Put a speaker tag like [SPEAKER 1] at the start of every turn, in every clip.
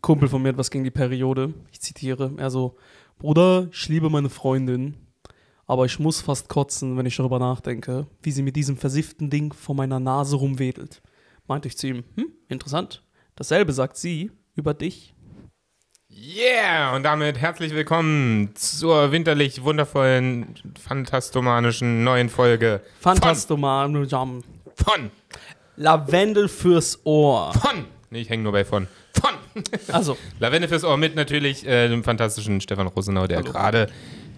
[SPEAKER 1] Kumpel von mir hat was gegen die Periode. Ich zitiere. Er so, Bruder, ich liebe meine Freundin, aber ich muss fast kotzen, wenn ich darüber nachdenke, wie sie mit diesem versifften Ding vor meiner Nase rumwedelt. Meinte ich zu ihm, hm, interessant. Dasselbe sagt sie über dich.
[SPEAKER 2] Yeah! Und damit herzlich willkommen zur winterlich wundervollen, fantastomanischen neuen Folge.
[SPEAKER 1] Fantastomanisch.
[SPEAKER 2] Von!
[SPEAKER 1] Lavendel fürs Ohr.
[SPEAKER 2] Von! Nee, ich hänge nur bei von. Von!
[SPEAKER 1] Also,
[SPEAKER 2] Lavende fürs Ohr mit natürlich äh, dem fantastischen Stefan Rosenau, der
[SPEAKER 1] Hallo.
[SPEAKER 2] gerade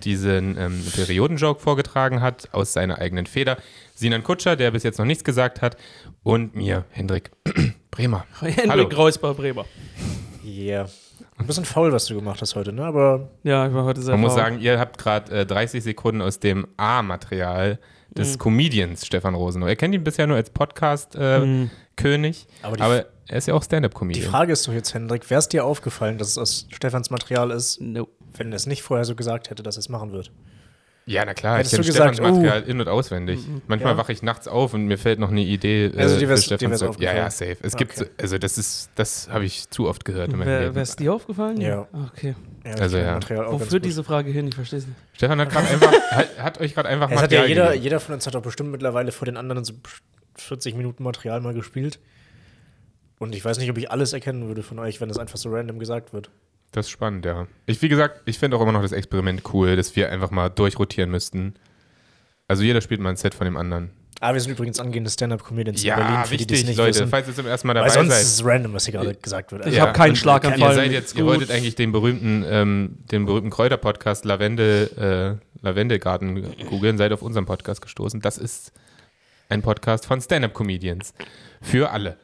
[SPEAKER 2] diesen ähm, Periodenjoke vorgetragen hat aus seiner eigenen Feder. Sinan Kutscher, der bis jetzt noch nichts gesagt hat. Und mir, Hendrik Bremer.
[SPEAKER 1] Hendrik Reusbar Bremer.
[SPEAKER 3] Yeah. Ein bisschen faul, was du gemacht hast heute, ne? Aber
[SPEAKER 1] Ja, ich war heute sehr
[SPEAKER 2] Man muss
[SPEAKER 1] faul.
[SPEAKER 2] sagen, ihr habt gerade äh, 30 Sekunden aus dem A-Material des
[SPEAKER 3] Mhm.
[SPEAKER 2] Comedians Stefan Rosenau. Er kennt ihn bisher nur als
[SPEAKER 3] Mhm.
[SPEAKER 2] Podcast-König,
[SPEAKER 3] Aber
[SPEAKER 2] aber,
[SPEAKER 3] die-
[SPEAKER 2] er ist ja auch
[SPEAKER 3] die
[SPEAKER 2] Stand-Up-Comedian.
[SPEAKER 3] Frage ist doch jetzt, Hendrik, wäre es dir aufgefallen, dass es aus Stefans Material ist,
[SPEAKER 1] No.
[SPEAKER 3] wenn er es nicht vorher so gesagt hätte, dass er es machen wird?
[SPEAKER 2] Ja, na klar, ich
[SPEAKER 3] Hättest
[SPEAKER 2] kenne
[SPEAKER 3] du gesagt, uh.
[SPEAKER 2] Stefans Material in- und auswendig. Manchmal
[SPEAKER 3] Mhm. Ja.
[SPEAKER 2] wache ich nachts auf und mir fällt noch eine Idee äh,
[SPEAKER 3] Also die wär's- die wär's
[SPEAKER 2] zu- Ja, ja, safe.
[SPEAKER 3] aufgefallen.
[SPEAKER 2] Es gibt, so-
[SPEAKER 3] Okay.
[SPEAKER 2] also das ist, das habe ich zu oft gehört. in meinem
[SPEAKER 1] Wäre
[SPEAKER 2] Leben.
[SPEAKER 1] es dir aufgefallen? Ah,
[SPEAKER 3] Ja.
[SPEAKER 1] Okay.
[SPEAKER 3] Ja,
[SPEAKER 2] Also
[SPEAKER 3] ich kenn
[SPEAKER 2] ja.
[SPEAKER 3] Material auch
[SPEAKER 1] Wo
[SPEAKER 3] ganz
[SPEAKER 1] führt
[SPEAKER 3] gut.
[SPEAKER 1] diese Frage hin? Ich verstehe es nicht.
[SPEAKER 2] Stefan hat, grad einfach, hat, hat euch gerade einfach
[SPEAKER 3] Es hat ja
[SPEAKER 2] Material
[SPEAKER 3] jeder,
[SPEAKER 2] gegeben.
[SPEAKER 3] jeder von uns hat doch bestimmt mittlerweile vor den anderen so 40 Minuten Material mal gespielt. Und ich weiß nicht, ob ich alles erkennen würde von euch, wenn das einfach so random gesagt wird.
[SPEAKER 2] Das ist spannend, ja. Ich, wie gesagt, ich finde auch immer noch das Experiment cool, dass wir einfach mal durchrotieren müssten. Also jeder spielt mal ein Set von dem anderen.
[SPEAKER 3] Ah, wir sind übrigens angehende Stand-Up-Comedians
[SPEAKER 2] Ja,
[SPEAKER 3] in Berlin, für die, die es
[SPEAKER 2] wichtig,
[SPEAKER 3] nicht
[SPEAKER 2] Leute.
[SPEAKER 3] wissen.
[SPEAKER 2] Falls ihr zum ersten Mal dabei
[SPEAKER 3] Weil sonst
[SPEAKER 2] seid.
[SPEAKER 3] ist es random, was hier gerade gesagt wird. Also
[SPEAKER 1] Ich
[SPEAKER 2] Ja.
[SPEAKER 1] habe keinen
[SPEAKER 2] ihr
[SPEAKER 1] Schlaganfall.
[SPEAKER 2] seid jetzt, ihr
[SPEAKER 1] Gut.
[SPEAKER 2] wolltet eigentlich den berühmten, ähm, den berühmten Kräuter-Podcast Lavendel, äh, Lavendelgarten googeln, seid auf unseren Podcast gestoßen. Das ist ein Podcast von Stand-Up-Comedians. Für alle.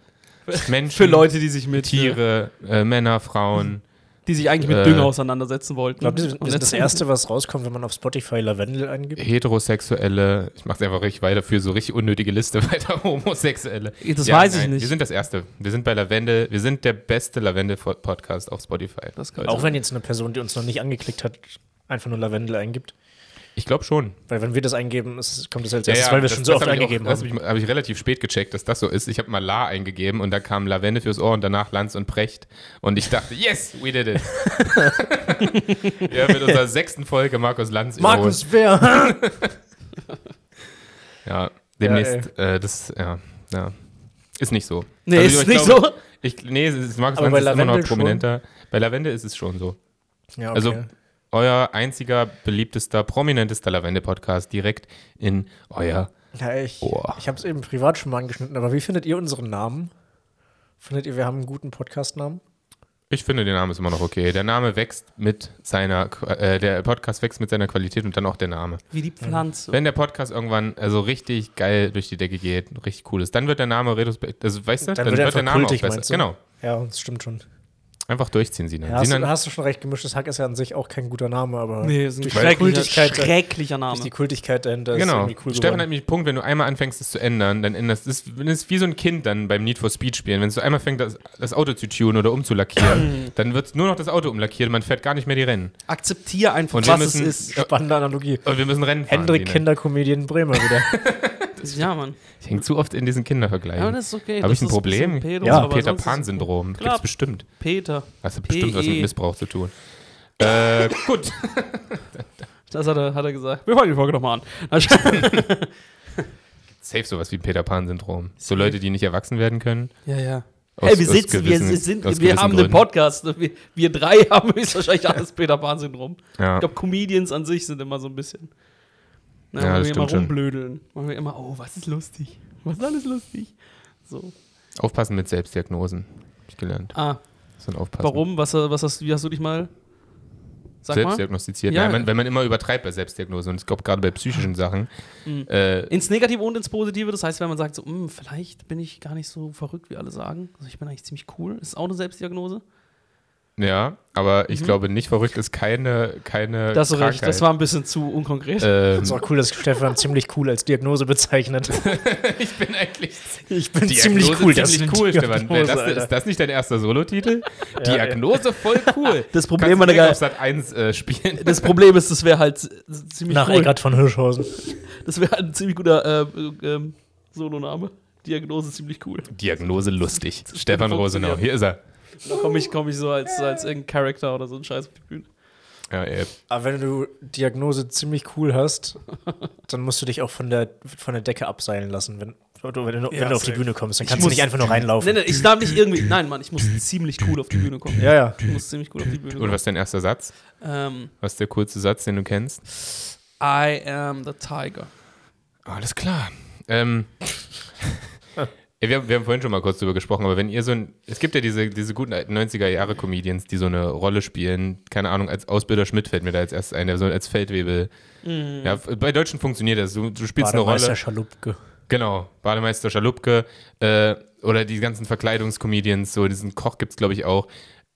[SPEAKER 2] Menschen,
[SPEAKER 1] Für Leute, die sich mit
[SPEAKER 2] Tiere, äh, Männer, Frauen.
[SPEAKER 1] die sich eigentlich mit
[SPEAKER 2] Äh,
[SPEAKER 1] Dünger auseinandersetzen wollten.
[SPEAKER 3] Ich glaube, das
[SPEAKER 1] Und
[SPEAKER 3] ist das
[SPEAKER 1] letzten-
[SPEAKER 3] Erste, was rauskommt, wenn man auf Spotify Lavendel eingibt.
[SPEAKER 2] Heterosexuelle, ich mach's einfach richtig weiter für so richtig unnötige Liste weiter, Homosexuelle.
[SPEAKER 1] Das weiß ich nicht.
[SPEAKER 2] Wir sind das Erste. Wir sind bei Lavendel, wir sind der beste Lavendel-Podcast auf Spotify.
[SPEAKER 1] Das ist geil.
[SPEAKER 3] Auch wenn jetzt eine Person, die uns noch nicht angeklickt hat, einfach nur Lavendel eingibt.
[SPEAKER 2] Ich glaube schon.
[SPEAKER 3] Weil wenn wir das eingeben, ist, es- kommt das als erstes, weil wir es schon so oft
[SPEAKER 2] hab ich
[SPEAKER 3] eingegeben
[SPEAKER 2] auch,
[SPEAKER 3] haben.
[SPEAKER 2] Das habe ich, hab ich relativ spät gecheckt, dass das so ist. Ich habe mal La eingegeben und da kam Lavende fürs Ohr und danach Lanz und Precht. Und ich dachte, yes, we did it. ja, mit unserer sechsten Folge Markus Lanz überholt.
[SPEAKER 3] Markus, wer?
[SPEAKER 2] Ja, demnächst. äh, das, ja, ja. Ist nicht so.
[SPEAKER 1] Nee,
[SPEAKER 2] Also,
[SPEAKER 1] ist
[SPEAKER 2] ich
[SPEAKER 1] nicht
[SPEAKER 2] glaube, Ich, nee, es ist, Markus
[SPEAKER 3] Aber
[SPEAKER 2] Lanz
[SPEAKER 3] bei
[SPEAKER 2] ist immer noch
[SPEAKER 3] Lavendel schon.
[SPEAKER 2] prominenter. Bei Lavende ist es schon so.
[SPEAKER 3] Ja, okay.
[SPEAKER 2] Also euer einziger, beliebtester, prominentester Lavende-Podcast direkt in euer
[SPEAKER 3] ja, ich
[SPEAKER 2] Boah.
[SPEAKER 3] ich habe es eben privat schon mal angeschnitten, aber wie findet ihr unseren Namen? Findet ihr, wir haben einen guten Podcast-Namen?
[SPEAKER 2] Ich finde, der Name ist immer noch okay. Der Name wächst mit seiner, Qu- äh, der Podcast wächst mit seiner Qualität und dann auch der Name.
[SPEAKER 1] Wie die Pflanze.
[SPEAKER 2] Wenn der Podcast irgendwann also richtig geil durch die Decke geht, richtig cool ist, dann wird der Name retrospekt, also weißt du,
[SPEAKER 3] Dann wird er
[SPEAKER 2] der
[SPEAKER 3] einfach
[SPEAKER 2] Name
[SPEAKER 3] kultig,
[SPEAKER 2] auch besser.
[SPEAKER 3] meinst du?
[SPEAKER 2] Genau.
[SPEAKER 3] Ja, das stimmt schon.
[SPEAKER 2] Einfach durchziehen, Sinan.
[SPEAKER 3] Ja, hast,
[SPEAKER 2] Sinan
[SPEAKER 3] du, hast du schon recht, gemischtes Hack ist ja an sich auch kein guter Name, aber
[SPEAKER 1] nee, ist ein
[SPEAKER 3] durch, die
[SPEAKER 1] schrecklicher,
[SPEAKER 3] Kultigkeit,
[SPEAKER 1] schrecklicher
[SPEAKER 3] durch die
[SPEAKER 1] Name.
[SPEAKER 3] Kultigkeit dahinter ist
[SPEAKER 2] genau.
[SPEAKER 3] irgendwie
[SPEAKER 2] Stefan
[SPEAKER 3] cool
[SPEAKER 2] hat
[SPEAKER 3] geworden.
[SPEAKER 2] nämlich einen Punkt, wenn du einmal anfängst, es zu ändern, dann änderst es. Das ist wie so ein Kind dann beim Need for Speed spielen. Wenn es so einmal fängt, das, das Auto zu tunen oder umzulackieren, dann wird nur noch das Auto umlackiert und man fährt gar nicht mehr die Rennen.
[SPEAKER 1] Akzeptier einfach,
[SPEAKER 2] Und wir
[SPEAKER 1] was es
[SPEAKER 2] müssen-
[SPEAKER 1] ist.
[SPEAKER 3] Spannende Analogie.
[SPEAKER 2] Und wir müssen Rennen fahren.
[SPEAKER 3] Hendrik
[SPEAKER 2] Sinan.
[SPEAKER 3] Kinderkomedien Bremer wieder.
[SPEAKER 1] Ja, Mann.
[SPEAKER 2] Ich hänge zu oft in diesen Kindervergleichen.
[SPEAKER 1] Ja, aber das ist okay.
[SPEAKER 2] Habe
[SPEAKER 1] Das
[SPEAKER 2] ich ein
[SPEAKER 1] ist ein
[SPEAKER 2] Problem?
[SPEAKER 1] bisschen Pedo,
[SPEAKER 2] ja,
[SPEAKER 1] aber
[SPEAKER 2] Peter
[SPEAKER 1] sonst ist es
[SPEAKER 2] Pan-Syndrom.
[SPEAKER 1] Klar. E.
[SPEAKER 2] Gibt's bestimmt.
[SPEAKER 1] Peter.
[SPEAKER 2] Hast du bestimmt was mit
[SPEAKER 1] PE.
[SPEAKER 2] Missbrauch zu tun. äh, gut.
[SPEAKER 1] Das hat er, hat er gesagt. Wir fangen die Folge nochmal an.
[SPEAKER 2] Safe sowas wie Peter Pan-Syndrom. So Leute, die nicht erwachsen werden können.
[SPEAKER 1] ja, ja.
[SPEAKER 2] Aus-
[SPEAKER 1] Ey, wir
[SPEAKER 2] aus
[SPEAKER 1] sitzen,
[SPEAKER 2] gewissen-
[SPEAKER 1] wir, sind,
[SPEAKER 2] aus
[SPEAKER 1] wir
[SPEAKER 2] gewissen
[SPEAKER 1] haben
[SPEAKER 2] Gründen.
[SPEAKER 1] einen Podcast. ne? Wir, wir drei haben höchstwahrscheinlich alles Peter Pan-Syndrom.
[SPEAKER 2] Ja.
[SPEAKER 1] Ich glaube, Comedians an sich sind immer so ein bisschen. Na,
[SPEAKER 2] Ja,
[SPEAKER 1] ja,
[SPEAKER 2] das
[SPEAKER 1] wir immer
[SPEAKER 2] stimmt schon.
[SPEAKER 1] rumblödeln. Machen wir immer, oh, was ist lustig? Was ist alles lustig? So.
[SPEAKER 2] Aufpassen mit Selbstdiagnosen. Hab ich gelernt.
[SPEAKER 1] Ah,
[SPEAKER 2] So ein Aufpassen.
[SPEAKER 1] warum? Was, äh, was hast, wie hast du dich mal? Sag
[SPEAKER 2] Selbst
[SPEAKER 1] mal.
[SPEAKER 2] diagnostiziert.
[SPEAKER 1] Ja.
[SPEAKER 2] Nein, man, wenn man immer übertreibt bei Selbstdiagnosen. Und ich glaube, gerade bei psychischen Sachen.
[SPEAKER 1] Mhm.
[SPEAKER 2] Äh,
[SPEAKER 1] Ins Negative und ins Positive. Das heißt, wenn man sagt, so, "Hm, vielleicht bin ich gar nicht so verrückt, wie alle sagen. Also ich bin eigentlich ziemlich cool. Ist auch eine Selbstdiagnose?
[SPEAKER 2] ja, aber ich glaube, nicht verrückt ist keine, keine
[SPEAKER 1] Mhm. Das,
[SPEAKER 2] Krankheit.
[SPEAKER 1] recht. das war ein bisschen zu unkonkret.
[SPEAKER 2] ähm,
[SPEAKER 3] Ist auch cool, dass Stefan ziemlich cool als Diagnose bezeichnet.
[SPEAKER 2] ich bin eigentlich
[SPEAKER 3] Ich bin
[SPEAKER 2] Diagnose
[SPEAKER 3] ziemlich cool.
[SPEAKER 2] ziemlich cool, Stefan. Wer das,
[SPEAKER 3] Alter.
[SPEAKER 2] ist das nicht dein erster Solotitel?
[SPEAKER 3] Ja,
[SPEAKER 1] also
[SPEAKER 2] Diagnose voll cool.
[SPEAKER 1] Das Problem,
[SPEAKER 2] Kannst du
[SPEAKER 1] meine
[SPEAKER 2] direkt
[SPEAKER 1] Geil-
[SPEAKER 2] auf Sat 1 äh, spielen.
[SPEAKER 1] Das Problem ist, das wäre halt z- ziemlich
[SPEAKER 3] Nach
[SPEAKER 1] cool.
[SPEAKER 3] Eckart von Hirschhausen.
[SPEAKER 1] Das wäre halt ein ziemlich guter äh, äh, ähm, Soloname. Diagnose ziemlich cool.
[SPEAKER 2] Diagnose lustig. Stefan
[SPEAKER 1] funktioniert.
[SPEAKER 2] Rosenau, hier ist er.
[SPEAKER 1] Da komme ich, komm ich so als, als irgendein Charakter oder so ein Scheiß auf die Bühne.
[SPEAKER 2] Ja, ey.
[SPEAKER 3] Aber wenn du Diagnose ziemlich cool hast, dann musst du dich auch von der, von der Decke abseilen lassen, wenn, wenn du, wenn du
[SPEAKER 1] Ja,
[SPEAKER 3] auf die
[SPEAKER 1] safe.
[SPEAKER 3] Bühne kommst. Dann
[SPEAKER 1] Ich
[SPEAKER 3] kannst du
[SPEAKER 1] muss-
[SPEAKER 3] nicht einfach nur reinlaufen.
[SPEAKER 1] Nee, nee, ich darf nicht irgendwie. Nein, Mann, ich muss ziemlich cool auf die Bühne kommen.
[SPEAKER 3] Ja, ja.
[SPEAKER 1] Ich muss ziemlich cool auf die Bühne
[SPEAKER 2] Und
[SPEAKER 1] kommen.
[SPEAKER 2] was ist dein erster Satz?
[SPEAKER 1] Ähm,
[SPEAKER 2] Was ist der kurze Satz, den du kennst?
[SPEAKER 1] I am the Tiger.
[SPEAKER 2] Alles klar. Ähm, ja, wir, haben, wir haben vorhin schon mal kurz drüber gesprochen, aber wenn ihr so ein. Es gibt ja diese, diese guten alten 90er-Jahre-Comedians, die so eine Rolle spielen. Keine Ahnung, als Ausbilder Schmidt fällt mir da jetzt erst ein, der so als Feldwebel. Ja, f- bei Deutschen funktioniert das. Du, du spielst eine Rolle.
[SPEAKER 3] Bademeister Schalupke.
[SPEAKER 2] Genau, Bademeister Schalupke äh, oder die ganzen Verkleidungscomedians, so diesen Koch gibt es, glaube ich, auch.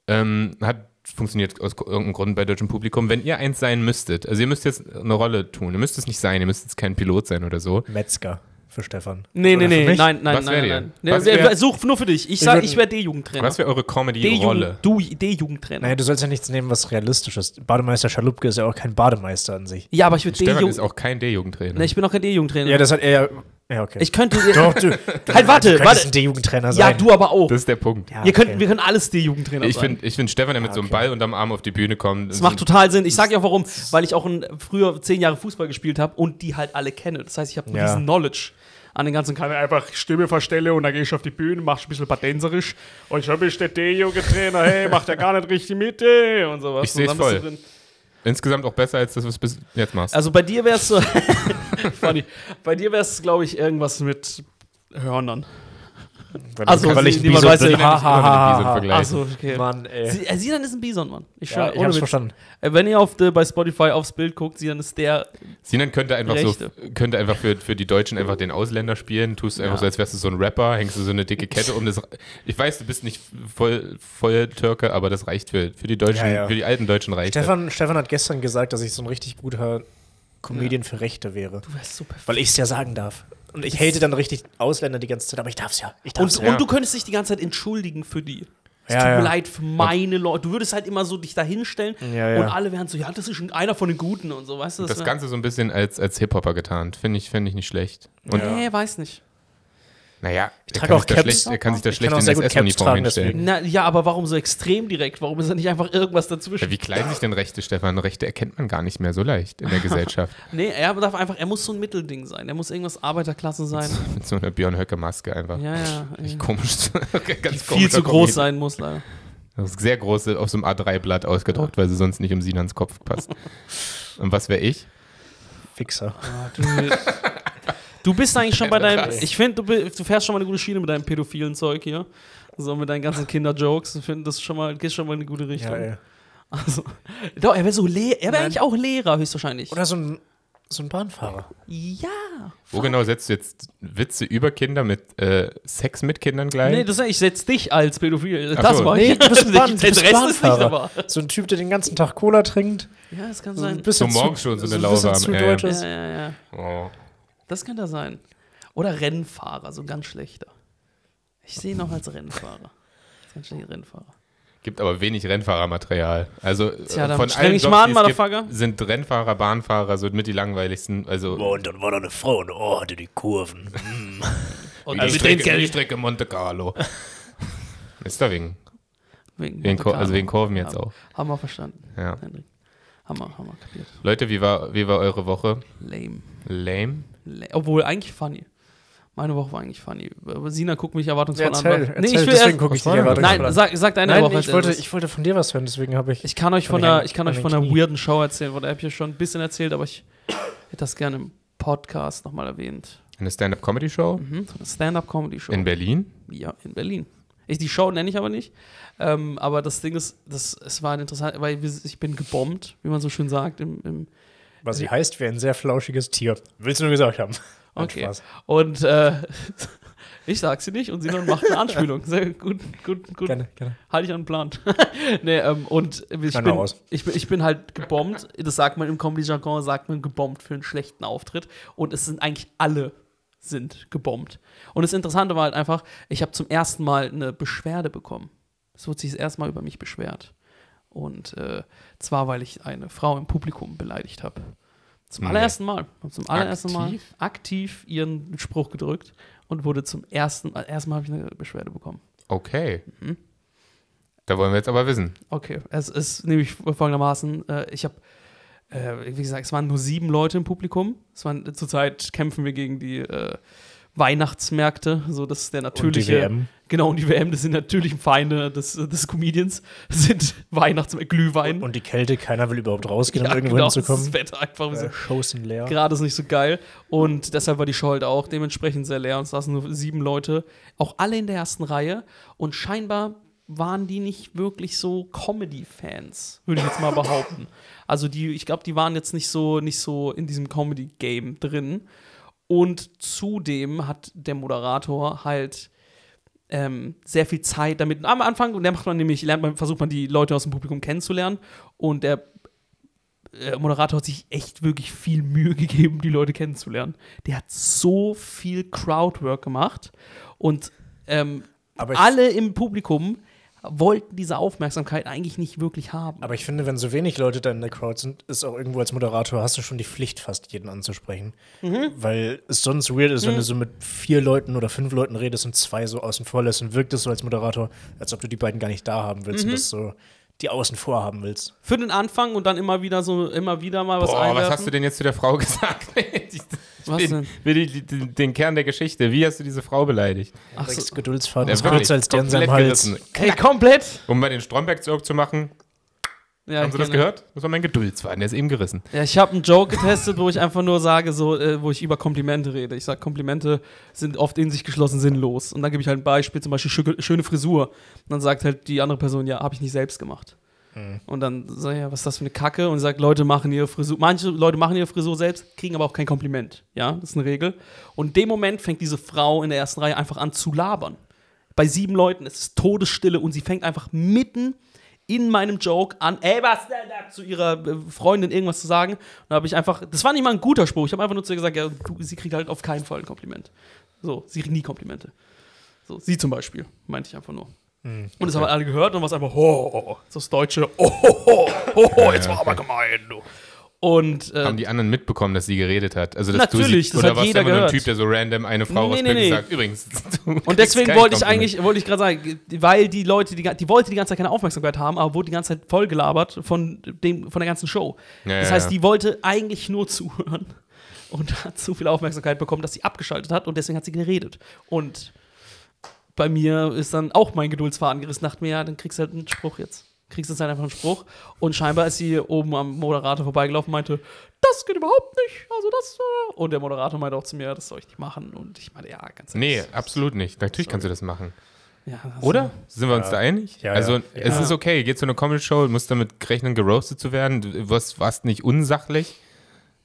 [SPEAKER 2] Ähm, hat funktioniert aus irgendeinem Grund bei deutschem Publikum. Wenn ihr eins sein müsstet, also ihr müsst jetzt eine Rolle tun, ihr müsst es nicht sein, ihr müsst jetzt kein Pilot sein oder so.
[SPEAKER 3] Metzger für Stefan.
[SPEAKER 1] Nee, nee,
[SPEAKER 3] Oder für
[SPEAKER 1] nee,
[SPEAKER 3] mich?
[SPEAKER 1] nein, nein,
[SPEAKER 2] Was
[SPEAKER 1] nein,
[SPEAKER 2] wärt
[SPEAKER 1] nein.
[SPEAKER 2] ihr?
[SPEAKER 1] Nee,
[SPEAKER 2] Was
[SPEAKER 1] wer-
[SPEAKER 2] wär-
[SPEAKER 1] such nur für dich. Ich
[SPEAKER 3] Wir
[SPEAKER 1] sag,
[SPEAKER 3] würden-
[SPEAKER 1] ich wäre D-Jugendtrainer.
[SPEAKER 2] Was wäre eure Comedy-Rolle?
[SPEAKER 1] D-Jugend- Du D-Jugendtrainer.
[SPEAKER 3] Naja, du sollst ja nichts nehmen, was realistisch ist. Bademeister Schalupke ist ja auch kein Bademeister an sich.
[SPEAKER 1] Ja, aber ich würde
[SPEAKER 2] Stefan ist
[SPEAKER 1] D-Jugend.
[SPEAKER 2] auch kein D-Jugendtrainer.
[SPEAKER 1] Nee, ich bin auch kein D-Jugendtrainer.
[SPEAKER 3] Ja, das hat er ja. Ja, okay.
[SPEAKER 1] ich könnte.
[SPEAKER 3] Doch, du.
[SPEAKER 1] halt, warte,
[SPEAKER 3] du könntest
[SPEAKER 1] warte.
[SPEAKER 3] ein D-Jugendtrainer sein.
[SPEAKER 1] Ja, du aber auch.
[SPEAKER 2] Das ist der Punkt.
[SPEAKER 3] Ja,
[SPEAKER 1] Ihr
[SPEAKER 3] okay.
[SPEAKER 1] könnt, wir können alles D-Jugendtrainer
[SPEAKER 2] Ich
[SPEAKER 1] sein.
[SPEAKER 2] finde, ich find Stefan, der mit so einem
[SPEAKER 3] okay.
[SPEAKER 2] Ball unterm Arm auf die Bühne kommt.
[SPEAKER 3] Also
[SPEAKER 1] Das macht total Sinn. Ich sage ja auch warum, weil ich auch in, früher zehn Jahre Fußball gespielt habe und die halt alle kenne. Das heißt, ich habe
[SPEAKER 3] Ja.
[SPEAKER 1] diesen Knowledge an den ganzen Kanal.
[SPEAKER 4] einfach Stimme verstelle und dann gehe ich auf die Bühne, mach ein bisschen patenserisch. Und ich habe ich der D-Jugendtrainer, hey, macht ja gar nicht richtig mit, ey, und sowas.
[SPEAKER 2] Ich seh's
[SPEAKER 1] Und dann bist du
[SPEAKER 2] voll.
[SPEAKER 1] drin.
[SPEAKER 2] Insgesamt auch besser als das, was du bis jetzt machst.
[SPEAKER 1] Also bei dir wär's so. funny. Bei dir wär's, glaube ich, irgendwas mit Hörnern.
[SPEAKER 3] Weil,
[SPEAKER 1] Also,
[SPEAKER 3] weil ich
[SPEAKER 1] sie-
[SPEAKER 3] ein
[SPEAKER 1] niemand
[SPEAKER 3] Bison
[SPEAKER 1] weiß ja-
[SPEAKER 3] bin.
[SPEAKER 2] Sinan ist
[SPEAKER 3] Ha, ha,
[SPEAKER 2] immer mit
[SPEAKER 3] ha,
[SPEAKER 2] Bison
[SPEAKER 3] ha, ha.
[SPEAKER 2] vergleichen.
[SPEAKER 1] Achso, okay.
[SPEAKER 3] Mann, ey.
[SPEAKER 1] Sie, äh, Sinan ist ein Bison, Mann. Ich
[SPEAKER 3] Ja,
[SPEAKER 1] schwör,
[SPEAKER 3] ich
[SPEAKER 1] ohne
[SPEAKER 3] hab's
[SPEAKER 1] Witz.
[SPEAKER 3] verstanden.
[SPEAKER 1] Äh, Wenn ihr auf de, bei Spotify aufs Bild guckt, Sinan ist der.
[SPEAKER 2] Sinan könnte einfach
[SPEAKER 1] Rechte.
[SPEAKER 2] so, könnte einfach für, für die Deutschen einfach den Ausländer spielen, tust einfach so, als wärst du so ein Rapper, hängst du so eine dicke Kette um das. Ich weiß, du bist nicht voll, voll Türke, aber das reicht für, für die Deutschen,
[SPEAKER 3] Ja, ja.
[SPEAKER 2] für die alten Deutschen reicht. das.
[SPEAKER 3] Stefan, Stefan hat gestern gesagt, dass ich so ein richtig guter Comedian für Rechte wäre.
[SPEAKER 1] Du wärst so perfekt.
[SPEAKER 3] Weil ich es ja sagen darf. Und ich hate dann richtig Ausländer die ganze Zeit, aber ich darf's ja. Ich darf's
[SPEAKER 1] Und,
[SPEAKER 3] ja.
[SPEAKER 1] und du könntest dich die ganze Zeit entschuldigen für die. Es
[SPEAKER 3] Ja,
[SPEAKER 1] tut mir
[SPEAKER 3] ja.
[SPEAKER 1] leid für meine Leute. Du würdest halt immer so dich da hinstellen
[SPEAKER 3] Ja, ja.
[SPEAKER 1] und alle wären so, ja, das ist schon einer von den Guten und so, weißt du?
[SPEAKER 2] Das
[SPEAKER 1] wär-
[SPEAKER 2] Ganze so ein bisschen als, als Hip-Hopper getarnt. Finde ich, finde ich nicht schlecht. Und
[SPEAKER 1] Nee, weiß nicht.
[SPEAKER 2] naja, er
[SPEAKER 3] trage
[SPEAKER 2] kann,
[SPEAKER 3] auch
[SPEAKER 2] sich da
[SPEAKER 3] Caps.
[SPEAKER 2] schlecht, er kann sich da
[SPEAKER 3] Ich
[SPEAKER 2] schlecht
[SPEAKER 3] kann auch
[SPEAKER 2] in
[SPEAKER 3] sehr gut Caps
[SPEAKER 2] SS-Uniform
[SPEAKER 3] tragen,
[SPEAKER 2] hinstellen.
[SPEAKER 3] deswegen.
[SPEAKER 1] Na, ja, aber warum so extrem direkt? Warum ist da nicht einfach irgendwas
[SPEAKER 2] Ja,
[SPEAKER 1] dazwischen?
[SPEAKER 2] wie klein sich denn Rechte, Stefan? Rechte erkennt man gar nicht mehr so leicht in der Gesellschaft.
[SPEAKER 1] Nee, er darf einfach, er muss so ein Mittelding sein. Er muss irgendwas Arbeiterklasse sein.
[SPEAKER 2] Mit so einer Björn Höcke-Maske einfach.
[SPEAKER 1] Ja, ja.
[SPEAKER 2] Echt
[SPEAKER 1] ja.
[SPEAKER 2] Komisch. Ganz
[SPEAKER 1] Viel zu groß
[SPEAKER 2] komischer Comedian.
[SPEAKER 1] sein muss leider.
[SPEAKER 2] Das ist sehr groß auf so einem A3-Blatt ausgedruckt, weil sie sonst nicht um Sinans Kopf passt. Und was wäre ich?
[SPEAKER 3] Fixer.
[SPEAKER 1] Ah, Du, du bist eigentlich schon bei deinem.
[SPEAKER 2] Krass.
[SPEAKER 1] Ich finde, du, bi- du fährst schon mal eine gute Schiene mit deinem pädophilen Zeug hier. So mit deinen ganzen Kinderjokes. Ich finde, das schon mal, gehst schon mal in eine gute
[SPEAKER 3] Ja,
[SPEAKER 1] Richtung.
[SPEAKER 3] ey.
[SPEAKER 1] also, doch, er wäre so Le er wäre
[SPEAKER 3] Nein.
[SPEAKER 1] eigentlich auch Lehrer höchstwahrscheinlich.
[SPEAKER 3] Oder so ein, so ein Bahnfahrer.
[SPEAKER 1] Oh, ja.
[SPEAKER 2] Wo genau setzt du jetzt Witze über Kinder mit äh, Sex mit Kindern gleich?
[SPEAKER 1] Nee, das, ich setz dich als pädophil.
[SPEAKER 2] Ach
[SPEAKER 1] Das
[SPEAKER 2] so.
[SPEAKER 1] war ich.
[SPEAKER 3] Nee, du bist ein Bahn-
[SPEAKER 1] Den
[SPEAKER 3] du bist
[SPEAKER 1] Rest ist nicht
[SPEAKER 3] Bahnfahrer.
[SPEAKER 1] aber.
[SPEAKER 3] So ein Typ, der den ganzen Tag Cola trinkt.
[SPEAKER 1] Ja, das kann
[SPEAKER 3] So ein
[SPEAKER 1] sein.
[SPEAKER 2] so
[SPEAKER 3] bisschen
[SPEAKER 2] morgens
[SPEAKER 3] zu,
[SPEAKER 2] schon so eine
[SPEAKER 3] ein bisschen
[SPEAKER 2] Lauwarm.
[SPEAKER 3] zu
[SPEAKER 2] ja, ja.
[SPEAKER 3] deutsches.
[SPEAKER 1] Ja, ja, ja.
[SPEAKER 2] Oh.
[SPEAKER 1] Das könnte er sein. Oder Rennfahrer, so ein ganz schlechter. Ich sehe ihn noch als Rennfahrer. Ganz schlechter Rennfahrer.
[SPEAKER 2] Gibt aber wenig Rennfahrermaterial. Also äh,
[SPEAKER 1] Tja, dann
[SPEAKER 2] von
[SPEAKER 1] streng
[SPEAKER 2] allen
[SPEAKER 1] dich
[SPEAKER 2] Jobs,
[SPEAKER 1] mal an,
[SPEAKER 2] die es
[SPEAKER 1] Motherfucker.
[SPEAKER 2] gibt, sind Rennfahrer, Bahnfahrer so mit die langweiligsten. Also
[SPEAKER 3] Und dann war da eine Frau und oh, hatte die Kurven.
[SPEAKER 1] Und
[SPEAKER 2] wie die,
[SPEAKER 1] mit dem
[SPEAKER 2] Strecke, wie die
[SPEAKER 1] Geld.
[SPEAKER 2] Strecke Monte Carlo. Ist da wegen,
[SPEAKER 1] Wegen
[SPEAKER 2] wegen
[SPEAKER 1] Monte
[SPEAKER 2] Kur-
[SPEAKER 1] Carlo.
[SPEAKER 2] also wegen Kurven jetzt
[SPEAKER 1] Haben-
[SPEAKER 2] auch.
[SPEAKER 1] Haben wir verstanden,
[SPEAKER 2] Ja.
[SPEAKER 1] Hendrik. Haben wir, haben wir kapiert.
[SPEAKER 2] Leute, wie war, wie war eure Woche?
[SPEAKER 1] Lame.
[SPEAKER 2] Lame?
[SPEAKER 1] Lame. Obwohl, eigentlich funny. Meine Woche war eigentlich funny. Aber Sina guckt mich erwartungsvoll
[SPEAKER 3] Ja, erzähl,
[SPEAKER 1] an.
[SPEAKER 3] erzähl.
[SPEAKER 1] Nee, ich will
[SPEAKER 3] deswegen
[SPEAKER 1] erst,
[SPEAKER 3] gucke ich
[SPEAKER 2] Was
[SPEAKER 3] dich
[SPEAKER 2] war denn?
[SPEAKER 3] erwartet.
[SPEAKER 1] nein, sag, sag deine
[SPEAKER 3] Nein,
[SPEAKER 1] Woche. als
[SPEAKER 3] ich, wollte,
[SPEAKER 1] erstes.
[SPEAKER 3] ich wollte von dir was hören, deswegen habe ich.
[SPEAKER 1] ich kann euch von
[SPEAKER 3] Von den-
[SPEAKER 1] einer, ich kann euch
[SPEAKER 3] von
[SPEAKER 1] von
[SPEAKER 3] den
[SPEAKER 1] einer
[SPEAKER 3] Knie.
[SPEAKER 1] weirden Show erzählen, von der habe ich ja schon ein bisschen erzählt, aber ich hätte das gerne im Podcast nochmal erwähnt.
[SPEAKER 2] Eine Stand-Up-Comedy-Show
[SPEAKER 1] Mhm, so eine Stand-up-Comedy-Show.
[SPEAKER 2] in Berlin?
[SPEAKER 1] Ja, in Berlin. Ich, die Show nenne ich aber nicht. Ähm, aber das Ding ist, das, es war interessant, weil wir- ich bin gebombt, wie man so schön sagt. Im, im
[SPEAKER 3] was sie heißt, wie ein sehr flauschiges Tier. Willst du nur gesagt haben. Nein,
[SPEAKER 1] okay.
[SPEAKER 3] Spaß.
[SPEAKER 1] Und äh, ich sag sie nicht und sie dann macht eine Anspielung. Sehr gut, gut, gut.
[SPEAKER 3] Gerne, gerne.
[SPEAKER 1] Halte ich Halt an den Plan. nee, ähm, und ich
[SPEAKER 3] Kann
[SPEAKER 1] bin,
[SPEAKER 3] auch aus.
[SPEAKER 1] ich, bin, ich bin halt gebombt. Das sagt man im Comedy-Jargon, sagt man gebombt für einen schlechten Auftritt. Und es sind eigentlich alle sind gebombt. Und das Interessante war halt einfach, ich habe zum ersten Mal eine Beschwerde bekommen. Es wurde sich das erste Mal über mich beschwert. Und äh, zwar, weil ich eine Frau im Publikum beleidigt habe. Zum
[SPEAKER 2] Nee.
[SPEAKER 1] allerersten Mal. Hab Zum allerersten Mal
[SPEAKER 2] Aktiv?
[SPEAKER 1] aktiv ihren Spruch Mhm. gedrückt und wurde zum ersten Mal, erstmal habe ich eine Beschwerde bekommen.
[SPEAKER 2] Okay. Da wollen wir jetzt aber wissen.
[SPEAKER 1] Okay, es ist nämlich folgendermaßen, äh, ich habe, äh, wie gesagt, es waren nur sieben Leute im Publikum. Es waren, zurzeit kämpfen wir gegen die äh, Weihnachtsmärkte, so das ist der natürliche,
[SPEAKER 3] WM.
[SPEAKER 1] genau, und die WM, das sind natürlichen Feinde des, des Comedians, sind Weihnachtsmärkte, Glühwein.
[SPEAKER 3] Und die Kälte, keiner will überhaupt rausgehen, um
[SPEAKER 1] Mhm. Ja,
[SPEAKER 3] irgendwo
[SPEAKER 1] genau, Das
[SPEAKER 3] hinzukommen.
[SPEAKER 1] Wetter einfach, wir sind
[SPEAKER 3] Äh, Shows sind leer.
[SPEAKER 1] gerade ist nicht so geil. Und deshalb war die Show halt auch dementsprechend sehr leer. Und es saßen nur sieben Leute, auch alle in der ersten Reihe. Und scheinbar waren die nicht wirklich so Comedy-Fans, würde ich jetzt mal behaupten. Also die, ich glaube, die waren jetzt nicht so, nicht so in diesem Comedy-Game drin. Und zudem hat der Moderator halt ähm, sehr viel Zeit damit. Am Anfang, und der macht man nämlich, lernt man, versucht man die Leute aus dem Publikum kennenzulernen. Und der äh, Moderator hat sich echt wirklich viel Mühe gegeben, die Leute kennenzulernen. Der hat so viel Crowdwork gemacht und ähm,
[SPEAKER 3] Aber ich-
[SPEAKER 1] alle im Publikum wollten diese Aufmerksamkeit eigentlich nicht wirklich haben.
[SPEAKER 3] Aber ich finde, wenn so wenig Leute da in der Crowd sind, ist auch irgendwo als Moderator hast du schon die Pflicht, fast jeden anzusprechen.
[SPEAKER 1] Mhm.
[SPEAKER 3] Weil es sonst weird ist, wenn du so mit vier Leuten oder fünf Leuten redest und zwei so außen vor lässt und wirkt es so als Moderator, als ob du die beiden gar nicht da haben willst
[SPEAKER 1] Mhm.
[SPEAKER 3] und das so die außen vor haben willst.
[SPEAKER 1] Für den Anfang und dann immer wieder so, immer wieder mal was
[SPEAKER 2] Boah, was
[SPEAKER 1] einwerfen.
[SPEAKER 2] hast du denn jetzt zu der Frau gesagt? ich
[SPEAKER 1] Was
[SPEAKER 2] bin,
[SPEAKER 1] denn?
[SPEAKER 2] Will ich, den, den Kern der Geschichte. Wie hast du diese Frau beleidigt?
[SPEAKER 1] Ach so.
[SPEAKER 3] Wächst Geduldsfaden
[SPEAKER 2] Ja,
[SPEAKER 3] ist kürzer
[SPEAKER 2] wirklich,
[SPEAKER 3] als der in seinem
[SPEAKER 2] komplett
[SPEAKER 3] Hals.
[SPEAKER 2] gerissen.
[SPEAKER 1] Hey, komplett!
[SPEAKER 2] Um mal den Stromberg zurück zu machen,
[SPEAKER 1] Ja,
[SPEAKER 2] haben Sie das
[SPEAKER 1] Äh, gerne.
[SPEAKER 2] gehört? Das war mein Geduldsfaden, der ist eben gerissen.
[SPEAKER 1] Ja, ich habe einen Joke getestet, wo ich einfach nur sage, so, äh, wo ich über Komplimente rede. Ich sage, Komplimente sind oft in sich geschlossen sinnlos. Und dann gebe ich halt ein Beispiel, zum Beispiel schö- schöne Frisur. Und dann sagt halt die andere Person, ja, habe ich nicht selbst gemacht. Und dann sag ich, ja, was ist das für eine Kacke? Und sagt, Leute machen ihre Frisur, manche Leute machen ihre Frisur selbst, kriegen aber auch kein Kompliment. Ja, das ist eine Regel. Und in dem Moment fängt diese Frau in der ersten Reihe einfach an zu labern. Bei sieben Leuten, es ist Todesstille und sie fängt einfach mitten in meinem Joke an, ey, was denn da zu ihrer äh, Freundin irgendwas zu sagen. Und da habe ich einfach, das war nicht mal ein guter Spruch, ich habe einfach nur zu ihr gesagt, ja, du, sie kriegt halt auf keinen Fall ein Kompliment. So, sie kriegt nie Komplimente. So, sie zum Beispiel, meinte ich einfach nur. Und das haben alle gehört und was einfach, oh, oh, oh, so das deutsche, oh, oh, oh, oh, oh jetzt war aber gemein, du. Und äh,
[SPEAKER 2] Haben die anderen mitbekommen, dass sie geredet hat? Also, dass
[SPEAKER 1] Natürlich,
[SPEAKER 2] du sie,
[SPEAKER 1] das
[SPEAKER 2] oder
[SPEAKER 1] hat
[SPEAKER 2] warst du
[SPEAKER 1] jeder
[SPEAKER 2] immer nur ein
[SPEAKER 1] gehört.
[SPEAKER 2] Typ, der so random eine Frau
[SPEAKER 1] Nee,
[SPEAKER 2] aus
[SPEAKER 1] nee, nee.
[SPEAKER 2] Berlin sagt? Übrigens. du kriegst
[SPEAKER 1] Und deswegen
[SPEAKER 2] kein
[SPEAKER 1] wollte ich
[SPEAKER 2] Kompliment.
[SPEAKER 1] eigentlich, wollte ich gerade sagen, weil die Leute, die, ga- die wollte die ganze Zeit keine Aufmerksamkeit haben, aber wurde die ganze Zeit vollgelabert von dem, von der ganzen Show.
[SPEAKER 2] Ja,
[SPEAKER 1] das
[SPEAKER 2] ja,
[SPEAKER 1] heißt,
[SPEAKER 2] ja.
[SPEAKER 1] die wollte eigentlich nur zuhören und hat so viel Aufmerksamkeit bekommen, dass sie abgeschaltet hat und deswegen hat sie geredet. Und bei mir ist dann auch mein Geduldsfaden gerissen, dachte mir, ja, dann kriegst du halt einen Spruch jetzt. Kriegst jetzt halt einfach einen Spruch. Und scheinbar ist sie oben am Moderator vorbeigelaufen und meinte, das geht überhaupt nicht. Also das. äh." Und der Moderator meinte auch zu mir, das soll ich nicht machen. Und ich meinte, ja, ganz
[SPEAKER 2] Nee,
[SPEAKER 1] ehrlich.
[SPEAKER 2] absolut nicht. Natürlich kannst du das machen.
[SPEAKER 1] Ja, das-
[SPEAKER 2] Oder? Sind wir uns da einig?
[SPEAKER 3] Ja,
[SPEAKER 2] also
[SPEAKER 3] ja.
[SPEAKER 2] es
[SPEAKER 1] Ja.
[SPEAKER 2] ist okay, gehst zu einer Comedy-Show, du musst damit rechnen, geroastet zu werden. Du warst, warst nicht unsachlich.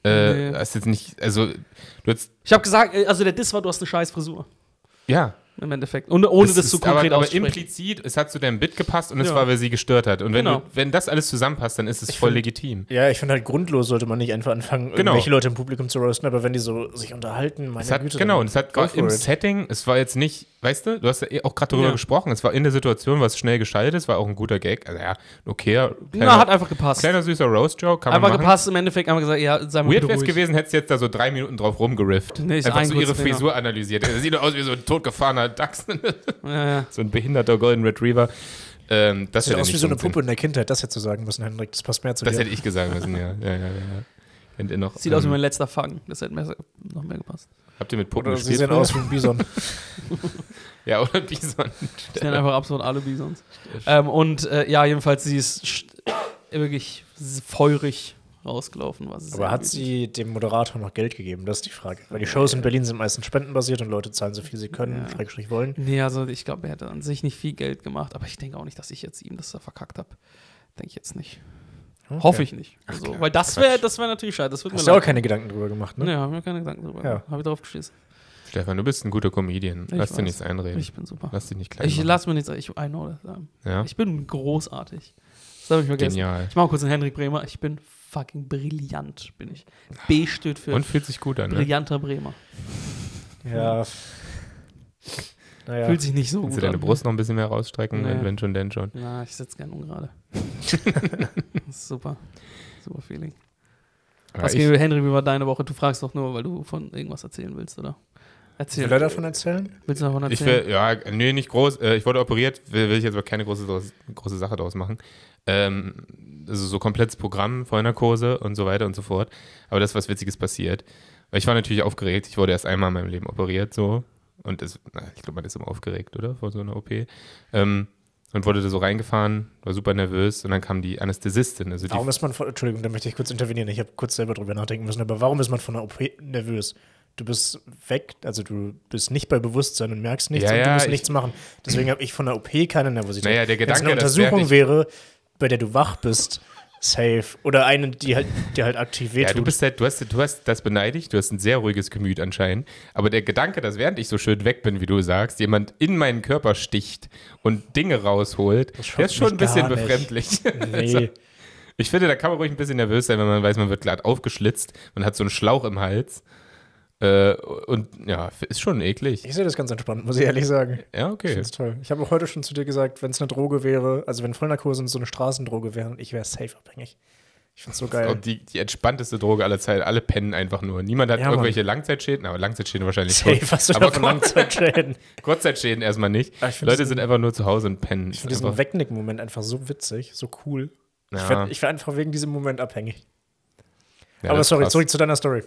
[SPEAKER 2] Äh,
[SPEAKER 1] Nee.
[SPEAKER 2] Hast jetzt nicht, also du hast,
[SPEAKER 1] Ich habe gesagt, äh, also der Diss war, du hast eine scheiß Frisur.
[SPEAKER 2] ja.
[SPEAKER 1] Im Endeffekt. Und, ohne das,
[SPEAKER 2] ist
[SPEAKER 1] zu konkret
[SPEAKER 2] aber, aber
[SPEAKER 1] auszusprechen.
[SPEAKER 2] implizit, es hat zu deinem Bit gepasst und es
[SPEAKER 1] Ja.
[SPEAKER 2] war, wer sie gestört hat. Und wenn,
[SPEAKER 1] Genau.
[SPEAKER 2] du, wenn das alles zusammenpasst, dann ist es voll legitim.
[SPEAKER 3] Ja, ich finde halt grundlos sollte man nicht einfach anfangen, irgendwelche Leute im Publikum zu roasten, aber wenn die so sich unterhalten, meine
[SPEAKER 2] Genau. Es hat,
[SPEAKER 3] Güte.
[SPEAKER 2] genau,
[SPEAKER 3] dann
[SPEAKER 2] und es hat
[SPEAKER 3] go
[SPEAKER 2] auch
[SPEAKER 3] for
[SPEAKER 2] im
[SPEAKER 3] it.
[SPEAKER 2] Setting, es war jetzt nicht, weißt du, du hast ja eh auch gerade darüber
[SPEAKER 1] Ja.
[SPEAKER 2] gesprochen, es war in der Situation, was schnell geschaltet ist, war auch ein guter Gag. Also ja, okay,
[SPEAKER 1] Na, hat
[SPEAKER 2] kleiner,
[SPEAKER 1] einfach gepasst.
[SPEAKER 2] kleiner süßer Roast-Joke, kann man
[SPEAKER 1] Einfach
[SPEAKER 2] machen.
[SPEAKER 1] gepasst, im Endeffekt einfach gesagt, ja, sei mal
[SPEAKER 2] Weird
[SPEAKER 1] bitte
[SPEAKER 2] wäre es
[SPEAKER 1] ruhig.
[SPEAKER 2] gewesen, hättest du jetzt da so drei Minuten drauf rumgerifft.
[SPEAKER 1] Nee, ist genau. ein
[SPEAKER 2] Einfach so ihre
[SPEAKER 1] kurzer Dinger.
[SPEAKER 2] Frisur analysiert. Er sieht aus wie so ein totgefahrener Dachs.
[SPEAKER 1] Ja, ja.
[SPEAKER 2] so ein behinderter Golden Retriever. Ähm, das
[SPEAKER 3] Sieht
[SPEAKER 2] hätte
[SPEAKER 3] aus
[SPEAKER 2] nicht
[SPEAKER 3] wie so eine
[SPEAKER 2] funktioniert.
[SPEAKER 3] Puppe in der Kindheit, das hättest du sagen müssen, Henrik. Das passt mehr zu
[SPEAKER 2] Das
[SPEAKER 3] dir.
[SPEAKER 2] hätte ich gesagt müssen, ja. ja, ja, ja, ja. Kennt ihr noch? ähm,
[SPEAKER 1] Sieht aus wie mein letzter Fang. Das hätte mir noch mehr gepasst.
[SPEAKER 2] Habt ihr mit Puppen
[SPEAKER 3] Oder sie
[SPEAKER 2] gespielt?
[SPEAKER 3] sehen
[SPEAKER 2] früher?
[SPEAKER 3] aus wie ein Bison.
[SPEAKER 2] Ja, oder Bison.
[SPEAKER 1] Ich nenne einfach absolut alle Bisons. Ähm, und äh, ja, jedenfalls, sie ist sch- wirklich feurig rausgelaufen. Was
[SPEAKER 3] Aber hat sie dem Moderator noch Geld gegeben? Das ist die Frage. Weil die Shows in Berlin sind meistens spendenbasiert und Leute zahlen so viel sie können,
[SPEAKER 1] Ja.
[SPEAKER 3] schrägstrich wollen.
[SPEAKER 1] Nee, also ich glaube, er hätte an sich nicht viel Geld gemacht, aber ich denke auch nicht, dass ich jetzt ihm das da verkackt habe. Denke ich jetzt nicht. Hoffe ich nicht. Also,
[SPEAKER 2] klar,
[SPEAKER 1] weil das wäre das wär natürlich schade. Das würde mir
[SPEAKER 3] Hast du auch
[SPEAKER 1] leid.
[SPEAKER 3] keine Gedanken drüber gemacht, ne?
[SPEAKER 1] Ne, haben wir keine Gedanken drüber.
[SPEAKER 3] Ja.
[SPEAKER 1] Habe ich drauf geschissen.
[SPEAKER 2] Stefan, du bist ein guter Comedian.
[SPEAKER 1] Ich
[SPEAKER 2] lass dir
[SPEAKER 1] weiß.
[SPEAKER 2] nichts einreden.
[SPEAKER 1] Ich bin super.
[SPEAKER 2] lass dich nicht klein
[SPEAKER 1] Ich
[SPEAKER 2] machen.
[SPEAKER 1] lasse mir nichts, ich I know das sagen.
[SPEAKER 2] ja?
[SPEAKER 1] Ich bin großartig. Das habe ich vergessen.
[SPEAKER 2] Genial.
[SPEAKER 1] Ich mache kurz den Henrik Bremer. Ich bin fucking brillant, bin ich. B steht für
[SPEAKER 2] Und fühlt sich gut an, ne?
[SPEAKER 1] brillanter Bremer.
[SPEAKER 3] Ja. Naja.
[SPEAKER 1] Fühlt sich nicht so
[SPEAKER 2] Kannst du
[SPEAKER 1] gut
[SPEAKER 2] deine
[SPEAKER 1] an.
[SPEAKER 2] Brust noch ein bisschen mehr rausstrecken?
[SPEAKER 1] Nee.
[SPEAKER 2] Wenn, wenn schon, denn schon.
[SPEAKER 1] Na, ich sitze gern ungerade. das ist super. Super Feeling.
[SPEAKER 2] Ja,
[SPEAKER 1] Was
[SPEAKER 2] ich-
[SPEAKER 1] geht, Henrik, wie war deine Woche? Du fragst doch nur, weil du von irgendwas erzählen willst, oder? Erzähl.
[SPEAKER 3] Will er davon erzählen?
[SPEAKER 1] Willst du davon
[SPEAKER 2] Ich
[SPEAKER 1] erzählen?
[SPEAKER 2] will, ja, nee, nicht groß. Äh, ich wurde operiert, will, will ich jetzt aber keine große, große Sache draus machen. Ähm, also so komplettes Programm, Vollnarkose und so weiter und so fort. Aber das ist was Witziges passiert. Weil ich war natürlich aufgeregt. Ich wurde erst einmal in meinem Leben operiert, so. Und es, na, ich glaube, man ist immer aufgeregt, oder? Vor so einer OP. Ähm, und wurde da so reingefahren, war super nervös. Und dann kam die Anästhesistin. Also die
[SPEAKER 3] Warum ist man von, Entschuldigung, da möchte ich kurz intervenieren. Ich habe kurz selber drüber nachdenken müssen, aber warum ist man von der OP nervös? Du bist weg, also du bist nicht bei Bewusstsein und merkst nichts
[SPEAKER 2] Ja,
[SPEAKER 3] und du
[SPEAKER 2] ja,
[SPEAKER 3] musst
[SPEAKER 2] ich-
[SPEAKER 3] nichts machen. Deswegen habe ich von der OP keine Nervosität.
[SPEAKER 2] Naja, der
[SPEAKER 3] Wenn es eine
[SPEAKER 2] Gedanke, dass
[SPEAKER 3] Untersuchung
[SPEAKER 2] während ich-
[SPEAKER 3] wäre, bei der du wach bist, safe. Oder eine, die halt, die halt aktiv wehtut.
[SPEAKER 2] Ja, du bist halt, du hast, du hast das beneidigt, du hast ein sehr ruhiges Gemüt anscheinend. Aber der Gedanke, dass während ich so schön weg bin, wie du sagst, jemand in meinen Körper sticht und Dinge rausholt,
[SPEAKER 3] schockt
[SPEAKER 2] der ist schon ein
[SPEAKER 3] mich
[SPEAKER 2] bisschen
[SPEAKER 3] gar nicht.
[SPEAKER 2] befremdlich. Also,
[SPEAKER 3] nee.
[SPEAKER 2] Ich finde, da kann man ruhig ein bisschen nervös sein, wenn man weiß, man wird glatt aufgeschlitzt, man hat so einen Schlauch im Hals. Äh, und ja, ist schon eklig.
[SPEAKER 3] Ich sehe das ganz entspannt, muss ich ehrlich sagen.
[SPEAKER 2] Ja,
[SPEAKER 3] Ich
[SPEAKER 2] okay.
[SPEAKER 3] find's toll. Ich habe auch heute schon zu dir gesagt, wenn es eine Droge wäre, also wenn Vollnarkose so eine Straßendroge wäre, ich wäre safe abhängig. Ich find's so geil.
[SPEAKER 2] Und die, die entspannteste Droge aller Zeiten. Alle pennen einfach nur. Niemand hat
[SPEAKER 3] Ja, Mann.
[SPEAKER 2] irgendwelche Langzeitschäden, aber Langzeitschäden wahrscheinlich
[SPEAKER 3] Safe,
[SPEAKER 2] schon.
[SPEAKER 3] was du
[SPEAKER 2] aber
[SPEAKER 3] da von Langzeitschäden.
[SPEAKER 2] Kurzzeitschäden erstmal nicht.
[SPEAKER 3] Aber Ah, ich find
[SPEAKER 2] Leute
[SPEAKER 3] diesen-
[SPEAKER 2] sind einfach nur zu Hause und pennen.
[SPEAKER 3] Ich finde diesen
[SPEAKER 2] Einfach-
[SPEAKER 3] Wegnick-Moment einfach so witzig, so cool. Ich
[SPEAKER 2] Ja.
[SPEAKER 3] wär- Ich wäre einfach wegen diesem Moment abhängig.
[SPEAKER 2] Ja,
[SPEAKER 3] Aber
[SPEAKER 2] das ist
[SPEAKER 3] sorry,
[SPEAKER 2] krass. Also,
[SPEAKER 3] zurück zu deiner Story.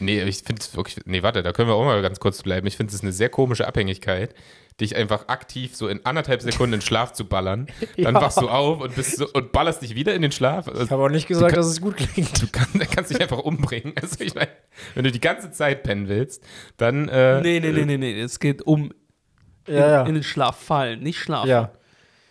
[SPEAKER 2] Nee, ich finde es wirklich. Nee, warte, da können wir auch mal ganz kurz bleiben. Ich finde es ist eine sehr komische Abhängigkeit, dich einfach aktiv so in anderthalb Sekunden in Schlaf zu ballern. Dann
[SPEAKER 3] Ja.
[SPEAKER 2] wachst du auf und, bist so, und ballerst dich wieder in den Schlaf. Also,
[SPEAKER 3] Ich habe auch nicht gesagt,
[SPEAKER 2] kann-
[SPEAKER 3] dass es gut klingt.
[SPEAKER 2] du kann, kannst dich einfach umbringen. Also, ich meine, wenn du die ganze Zeit pennen willst, dann. Äh,
[SPEAKER 1] Nee, nee, nee, nee, nee. Es geht um
[SPEAKER 3] Ja,
[SPEAKER 1] in
[SPEAKER 3] ja.
[SPEAKER 1] den Schlaf fallen, nicht schlafen.
[SPEAKER 3] ja.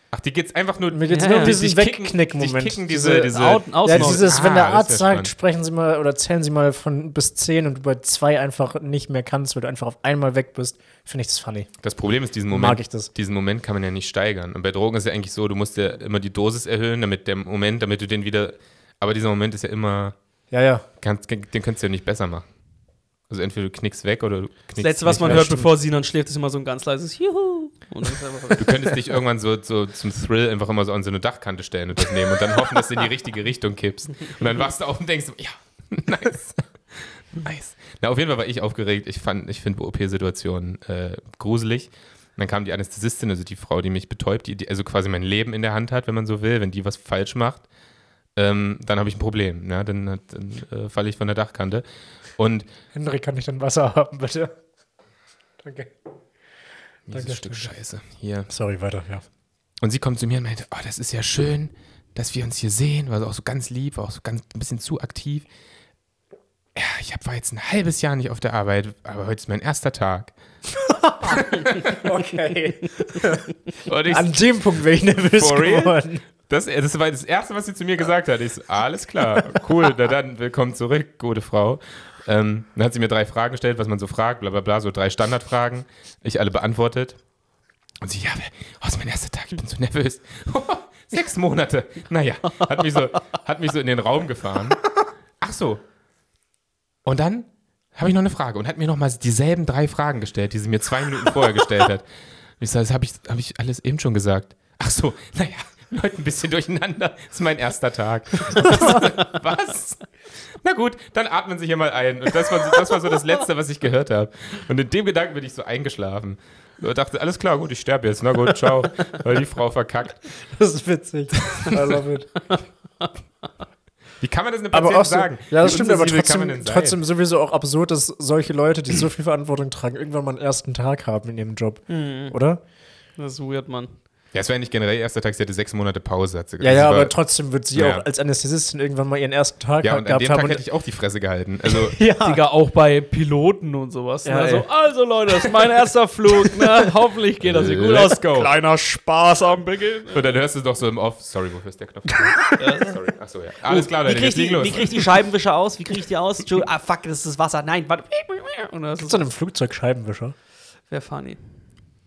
[SPEAKER 2] Ach, die geht's einfach nur.
[SPEAKER 3] Mir geht's
[SPEAKER 1] Ja,
[SPEAKER 3] nur
[SPEAKER 1] ja.
[SPEAKER 3] um diesen
[SPEAKER 2] Dich kicken-
[SPEAKER 3] Wegknick-Moment.
[SPEAKER 2] dich kicken diese- diese-
[SPEAKER 1] Out, aus,
[SPEAKER 3] ja, dieses, wenn der
[SPEAKER 2] Ah, das ist
[SPEAKER 3] Arzt
[SPEAKER 2] ja
[SPEAKER 3] sagt,
[SPEAKER 2] spannend.
[SPEAKER 3] sprechen Sie mal oder zählen Sie mal von bis 10 und du bei 2 einfach nicht mehr kannst, weil du einfach auf einmal weg bist, finde ich das funny.
[SPEAKER 2] Das Problem ist, diesen
[SPEAKER 3] Mag
[SPEAKER 2] Moment,
[SPEAKER 3] ich das.
[SPEAKER 2] diesen Moment kann man ja nicht steigern. Und bei Drogen ist ja eigentlich so, du musst ja immer die Dosis erhöhen, damit der Moment, damit du den wieder. Aber dieser Moment ist ja immer.
[SPEAKER 3] Ja, ja.
[SPEAKER 2] Kannst, den könntest du ja nicht besser machen. Also entweder du knickst weg oder du knickst
[SPEAKER 1] das letzte, was
[SPEAKER 2] nicht
[SPEAKER 1] man
[SPEAKER 2] weg.
[SPEAKER 1] hört,
[SPEAKER 3] stimmt.
[SPEAKER 1] bevor Sinan schläft, ist immer so ein ganz leises Juhu. Und dann ist er einfach weg.
[SPEAKER 2] Du könntest dich irgendwann so, so zum Thrill einfach immer so an so eine Dachkante stellen und das nehmen und dann hoffen, dass du in die richtige Richtung kippst. Und dann wachst du auf und denkst, ja, nice. Nice. Na, auf jeden Fall war ich aufgeregt. Ich fand, ich finde OP-Situationen äh, gruselig. Und dann kam die Anästhesistin, also die Frau, die mich betäubt, die, die also quasi mein Leben in der Hand hat, wenn man so will, wenn die was falsch macht, ähm, dann habe ich ein Problem. Ne? Dann, hat- dann äh, falle ich von der Dachkante. Und
[SPEAKER 3] Henrik, kann ich dann Wasser haben, bitte? Danke.
[SPEAKER 2] dieses
[SPEAKER 3] Danke.
[SPEAKER 2] Stück Scheiße. Hier.
[SPEAKER 3] Sorry, weiter, ja.
[SPEAKER 2] Und sie kommt zu mir und meinte, oh, das ist ja schön, dass wir uns hier sehen. War so auch so ganz lieb, war auch so ganz ein bisschen zu aktiv. Ja, ich hab, war jetzt ein halbes Jahr nicht auf der Arbeit, aber heute ist mein erster Tag.
[SPEAKER 3] Okay.
[SPEAKER 2] Und ich,
[SPEAKER 3] An dem Punkt wäre ich nervös
[SPEAKER 2] For real?
[SPEAKER 3] geworden.
[SPEAKER 2] das, äh, das war das Erste, was sie zu mir gesagt hat. Ich so, alles klar, cool, na dann, willkommen zurück, gute Frau. Ähm, dann hat sie mir drei Fragen gestellt, was man so fragt, bla bla bla, so drei Standardfragen. Ich alle beantwortet. Und sie, ja, oh, ist mein erster Tag, ich bin so nervös. Sechs Monate. Naja, hat mich, so, hat mich so in den Raum gefahren. Ach so. Und dann habe ich noch eine Frage und hat mir nochmal dieselben drei Fragen gestellt, die sie mir zwei Minuten vorher gestellt hat. Und ich sage, das habe ich, hab ich alles eben schon gesagt. Ach so, naja, Leute, ein bisschen durcheinander. Das ist mein erster Tag. Was? Na gut, dann atmen Sie hier mal ein. Und das war, so- das war so das Letzte, was ich gehört habe. Und in dem Gedanken bin ich so eingeschlafen. Und dachte, alles klar, gut, ich sterbe jetzt. Na gut, ciao. Weil die Frau verkackt.
[SPEAKER 3] Das ist witzig. I love it.
[SPEAKER 2] Wie kann man das einem Patienten
[SPEAKER 3] Aber auch so,
[SPEAKER 2] sagen?
[SPEAKER 3] Ja, das
[SPEAKER 2] Wie
[SPEAKER 3] stimmt, aber
[SPEAKER 2] unsensibel kann man
[SPEAKER 3] trotzdem,
[SPEAKER 2] denn sein?
[SPEAKER 3] trotzdem sowieso auch absurd, dass solche Leute, die so viel Verantwortung tragen, irgendwann mal einen ersten Tag haben in ihrem Job. Oder?
[SPEAKER 1] Das ist weird, Mann.
[SPEAKER 2] Ja, es wäre nicht generell erster Tag, sie hatte sechs Monate Pause, hat sie
[SPEAKER 3] Ja,
[SPEAKER 2] gesagt.
[SPEAKER 3] ja,
[SPEAKER 2] Das war-
[SPEAKER 3] aber trotzdem wird sie
[SPEAKER 2] Also Ja.
[SPEAKER 3] auch als Anästhesistin irgendwann mal ihren ersten Tag
[SPEAKER 2] Ja,
[SPEAKER 3] ha-
[SPEAKER 2] und an dem
[SPEAKER 3] gehabt haben.
[SPEAKER 2] Tag hätte
[SPEAKER 3] und,
[SPEAKER 2] ich auch die Fresse gehalten. Also,
[SPEAKER 3] ja,
[SPEAKER 1] Digga, auch bei Piloten und sowas.
[SPEAKER 3] Ja,
[SPEAKER 1] ne? also,
[SPEAKER 3] ey.
[SPEAKER 1] also, Leute, das ist mein erster Flug. Ne? Hoffentlich geht das hier gut
[SPEAKER 2] Let's
[SPEAKER 1] aus.
[SPEAKER 2] go.
[SPEAKER 1] Kleiner Spaß am Beginn.
[SPEAKER 2] und dann hörst du doch so im Off, sorry, wofür ist der Knopf? sorry. Ach so, ja. Alles klar,
[SPEAKER 1] wie
[SPEAKER 2] Leute,
[SPEAKER 1] krieg, ich
[SPEAKER 2] jetzt
[SPEAKER 1] die,
[SPEAKER 2] legen los.
[SPEAKER 1] wie krieg ich die Scheibenwischer aus? Wie krieg ich die aus? Entschuldigung, Ah, fuck, das ist das Wasser. Nein, warte. Und das
[SPEAKER 3] Gibt's
[SPEAKER 1] ist,
[SPEAKER 3] an einem Flugzeug Scheibenwischer?
[SPEAKER 1] wäre funny.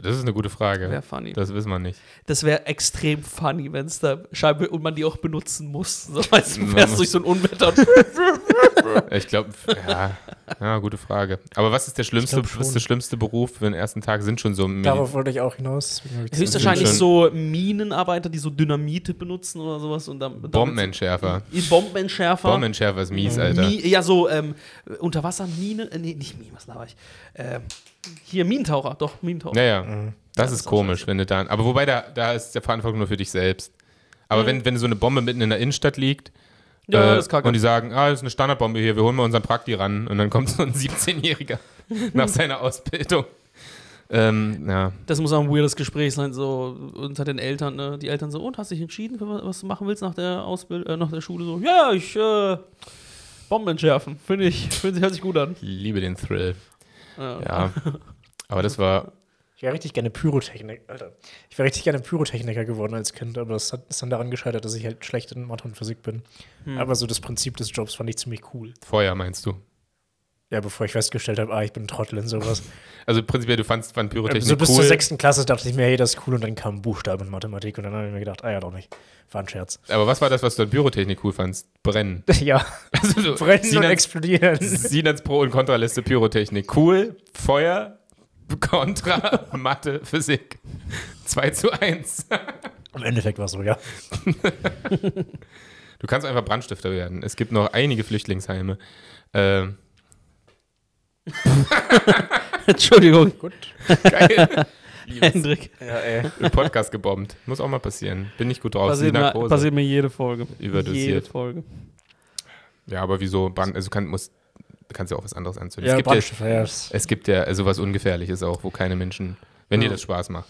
[SPEAKER 2] Das ist eine gute Frage.
[SPEAKER 1] Wäre funny.
[SPEAKER 2] Das wissen wir nicht.
[SPEAKER 1] Das wäre extrem funny, wenn es da Scheibe und man die auch benutzen muss. So, weißt du,
[SPEAKER 2] Man
[SPEAKER 1] fährst
[SPEAKER 2] muss-
[SPEAKER 1] durch so ein Unwetter.
[SPEAKER 2] Ich glaube, ja, ja, gute Frage. Aber was ist der schlimmste,
[SPEAKER 3] glaub schon.
[SPEAKER 2] was ist der schlimmste Beruf für den ersten Tag? Sind schon so Medi-
[SPEAKER 3] Darauf wollte ich auch hinaus. deswegen hab ich
[SPEAKER 2] Höchstwahrscheinlich
[SPEAKER 1] Höchstwahrscheinlich
[SPEAKER 2] schon-
[SPEAKER 1] so Minenarbeiter, die so Dynamite benutzen oder sowas. Und dann, damit-
[SPEAKER 2] Bombenentschärfer.
[SPEAKER 1] I- Bombenentschärfer.
[SPEAKER 2] Bombenentschärfer ist mies, Alter.
[SPEAKER 1] Mhm. Mi ja, so ähm, Unterwassermine. Äh, nee, nicht Minen, was laber ich? Ähm, hier, Minentaucher. Doch, Minentaucher.
[SPEAKER 2] Ja, ja. Das ist komisch, wenn du da. Aber wobei, da, da ist der Verantwortung nur für dich selbst. Aber wenn, wenn so eine Bombe mitten in der Innenstadt liegt
[SPEAKER 1] Ja,
[SPEAKER 2] äh,
[SPEAKER 1] das ist kacke.
[SPEAKER 2] und die sagen, ah, das ist eine Standardbombe hier, wir holen mal unseren Prakti ran und dann kommt so ein 17-Jähriger nach seiner Ausbildung. Ähm, ja.
[SPEAKER 1] Das muss auch ein weirdes Gespräch sein, so unter den Eltern. Ne? Die Eltern so, und hast dich entschieden, für was, was du machen willst nach der Ausbildung, äh, nach der Schule? So, ja, ich äh, Bomben entschärfen. Finde ich, find, hört sich gut an.
[SPEAKER 2] Ich liebe den Thrill.
[SPEAKER 1] Ja.
[SPEAKER 2] Ja. Aber das war.
[SPEAKER 3] Ich wäre richtig gerne Pyrotechnik, Alter. Ich wäre richtig gerne Pyrotechniker geworden als Kind, aber das hat, ist dann daran gescheitert, dass ich halt schlecht in Mathe und Physik bin. Aber so das Prinzip des Jobs fand ich ziemlich cool.
[SPEAKER 2] Feuer, meinst du?
[SPEAKER 3] Ja, bevor ich festgestellt habe, ah, ich bin ein Trottel in sowas.
[SPEAKER 2] Also prinzipiell, du fandst fand Pyrotechnik
[SPEAKER 3] so Also bis
[SPEAKER 2] cool.
[SPEAKER 3] zur sechsten Klasse dachte ich mir, hey, das ist cool. Und dann kam Buchstaben in Mathematik und dann habe ich mir gedacht, ah ja, doch nicht. War ein Scherz.
[SPEAKER 2] Aber was war das, was du an Pyrotechnik cool fandst? Brennen.
[SPEAKER 3] ja,
[SPEAKER 2] Also so
[SPEAKER 3] brennen und
[SPEAKER 2] Sinans,
[SPEAKER 3] explodieren.
[SPEAKER 2] Sinans Pro- und Kontraliste Pyrotechnik. Cool, Feuer, Kontra, Mathe, Physik. 2 zu 1.
[SPEAKER 3] Im Endeffekt war es so, ja.
[SPEAKER 2] Du kannst einfach Brandstifter werden. Es gibt noch einige Flüchtlingsheime. Ähm,
[SPEAKER 1] Entschuldigung,
[SPEAKER 2] geil. Liebes.
[SPEAKER 1] Hendrik.
[SPEAKER 3] Ja, ey.
[SPEAKER 2] Podcast gebombt. Muss auch mal passieren. Bin nicht gut drauf.
[SPEAKER 1] Passiert mir,
[SPEAKER 2] Sinarkose.
[SPEAKER 1] passiert mir jede Folge.
[SPEAKER 2] Überdosiert.
[SPEAKER 1] Jede Folge.
[SPEAKER 2] Ja, aber wieso? Brand, also kann, muss, du kannst ja auch was anderes anzünden.
[SPEAKER 3] Ja,
[SPEAKER 2] es, gibt ja,
[SPEAKER 3] Brandstifter, ja. das-
[SPEAKER 2] es gibt ja also was Ungefährliches auch, wo keine Menschen, wenn dir das Spaß macht.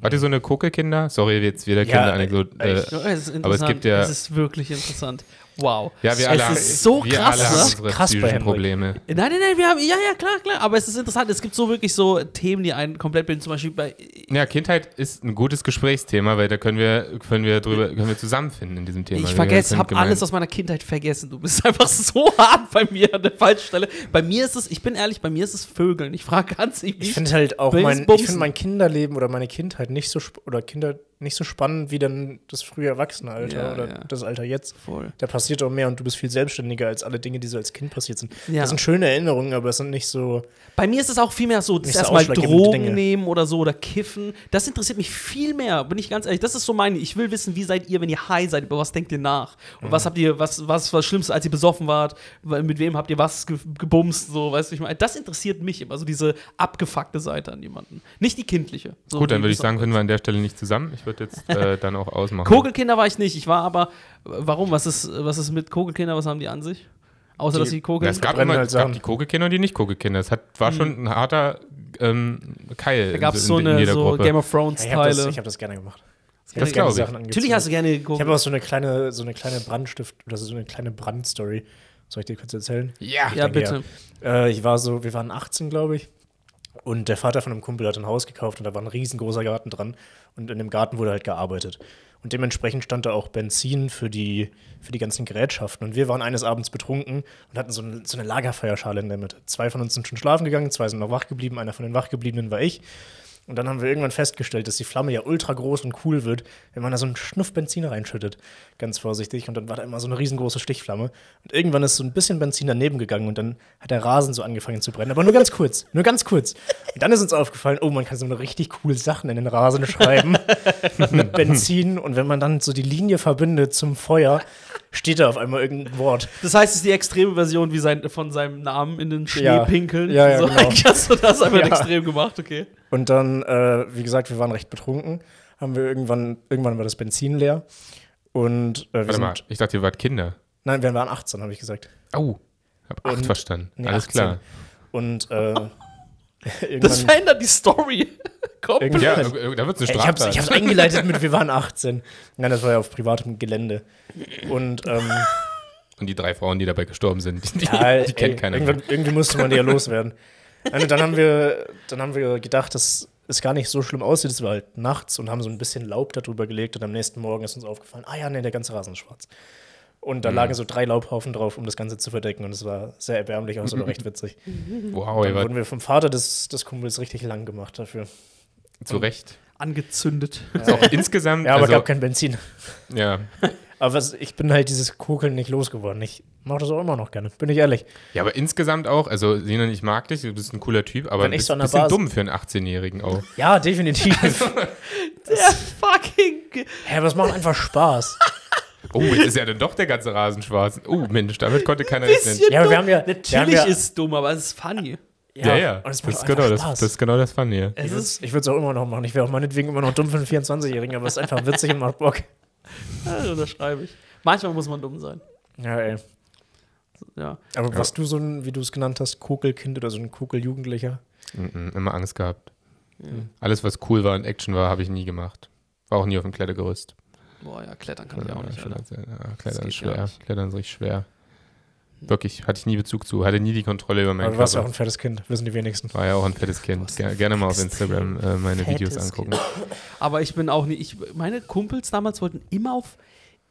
[SPEAKER 2] Wart ihr so eine Koke-Kinder? Sorry, jetzt wieder
[SPEAKER 3] Ja,
[SPEAKER 2] Kinderanekdote.
[SPEAKER 3] äh,
[SPEAKER 2] Äh,
[SPEAKER 1] Ja, es ist interessant.
[SPEAKER 2] Aber es gibt ja-
[SPEAKER 1] Es ist wirklich interessant. Wow.
[SPEAKER 2] ja, wir alle,
[SPEAKER 1] es ist so
[SPEAKER 2] wir
[SPEAKER 1] krass,
[SPEAKER 2] alle haben
[SPEAKER 1] ne?
[SPEAKER 2] unsere
[SPEAKER 3] Krass bei
[SPEAKER 2] psychischen
[SPEAKER 3] Henrik.
[SPEAKER 2] Probleme.
[SPEAKER 1] Nein, nein, nein, wir haben, ja, ja, klar, klar, aber es ist interessant, es gibt so wirklich so Themen, die einen komplett bilden, zum Beispiel bei,
[SPEAKER 2] Ja, Kindheit ist ein gutes Gesprächsthema, weil da können wir, können wir drüber, können wir zusammenfinden in diesem Thema.
[SPEAKER 1] ich vergesse,
[SPEAKER 2] Wir
[SPEAKER 1] habe
[SPEAKER 2] können
[SPEAKER 1] alles aus meiner Kindheit vergessen, du bist einfach so hart bei mir an der falschen Stelle, bei mir ist es, ich bin ehrlich, bei mir ist es Vögeln, ich frage ganz, ich,
[SPEAKER 3] Ich finde halt auch
[SPEAKER 1] Böses
[SPEAKER 3] mein, ich
[SPEAKER 1] Bumsen.
[SPEAKER 3] find mein Kinderleben oder meine Kindheit nicht so sp- oder Kinder nicht so spannend wie dann das frühe Erwachsenenalter
[SPEAKER 1] Ja,
[SPEAKER 3] oder
[SPEAKER 1] ja.
[SPEAKER 3] das Alter jetzt.
[SPEAKER 1] voll.
[SPEAKER 3] Da passiert auch mehr und du bist viel selbstständiger als alle Dinge, die so als Kind passiert sind.
[SPEAKER 1] Ja.
[SPEAKER 3] Das sind schöne Erinnerungen, aber es sind nicht so.
[SPEAKER 1] Bei mir ist es auch viel mehr so, das
[SPEAKER 3] Nicht so
[SPEAKER 1] erstmal
[SPEAKER 3] ausschlaggebende
[SPEAKER 1] Drogen
[SPEAKER 3] Dinge.
[SPEAKER 1] nehmen oder so oder kiffen. Das interessiert mich viel mehr, bin ich ganz ehrlich. Das ist so meine. Ich will wissen, wie seid ihr, wenn ihr high seid, über was denkt ihr nach? Und
[SPEAKER 2] Mhm.
[SPEAKER 1] was habt ihr, was was war Schlimmste, als ihr besoffen wart? Weil- Mit wem habt ihr was ge gebumst? So, weißt du, ich meine, das interessiert mich immer, so diese abgefuckte Seite an jemanden. Nicht die kindliche. So
[SPEAKER 2] Gut, dann
[SPEAKER 1] wie
[SPEAKER 2] würde ich
[SPEAKER 1] das
[SPEAKER 2] sagen,
[SPEAKER 1] auch
[SPEAKER 2] können
[SPEAKER 1] ist.
[SPEAKER 2] wir an der Stelle nicht zusammen. Ich würde jetzt äh, dann auch ausmachen.
[SPEAKER 1] Kogelkinder war ich nicht. Ich war aber, warum? Was ist, was ist mit Kogelkinder? Was haben die an sich? Außer, dass sie
[SPEAKER 2] Ja,
[SPEAKER 1] kogeln.
[SPEAKER 2] es gab
[SPEAKER 3] Verbrennen
[SPEAKER 2] immer
[SPEAKER 3] halt
[SPEAKER 2] es gab
[SPEAKER 3] Sachen. Hm.
[SPEAKER 2] die Kogekinder und die nicht Kogekinder. Es hat, war schon ein harter ähm, Keil.
[SPEAKER 1] Da gab es
[SPEAKER 2] in-
[SPEAKER 1] so
[SPEAKER 2] in
[SPEAKER 1] eine
[SPEAKER 2] jeder
[SPEAKER 1] so
[SPEAKER 2] Gruppe.
[SPEAKER 1] Game of
[SPEAKER 3] Ja, ich habe das,
[SPEAKER 1] Thrones-Teile.
[SPEAKER 3] ich hab das gerne gemacht. Ich hab
[SPEAKER 2] Das
[SPEAKER 3] gerne
[SPEAKER 2] glaub ich.
[SPEAKER 3] Sachen angezogen.
[SPEAKER 1] Natürlich hast du gerne
[SPEAKER 3] Ich
[SPEAKER 1] geguckt.
[SPEAKER 3] habe auch so eine kleine, so eine kleine Brandstift oder so eine kleine Brandstory. Soll ich dir kurz erzählen?
[SPEAKER 2] ja.
[SPEAKER 1] Ja, bitte.
[SPEAKER 3] denke, Äh, ich war so, wir waren 18, glaube ich. Und der Vater von einem Kumpel hat ein Haus gekauft und da war ein riesengroßer Garten dran. Und in dem Garten wurde halt gearbeitet. Und dementsprechend stand da auch Benzin für die, für die ganzen Gerätschaften. Und wir waren eines Abends betrunken und hatten so, eine- so eine Lagerfeuerschale in der Mitte. Zwei von uns sind schon schlafen gegangen, zwei sind noch wach geblieben, einer von den Wachgebliebenen war ich. Und dann haben wir irgendwann festgestellt, dass die Flamme ja ultra groß und cool wird, wenn man da so einen Schnuff Benzin reinschüttet. Ganz vorsichtig. Und dann war da immer so eine riesengroße Stichflamme. Und irgendwann ist so ein bisschen Benzin daneben gegangen und dann hat der Rasen so angefangen zu brennen. Aber nur ganz kurz. Nur ganz kurz. Und dann ist uns aufgefallen, oh, man kann so eine richtig coole Sachen in den Rasen schreiben. mit Benzin. Und wenn man dann so die Linie verbindet zum Feuer, steht da auf einmal irgendein Wort.
[SPEAKER 1] Das heißt, es ist die extreme Version wie sein, von seinem Namen in den Schnee
[SPEAKER 3] Ja.
[SPEAKER 1] pinkeln.
[SPEAKER 3] Ja, ja,
[SPEAKER 1] so,
[SPEAKER 3] genau.
[SPEAKER 1] Eigentlich hast du das einfach
[SPEAKER 3] Ja.
[SPEAKER 1] extrem gemacht, okay.
[SPEAKER 3] Und dann, äh, wie gesagt, wir waren recht betrunken. Haben wir irgendwann, irgendwann war das Benzin leer. Und äh, wir
[SPEAKER 2] Warte
[SPEAKER 3] sind
[SPEAKER 2] mal, ich dachte, ihr wart Kinder.
[SPEAKER 3] Nein, wir waren 18, habe ich gesagt.
[SPEAKER 2] Au. Oh, hab acht
[SPEAKER 3] Und-
[SPEAKER 2] verstanden.
[SPEAKER 3] Nee,
[SPEAKER 2] Alles
[SPEAKER 3] 18.
[SPEAKER 2] klar.
[SPEAKER 3] Und äh,
[SPEAKER 1] Das
[SPEAKER 3] irgendwann.
[SPEAKER 1] verändert die Story. Komplett.
[SPEAKER 3] Irgendwann-
[SPEAKER 2] Ja, äh, da wird es eine
[SPEAKER 3] Ey, ich hab's,
[SPEAKER 2] Straftat.
[SPEAKER 3] ich hab's eingeleitet mit, wir waren 18. Nein, das war ja auf privatem Gelände. Und ähm,
[SPEAKER 2] und die drei Frauen, die dabei gestorben sind, die, die,
[SPEAKER 3] ja,
[SPEAKER 2] die kennt
[SPEAKER 3] ey,
[SPEAKER 2] keiner. mehr.
[SPEAKER 3] Irgendwann, irgendwie musste man die ja loswerden. Nein, Und dann haben wir, dann haben wir gedacht, dass es gar nicht so schlimm aussieht. Es war halt nachts und haben so ein bisschen Laub darüber gelegt und am nächsten Morgen ist uns aufgefallen, ah ja, nee, der ganze Rasen ist schwarz. Und
[SPEAKER 2] Mhm.
[SPEAKER 3] da lagen so drei Laubhaufen drauf, um das Ganze zu verdecken. Und es war sehr erbärmlich aus, aber recht witzig.
[SPEAKER 2] Wow, ihr
[SPEAKER 3] Dann
[SPEAKER 2] wart
[SPEAKER 3] wurden wir vom Vater des, des Kumpels richtig lang gemacht dafür.
[SPEAKER 2] zu Recht.
[SPEAKER 1] Angezündet.
[SPEAKER 2] Ist auch insgesamt.
[SPEAKER 3] Ja, aber
[SPEAKER 2] also,
[SPEAKER 3] gab kein Benzin.
[SPEAKER 2] Ja.
[SPEAKER 3] Aber was, ich bin halt dieses Kokeln nicht losgeworden. Ich mache das auch immer noch gerne, bin ich ehrlich.
[SPEAKER 2] Ja, aber insgesamt auch, also Sinan, ich mag dich, du bist ein cooler Typ, aber ein
[SPEAKER 3] Wenn ich so
[SPEAKER 2] bisschen
[SPEAKER 3] an der Bar-
[SPEAKER 2] dumm für einen 18-Jährigen auch.
[SPEAKER 3] Ja, definitiv.
[SPEAKER 1] Der fucking.
[SPEAKER 3] Hä, aber es macht einfach Spaß.
[SPEAKER 2] Oh, jetzt ist ja dann doch der ganze Rasen schwarz. Oh, Mensch, damit konnte keiner rechnen.
[SPEAKER 1] Bisschen
[SPEAKER 3] Ja, aber
[SPEAKER 1] dumm.
[SPEAKER 3] wir haben ja- wir
[SPEAKER 1] Natürlich
[SPEAKER 3] haben ja-
[SPEAKER 1] ist es dumm, aber es ist funny.
[SPEAKER 2] Ja, ja,
[SPEAKER 3] Und es
[SPEAKER 2] das,
[SPEAKER 3] macht
[SPEAKER 2] ist
[SPEAKER 3] einfach
[SPEAKER 2] genau das,
[SPEAKER 3] Spaß.
[SPEAKER 2] das ist genau das Fun hier.
[SPEAKER 1] Es ist,
[SPEAKER 3] ich würde es auch immer noch machen. Ich wäre auch meinetwegen immer noch dumm für einen 24-Jährigen, aber es ist einfach witzig und macht Bock.
[SPEAKER 1] ja, das schreibe äh, ich. Manchmal muss man dumm sein.
[SPEAKER 3] Ja, ey.
[SPEAKER 1] Ja.
[SPEAKER 3] Aber warst du so ein, wie du es genannt hast, Kokelkind oder so ein Kokeljugendlicher?
[SPEAKER 2] Mhm, immer Angst gehabt. Alles, was cool war und Action war, habe ich nie gemacht. War auch nie auf dem Klettergerüst.
[SPEAKER 1] Boah, ja, klettern kann ich auch
[SPEAKER 2] Ja,
[SPEAKER 1] nicht.
[SPEAKER 2] schon
[SPEAKER 1] Alter.
[SPEAKER 2] als- ja,
[SPEAKER 1] Das
[SPEAKER 2] Klettern
[SPEAKER 1] geht
[SPEAKER 2] ist
[SPEAKER 1] gar
[SPEAKER 2] schwer.
[SPEAKER 1] nicht. Hm.
[SPEAKER 2] Klettern ist richtig schwer. Wirklich, hatte ich nie Bezug zu, hatte nie die Kontrolle über
[SPEAKER 3] Aber
[SPEAKER 2] meinen
[SPEAKER 3] du warst ja auch
[SPEAKER 2] Körper.
[SPEAKER 3] ein fettes Kind, wissen die wenigsten.
[SPEAKER 2] War ja auch ein fettes Kind. Ger gerne mal auf Instagram äh, meine Videos
[SPEAKER 1] fettes
[SPEAKER 2] angucken.
[SPEAKER 1] Aber ich bin auch nicht. Ich, meine Kumpels damals wollten immer auf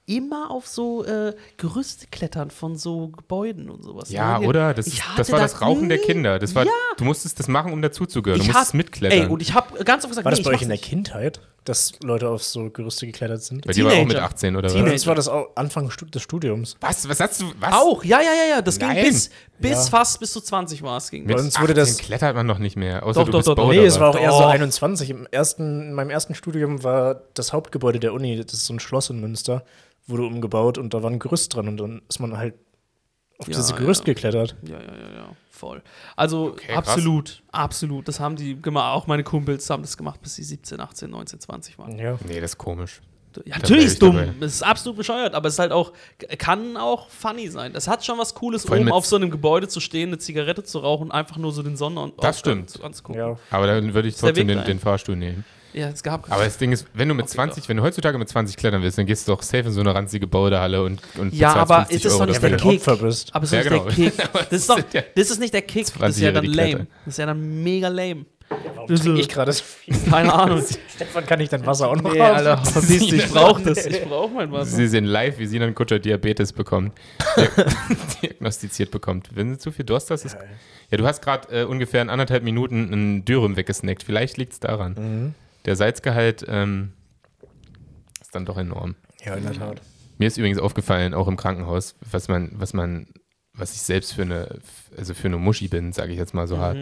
[SPEAKER 1] immer auf so äh, Gerüste klettern von so Gebäuden und sowas.
[SPEAKER 2] Ja,
[SPEAKER 1] Ne?
[SPEAKER 2] oder? Das,
[SPEAKER 1] Ich
[SPEAKER 2] ist,
[SPEAKER 1] hatte
[SPEAKER 2] das war das Rauchen der
[SPEAKER 1] nie.
[SPEAKER 2] Kinder. Das war,
[SPEAKER 1] Ja.
[SPEAKER 2] Du musstest das machen, um dazuzugehören. Du
[SPEAKER 1] Ich
[SPEAKER 2] musstest
[SPEAKER 1] hasse-
[SPEAKER 2] mitklettern.
[SPEAKER 1] Ey, und ich habe ganz oft gesagt,
[SPEAKER 3] War das
[SPEAKER 1] nee,
[SPEAKER 3] bei
[SPEAKER 1] ich
[SPEAKER 3] euch in der
[SPEAKER 1] mach's nicht.
[SPEAKER 3] Kindheit, dass Leute auf so Gerüste geklettert sind?
[SPEAKER 2] Bei dir war auch mit
[SPEAKER 1] Teenager.
[SPEAKER 2] 18 oder
[SPEAKER 3] Bei
[SPEAKER 1] Teenager.
[SPEAKER 2] was?
[SPEAKER 3] uns war das auch Anfang Stu- des Studiums.
[SPEAKER 2] Was? Was hast du? Was?
[SPEAKER 1] Auch, ja, ja, ja, ja. Das ging
[SPEAKER 2] Nein.
[SPEAKER 1] bis, bis
[SPEAKER 3] Ja.
[SPEAKER 1] fast bis zu 20 war es. Ging
[SPEAKER 2] Mit
[SPEAKER 3] Bei
[SPEAKER 1] das.
[SPEAKER 3] uns wurde das-
[SPEAKER 2] 18 klettert man noch nicht mehr. Außer
[SPEAKER 1] Doch,
[SPEAKER 2] du
[SPEAKER 1] doch,
[SPEAKER 2] bist
[SPEAKER 1] doch, doch.
[SPEAKER 2] Boulderer.
[SPEAKER 3] Nee, es war auch eher so
[SPEAKER 1] Doch.
[SPEAKER 3] 21. Im ersten, in meinem ersten Studium war das Hauptgebäude der Uni, das ist so ein Schloss in Münster, wurde umgebaut und da war ein Gerüst dran und dann ist man halt auf
[SPEAKER 1] Ja,
[SPEAKER 3] dieses
[SPEAKER 1] ja.
[SPEAKER 3] Gerüst geklettert.
[SPEAKER 1] Ja, ja, ja, ja, voll. Also
[SPEAKER 2] krass.
[SPEAKER 1] absolut, absolut. Das haben die gemacht, auch meine Kumpels haben das gemacht, bis sie 17, 18, 19, 20 waren.
[SPEAKER 3] Ja.
[SPEAKER 2] Nee, das ist komisch.
[SPEAKER 1] Ja, natürlich ist dumm,
[SPEAKER 2] dabei.
[SPEAKER 1] es ist absolut bescheuert, aber es ist halt auch, kann auch funny sein. Das hat schon was Cooles,
[SPEAKER 2] Vor allem
[SPEAKER 1] oben
[SPEAKER 2] mit-
[SPEAKER 1] auf so einem Gebäude zu stehen, eine Zigarette zu rauchen und einfach nur so den Sonnenaufgang
[SPEAKER 2] Das stimmt.
[SPEAKER 1] zu- anzugucken.
[SPEAKER 3] ja.
[SPEAKER 1] Ja,
[SPEAKER 2] Aber dann würde ich
[SPEAKER 1] der
[SPEAKER 2] trotzdem
[SPEAKER 1] Weg
[SPEAKER 2] den,
[SPEAKER 1] da,
[SPEAKER 2] den Fahrstuhl nehmen.
[SPEAKER 1] es gab.
[SPEAKER 2] Aber das Ding ist, wenn du mit
[SPEAKER 1] Okay,
[SPEAKER 2] 20,
[SPEAKER 1] doch.
[SPEAKER 2] wenn du heutzutage mit 20 klettern willst, dann gehst du doch safe in so eine ranzige Boulderhalle und, und
[SPEAKER 1] ja,
[SPEAKER 2] bezahlst
[SPEAKER 1] aber
[SPEAKER 2] 50
[SPEAKER 1] ist das
[SPEAKER 2] Euro
[SPEAKER 1] doch nicht
[SPEAKER 2] dafür.
[SPEAKER 1] der
[SPEAKER 3] wenn du ein
[SPEAKER 1] Kick?
[SPEAKER 3] Opfer bist.
[SPEAKER 1] Aber es ist
[SPEAKER 2] Ja,
[SPEAKER 1] doch
[SPEAKER 2] genau.
[SPEAKER 1] nicht der Kick. Das ist, doch, das ist nicht der Kick. Das ist ja dann
[SPEAKER 2] 20-jährige
[SPEAKER 1] lame.
[SPEAKER 2] Kletter.
[SPEAKER 1] Das ist ja dann mega lame.
[SPEAKER 3] Warum
[SPEAKER 1] Das
[SPEAKER 3] trinke
[SPEAKER 1] ist-
[SPEAKER 3] ich gerade so viel?
[SPEAKER 1] Keine Ahnung.
[SPEAKER 3] Stefan, kann ich dein Wasser auch noch
[SPEAKER 1] Nee,
[SPEAKER 3] haben?
[SPEAKER 1] Alter, verstehst du, ich brauche das. Ich brauche mein Wasser.
[SPEAKER 2] Sie sehen live, wie Sinan Kutscher Diabetes bekommt. diagnostiziert bekommt. Wenn du zu viel Durst hast, ist. Ja, du hast gerade äh, ungefähr in anderthalb Minuten einen Dürüm weggesnackt. Vielleicht liegt es daran.
[SPEAKER 1] Mhm.
[SPEAKER 2] Der Salzgehalt ähm, ist dann doch enorm.
[SPEAKER 3] Ja, in der Tat.
[SPEAKER 2] Mir ist übrigens aufgefallen, auch im Krankenhaus, was man, was man, was ich selbst für eine, also für eine Muschi bin, sage ich jetzt mal so
[SPEAKER 3] Mhm.
[SPEAKER 2] hart.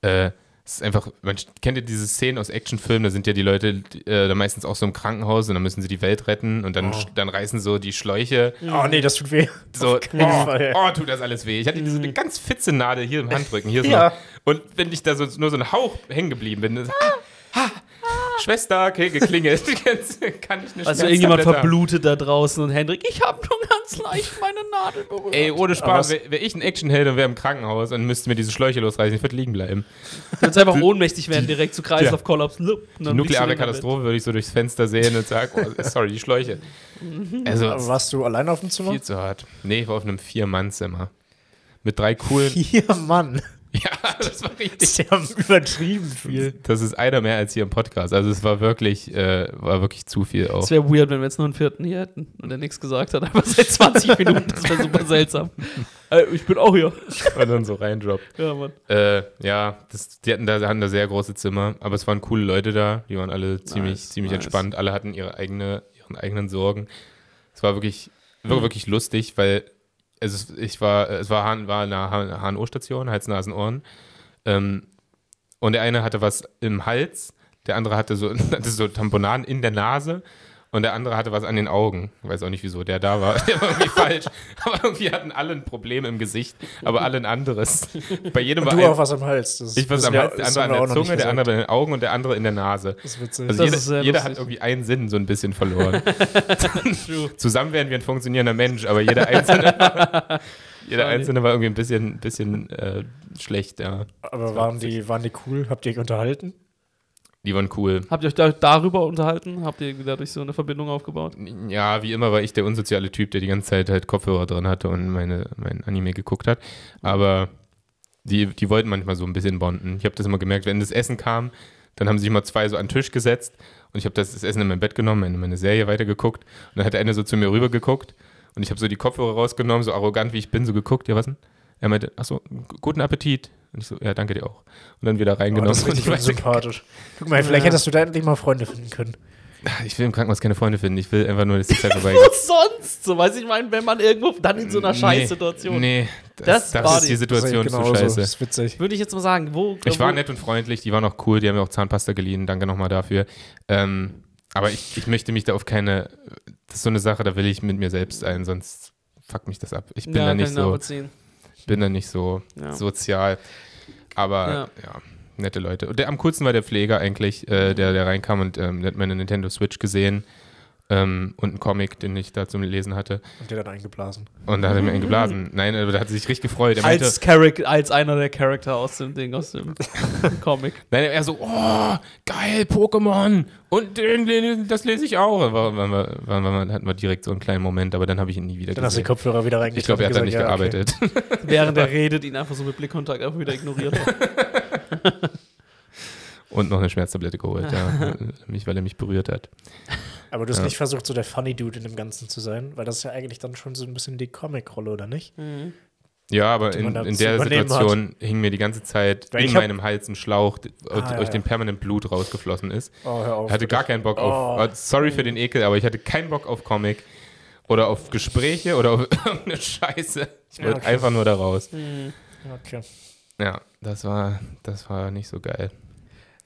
[SPEAKER 2] Äh, es ist einfach, man st- kennt ja diese Szenen aus Actionfilmen, da sind ja die Leute die, äh, da meistens auch so im Krankenhaus und dann müssen sie die Welt retten und dann, sch- dann reißen so die Schläuche.
[SPEAKER 3] Oh nee, das tut weh.
[SPEAKER 2] So,
[SPEAKER 3] keinen
[SPEAKER 2] oh,
[SPEAKER 3] Fall. Mhm.
[SPEAKER 2] oh, tut das alles weh. Ich hatte so eine ganz fitze Nadel hier im Handrücken. Hier ist
[SPEAKER 3] Ja.
[SPEAKER 2] noch, und wenn ich da so, nur so ein Hauch hängen geblieben bin, dann, ah, ah, Schwester, okay, geklingelt. Kann ich nicht
[SPEAKER 1] Also irgendjemand verblutet da draußen und Hendrik, ich habe nur ganz leicht meine Nadel berührt.
[SPEAKER 2] Ey, ohne
[SPEAKER 3] Aber
[SPEAKER 2] Spaß,
[SPEAKER 3] was-
[SPEAKER 2] wäre wär ich ein Actionheld und wäre im Krankenhaus und müsste mir diese Schläuche losreißen, ich würde liegen bleiben.
[SPEAKER 1] Du kannst einfach ohnmächtig werden, direkt zu Kreislaufkollaps. lup, und
[SPEAKER 2] Die
[SPEAKER 1] dann liegst du
[SPEAKER 2] nukleare
[SPEAKER 1] in der Bett.
[SPEAKER 2] Katastrophe würde ich so durchs Fenster sehen und sagen, oh, sorry, die Schläuche. Also,
[SPEAKER 3] Aber warst du allein auf dem Zimmer?
[SPEAKER 2] viel zu hart. Nee, ich war auf einem Vier-Mann-Zimmer. Mit drei coolen...
[SPEAKER 3] Vier Mann.
[SPEAKER 2] ja, das war richtig.
[SPEAKER 3] Sie haben übertrieben viel.
[SPEAKER 2] Das ist einer mehr als hier im Podcast. Also es war wirklich, äh, war wirklich zu viel auch.
[SPEAKER 1] Es wäre weird, wenn wir jetzt nur einen vierten hier hätten und der nichts gesagt hat, aber seit 20 Minuten. Das wäre super seltsam. Äh, ich bin auch hier.
[SPEAKER 2] Und dann so reindroppt.
[SPEAKER 1] Ja, Mann.
[SPEAKER 2] Äh, ja, das, die hatten da, hatten da sehr große Zimmer, aber es waren coole Leute da, die waren alle ziemlich,
[SPEAKER 1] Nice,
[SPEAKER 2] ziemlich
[SPEAKER 1] nice.
[SPEAKER 2] entspannt, alle hatten ihre eigene, ihren eigenen Sorgen. Es war wirklich, wirklich, wirklich lustig, weil es, ist- ich war, es war, Hahn, war eine HNO-Station, Hals, Nasen, Ohren. Ähm, und der eine hatte was im Hals, der andere hatte so, hatte so Tamponaden in der Nase. Und der andere hatte was an den Augen. Ich weiß auch nicht, wieso der da war. Der war irgendwie falsch. Aber irgendwie hatten alle ein Problem im Gesicht, aber alle ein anderes. Bei jedem war
[SPEAKER 3] Du
[SPEAKER 2] ein-
[SPEAKER 3] auch was am Hals. Das
[SPEAKER 2] ich was
[SPEAKER 3] das
[SPEAKER 2] am
[SPEAKER 3] wär-
[SPEAKER 2] Hals, der
[SPEAKER 3] das
[SPEAKER 2] andere
[SPEAKER 3] haben wir
[SPEAKER 2] an der
[SPEAKER 3] auch noch nicht
[SPEAKER 2] Zunge, der
[SPEAKER 3] gesagt.
[SPEAKER 2] andere in den Augen und der andere in der Nase.
[SPEAKER 3] Das ist witzig.
[SPEAKER 2] Also
[SPEAKER 1] Das ist
[SPEAKER 2] jeder,
[SPEAKER 1] sehr
[SPEAKER 2] jeder hat
[SPEAKER 1] lustig.
[SPEAKER 2] irgendwie einen Sinn so ein bisschen verloren. Zusammen wären wir ein funktionierender Mensch, aber jeder einzelne,
[SPEAKER 1] Funny.
[SPEAKER 2] jeder einzelne war irgendwie ein bisschen, bisschen äh, schlecht. Ja.
[SPEAKER 3] Aber waren die, waren die cool? Habt ihr euch unterhalten?
[SPEAKER 2] Die waren cool.
[SPEAKER 1] Habt ihr euch da, darüber unterhalten? Habt ihr irgendwie dadurch so eine Verbindung aufgebaut?
[SPEAKER 2] Ja, wie immer war ich der unsoziale Typ, der die ganze Zeit halt Kopfhörer drin hatte und meine, mein Anime geguckt hat. Aber die, die wollten manchmal so ein bisschen bonden. Ich habe das immer gemerkt, wenn das Essen kam, dann haben sich immer zwei so an den Tisch gesetzt und ich habe das, das Essen in mein Bett genommen, meine, meine Serie weitergeguckt und dann hat der eine so zu mir rüber geguckt und ich habe so die Kopfhörer rausgenommen, so arrogant wie ich bin, so geguckt, ja was denn? Er meinte, achso, guten Appetit. Und ich so, ja, danke dir auch. Und dann wieder
[SPEAKER 3] Oh,
[SPEAKER 2] reingenommen.
[SPEAKER 3] das ist
[SPEAKER 2] und Genau, ich
[SPEAKER 3] richtig
[SPEAKER 2] weiter-
[SPEAKER 3] sympathisch. Guck mal, vielleicht hättest du da endlich mal Freunde finden können.
[SPEAKER 2] Ich will im Krankenhaus keine Freunde finden. Ich will einfach nur, dass die Zeit vorbei
[SPEAKER 1] Wo sonst? So, weiß ich meine, wenn man irgendwo dann in so einer Scheißsituation.
[SPEAKER 2] Nee,
[SPEAKER 1] Das
[SPEAKER 2] das, das, das
[SPEAKER 1] war
[SPEAKER 2] ist
[SPEAKER 1] die-
[SPEAKER 2] die Situation zu scheiße.
[SPEAKER 3] Das genau ist witzig.
[SPEAKER 1] Würde ich jetzt mal sagen, wo.
[SPEAKER 2] Ich war
[SPEAKER 1] wo,
[SPEAKER 2] nett und freundlich, die waren auch cool, die haben mir auch Zahnpasta geliehen, danke nochmal dafür. Ähm, aber ich, ich möchte mich da auf keine, das ist so eine Sache, da will ich mit mir selbst ein, sonst fuck mich das ab. Ich bin
[SPEAKER 1] ja,
[SPEAKER 2] da
[SPEAKER 1] kann
[SPEAKER 2] nicht
[SPEAKER 1] ich
[SPEAKER 2] so,
[SPEAKER 1] nachvollziehen.
[SPEAKER 2] bin da nicht so äh,
[SPEAKER 1] Ja.
[SPEAKER 2] sozial. Aber ja. nette Leute. Und der, am coolsten war der Pfleger eigentlich,
[SPEAKER 1] Mhm.
[SPEAKER 2] äh, der, der reinkam und ähm, der hat meine Nintendo Switch gesehen ähm, und einen Comic, den ich da zum Lesen hatte.
[SPEAKER 3] Und der hat eingeblasen.
[SPEAKER 2] Und da hat er mir einen geblasen. Nein, aber da hat er sich richtig gefreut. Er meinte,
[SPEAKER 1] Als, Charak- als einer der Charakter aus dem Ding, aus dem Comic.
[SPEAKER 2] Nein, er so, oh, geil, Pokémon. Und den, den, das lese ich auch. War, waren wir, waren, waren, hatten wir direkt so einen kleinen Moment, aber dann habe ich ihn nie wieder
[SPEAKER 3] Dann hast du die
[SPEAKER 2] gesehen.
[SPEAKER 3] Kopfhörer wieder reingeschickt.
[SPEAKER 2] Ich glaube, er hat da nicht gearbeitet.
[SPEAKER 1] Während er redet, ihn einfach so mit Blickkontakt einfach wieder ignoriert.
[SPEAKER 2] Und noch eine Schmerztablette geholt, ja. mich, weil er mich berührt hat.
[SPEAKER 3] Aber du hast
[SPEAKER 2] Ja.
[SPEAKER 3] nicht versucht, so der Funny Dude in dem Ganzen zu sein, weil das ist ja eigentlich dann schon so ein bisschen die Comic-Rolle, oder nicht?
[SPEAKER 1] Mhm.
[SPEAKER 2] Ja, aber
[SPEAKER 3] Die
[SPEAKER 2] in,
[SPEAKER 3] man da
[SPEAKER 2] in
[SPEAKER 3] zu
[SPEAKER 2] der
[SPEAKER 3] übernehmen
[SPEAKER 2] Situation hing mir die ganze Zeit
[SPEAKER 3] Weil
[SPEAKER 2] in
[SPEAKER 3] ich hab-
[SPEAKER 2] meinem Hals ein Schlauch, d-
[SPEAKER 3] Ah,
[SPEAKER 2] durch
[SPEAKER 3] ja.
[SPEAKER 2] den permanent Blut rausgeflossen ist.
[SPEAKER 3] Oh, hör auf.
[SPEAKER 2] Ich hatte gar keinen Bock auf. äh, Sorry für den Ekel, aber ich hatte keinen Bock auf Comic oder auf Gespräche oder auf irgendeine Scheiße. Ich
[SPEAKER 3] Ja,
[SPEAKER 2] wollte
[SPEAKER 3] okay.
[SPEAKER 2] einfach nur da raus.
[SPEAKER 3] Okay.
[SPEAKER 2] Ja, das war, das war nicht so geil.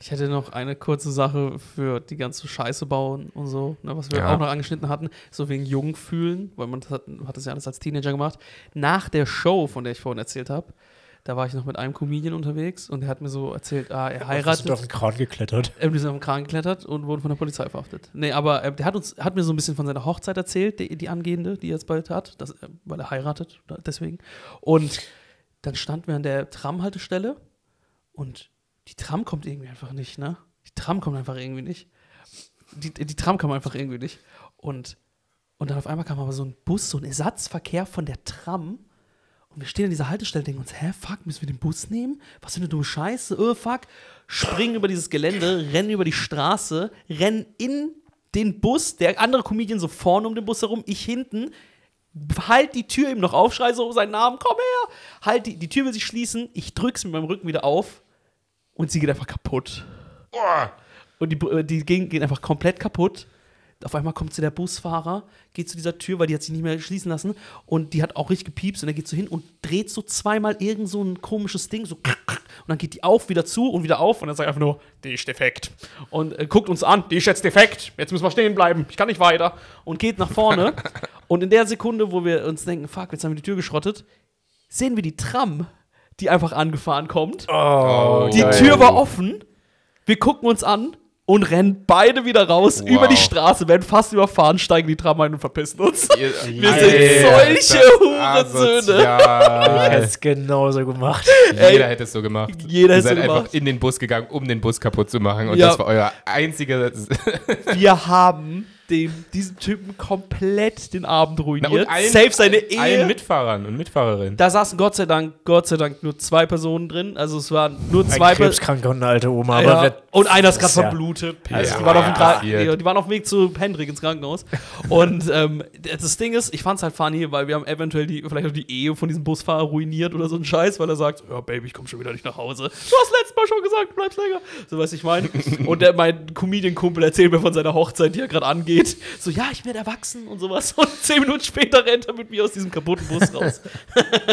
[SPEAKER 1] Ich hätte noch eine kurze Sache für die ganze Scheiße bauen und so, ne, was wir
[SPEAKER 2] Ja.
[SPEAKER 1] auch noch angeschnitten hatten, so wegen jung fühlen, weil man das hat, hat das ja alles als Teenager gemacht. Nach der Show, von der ich vorhin erzählt habe, da war ich noch mit einem Comedian unterwegs und der hat mir so erzählt, ah, er
[SPEAKER 3] Heiratet. Du auf
[SPEAKER 1] heiratet,
[SPEAKER 3] den Kran geklettert.
[SPEAKER 1] ähm, die sind auf den Kran geklettert und wurden von der Polizei verhaftet. Nee, aber ähm, der hat uns hat mir so ein bisschen von seiner Hochzeit erzählt, die, die angehende, die er jetzt bald hat, dass, ähm, weil er heiratet, da- deswegen. Und dann standen wir an der Tramhaltestelle und die Tram kommt irgendwie einfach nicht, ne? Die Tram kommt einfach irgendwie nicht. Die, die Tram kam einfach irgendwie nicht. Und, und dann auf einmal kam aber so ein Bus, so ein Ersatzverkehr von der Tram. Und wir stehen an dieser Haltestelle und denken uns, hä, fuck, müssen wir den Bus nehmen? Was für eine dumme Scheiße, oh, fuck. Springen über dieses Gelände, rennen über die Straße, rennen in den Bus, der andere Comedian so vorne um den Bus herum, ich hinten, halt die Tür ihm noch auf, schrei so um seinen Namen, komm her! Halt, die, die Tür will sich schließen, ich drück's mit meinem Rücken wieder auf und sie geht einfach kaputt. Und die, Bu- äh, die ging, geht einfach komplett kaputt. Auf einmal kommt zu der Busfahrer, geht zu dieser Tür, weil die hat sich nicht mehr schließen lassen und die hat auch richtig gepiepst und er geht so hin und dreht so zweimal irgend so ein komisches Ding so krack, krack. und dann geht die auf, wieder zu und wieder auf und dann sagt er einfach nur, die ist defekt und äh, guckt uns an, die ist jetzt defekt, jetzt müssen wir stehen bleiben, ich kann nicht weiter und geht nach vorne und in der Sekunde, wo wir uns denken, fuck, jetzt haben wir die Tür geschrottet, sehen wir die Tram, die einfach angefahren kommt.
[SPEAKER 2] Oh,
[SPEAKER 1] Die Tür war offen. Wir gucken uns an und rennen beide wieder raus
[SPEAKER 2] Wow.
[SPEAKER 1] über die Straße, werden fast überfahren, steigen die Tram ein und verpissen uns.
[SPEAKER 2] Wir
[SPEAKER 1] Wir sind solche Hurensöhne. Also
[SPEAKER 3] Er
[SPEAKER 2] Ja,
[SPEAKER 3] hat es genauso gemacht.
[SPEAKER 2] jeder hätte es so gemacht.
[SPEAKER 1] jeder
[SPEAKER 2] Ihr
[SPEAKER 1] hätte
[SPEAKER 2] seid
[SPEAKER 1] so
[SPEAKER 2] einfach
[SPEAKER 1] gemacht.
[SPEAKER 2] in den Bus gegangen, um den Bus kaputt zu machen. Und
[SPEAKER 1] Ja.
[SPEAKER 2] das war euer einziger.
[SPEAKER 1] Wir haben dem, diesem Typen komplett den Abend
[SPEAKER 2] Na,
[SPEAKER 1] ruiniert.
[SPEAKER 2] und allen-
[SPEAKER 1] Safe seine Ehe.
[SPEAKER 2] Allen Mitfahrern und Mitfahrerinnen.
[SPEAKER 1] da saßen Gott sei Dank, Gott sei Dank nur zwei Personen drin. Also es waren nur zwei
[SPEAKER 3] Ein
[SPEAKER 1] Personen.
[SPEAKER 3] Krebskranker und eine alte Oma. Aber
[SPEAKER 1] Ja,
[SPEAKER 3] wer-
[SPEAKER 1] und einer ist
[SPEAKER 3] das
[SPEAKER 1] gerade
[SPEAKER 3] ist ja-
[SPEAKER 1] verblutet. Also
[SPEAKER 2] Ja,
[SPEAKER 1] die, waren auf dem Tra-
[SPEAKER 2] passiert.
[SPEAKER 1] die, die waren auf dem Weg zu Hendrik ins Krankenhaus. Und ähm, das Ding ist, ich fand's halt funny, weil wir haben eventuell die, vielleicht auch die Ehe von diesem Busfahrer ruiniert oder so ein Scheiß, weil er sagt, ja Baby, ich komme schon wieder nicht nach Hause. Du hast letztes Mal schon gesagt, du bleibst länger. So weiß ich mein. Und der, mein Comedian-Kumpel erzählt mir von seiner Hochzeit, die er gerade angeht. So, ja, ich werde erwachsen und sowas. Und zehn Minuten später rennt er mit mir aus diesem kaputten Bus raus.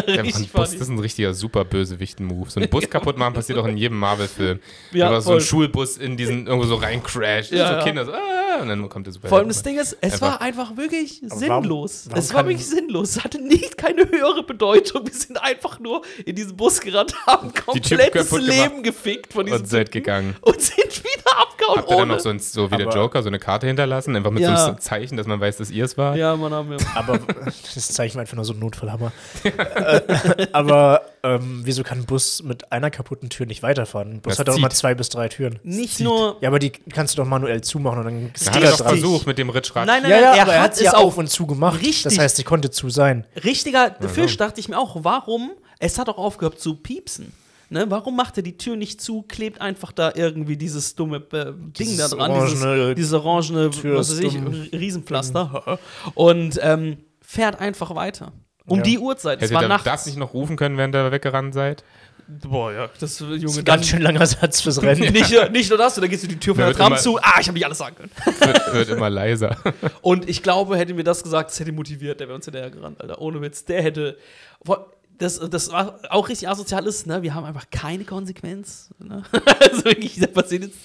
[SPEAKER 2] Ja, Mann,
[SPEAKER 1] Richtig
[SPEAKER 2] Bus,
[SPEAKER 1] funny.
[SPEAKER 2] das ist ein richtiger super Bösewichten-Move. So einen Bus kaputt machen passiert auch in jedem Marvel-Film.
[SPEAKER 1] Ja,
[SPEAKER 2] Oder so ein
[SPEAKER 1] voll.
[SPEAKER 2] Schulbus in diesen irgendwo so reincrasht.
[SPEAKER 1] Ja,
[SPEAKER 2] so
[SPEAKER 1] ja.
[SPEAKER 2] Kinder so, ah, und dann kommt der Super.
[SPEAKER 1] Vor allem das Ding ist, es
[SPEAKER 2] Einfach-
[SPEAKER 1] war einfach wirklich
[SPEAKER 3] warum-
[SPEAKER 1] sinnlos.
[SPEAKER 3] warum
[SPEAKER 1] es war
[SPEAKER 3] kann-
[SPEAKER 1] wirklich sinnlos. Es hatte nicht keine höhere Bedeutung. Wir sind einfach nur in diesen Bus gerannt, haben komplettes
[SPEAKER 2] kaputt
[SPEAKER 1] Leben
[SPEAKER 2] gemacht
[SPEAKER 1] gefickt von diesem
[SPEAKER 2] Und seid gegangen.
[SPEAKER 1] und sind wieder abgehauen
[SPEAKER 2] Habt ihr dann
[SPEAKER 1] ohne.
[SPEAKER 2] noch so, ein, so wie der
[SPEAKER 3] Aber-
[SPEAKER 2] Joker so eine Karte hinterlassen? Einfach mit so
[SPEAKER 1] Ja.
[SPEAKER 2] einem Zeichen, dass man weiß, dass ihr es war?
[SPEAKER 1] ja, Mann, haben wir.
[SPEAKER 3] Aber das Zeichen war einfach nur so ein Notfallhammer. äh, aber ähm, wieso kann ein Bus mit einer kaputten Tür nicht weiterfahren? Ein Bus
[SPEAKER 2] Das
[SPEAKER 3] hat doch immer
[SPEAKER 2] zieht.
[SPEAKER 3] zwei bis drei Türen.
[SPEAKER 1] Nicht nur.
[SPEAKER 3] Ja, aber die kannst du doch manuell zumachen und dann
[SPEAKER 2] Da hat er doch
[SPEAKER 1] Richtig.
[SPEAKER 2] versucht mit dem Ritschrad.
[SPEAKER 1] Nein, nein,
[SPEAKER 3] Ja, ja,
[SPEAKER 1] nein,
[SPEAKER 3] aber er hat sie ja auf und zu gemacht. Das
[SPEAKER 1] Richtig.
[SPEAKER 3] heißt, sie konnte zu sein.
[SPEAKER 1] Richtiger Fisch, dachte ich mir auch. Warum? Es hat auch aufgehört zu piepsen. Ne? Warum macht er die Tür nicht zu, klebt einfach da irgendwie dieses dumme äh, Ding da
[SPEAKER 3] Dieses
[SPEAKER 1] dran,
[SPEAKER 3] orangene
[SPEAKER 1] dieses, dieses orangene,
[SPEAKER 3] Tür
[SPEAKER 1] was
[SPEAKER 3] ist
[SPEAKER 1] weiß ich,
[SPEAKER 3] dumm. Mhm.
[SPEAKER 1] Riesenpflaster und ähm, fährt einfach weiter. Um
[SPEAKER 3] Ja.
[SPEAKER 1] die Uhrzeit. Es
[SPEAKER 2] Hättet
[SPEAKER 1] war
[SPEAKER 2] ihr
[SPEAKER 1] nachts.
[SPEAKER 2] das nicht noch rufen können, während ihr weggerannt seid?
[SPEAKER 1] Boah, ja, das, Junge,
[SPEAKER 3] Das ist ein ganz schön langer Satz fürs Rennen.
[SPEAKER 1] Nicht, nur- nicht nur das, sondern gehst du die Tür von der
[SPEAKER 2] Da wird
[SPEAKER 1] Tram
[SPEAKER 2] immer-
[SPEAKER 1] zu. Ah, ich habe nicht alles sagen können.
[SPEAKER 2] Wird, wird immer leiser.
[SPEAKER 1] Und ich glaube, hätte mir das gesagt, das hätte ihn motiviert, der wäre uns hinterher gerannt, Alter. Ohne Witz. Der hätte. Boah, Das, das war auch richtig asozial ist, ne? Wir haben einfach keine Konsequenz. Ne? Also wirklich, da passiert jetzt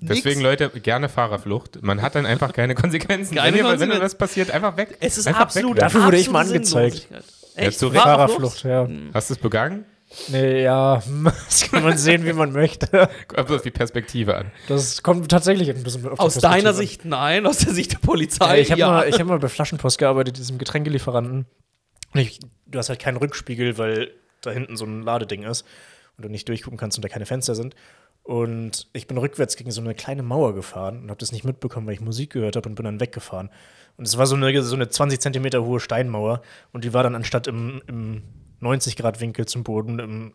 [SPEAKER 1] nichts.
[SPEAKER 2] Deswegen, Leute, gerne Fahrerflucht. Man hat dann einfach keine Konsequenzen.
[SPEAKER 1] Keine
[SPEAKER 2] wenn, ihr- wenn
[SPEAKER 1] Konsequenzen.
[SPEAKER 2] ihr was passiert, einfach weg.
[SPEAKER 1] es ist
[SPEAKER 2] einfach
[SPEAKER 1] absolut.
[SPEAKER 2] wegrennen.
[SPEAKER 3] Dafür wurde ich
[SPEAKER 1] absolute
[SPEAKER 3] mal angezeigt.
[SPEAKER 1] Sinnlosigkeit.
[SPEAKER 2] Ja,
[SPEAKER 1] Echt?
[SPEAKER 2] zu Recht.
[SPEAKER 1] Fahrerflucht?
[SPEAKER 3] Fahrerflucht, Hm. ja.
[SPEAKER 2] Hast du es begangen?
[SPEAKER 3] Nee, ja, das kann man sehen, wie man möchte.
[SPEAKER 2] Kommt auf die Perspektive an.
[SPEAKER 3] Das kommt tatsächlich ein bisschen auf die
[SPEAKER 1] Aus deiner
[SPEAKER 3] Perspektive an.
[SPEAKER 1] Sicht nein, aus der Sicht der
[SPEAKER 3] Ja,
[SPEAKER 1] Polizei.
[SPEAKER 3] Äh, ich habe
[SPEAKER 1] ja.
[SPEAKER 3] mal, ich hab mal bei Flaschenpost gearbeitet, diesem Getränkelieferanten. Und Ich, du hast halt keinen Rückspiegel, weil da hinten so ein Ladeding ist und du nicht durchgucken kannst und da keine Fenster sind. Und ich bin rückwärts gegen so eine kleine Mauer gefahren und habe das nicht mitbekommen, weil ich Musik gehört habe und bin dann weggefahren. Und es war so eine, so eine 20 Zentimeter hohe Steinmauer und die war dann anstatt im, im 90-Grad-Winkel zum Boden, im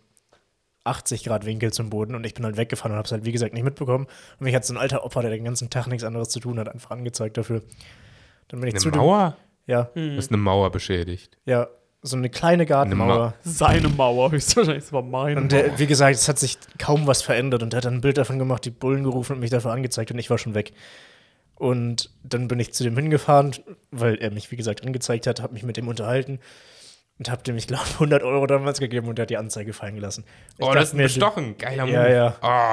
[SPEAKER 3] 80-Grad-Winkel zum Boden und ich bin halt weggefahren und habe es halt, wie gesagt, nicht mitbekommen. Und mich hat so ein alter Opfer, der den ganzen Tag nichts anderes zu tun hat, einfach angezeigt dafür. Dann bin ich zu
[SPEAKER 2] Eine
[SPEAKER 3] dem-
[SPEAKER 2] Mauer?
[SPEAKER 3] ja,
[SPEAKER 1] Hm.
[SPEAKER 2] Ist eine Mauer beschädigt.
[SPEAKER 3] ja, so eine kleine Gartenmauer.
[SPEAKER 1] Seine Mauer höchstwahrscheinlich, es war meine.
[SPEAKER 3] Und der, wie gesagt, es hat sich kaum was verändert und er hat dann ein Bild davon gemacht, die Bullen gerufen und mich dafür angezeigt und ich war schon weg. Und dann bin ich zu dem hingefahren, weil er mich, wie gesagt, angezeigt hat, habe mich mit dem unterhalten und habe dem, ich glaube, 100 Euro damals gegeben und er hat die Anzeige fallen gelassen. Ich
[SPEAKER 2] Oh,
[SPEAKER 3] dachte
[SPEAKER 2] das ist
[SPEAKER 3] mir,
[SPEAKER 2] bestochen. Geiler
[SPEAKER 3] Ja,
[SPEAKER 2] ja.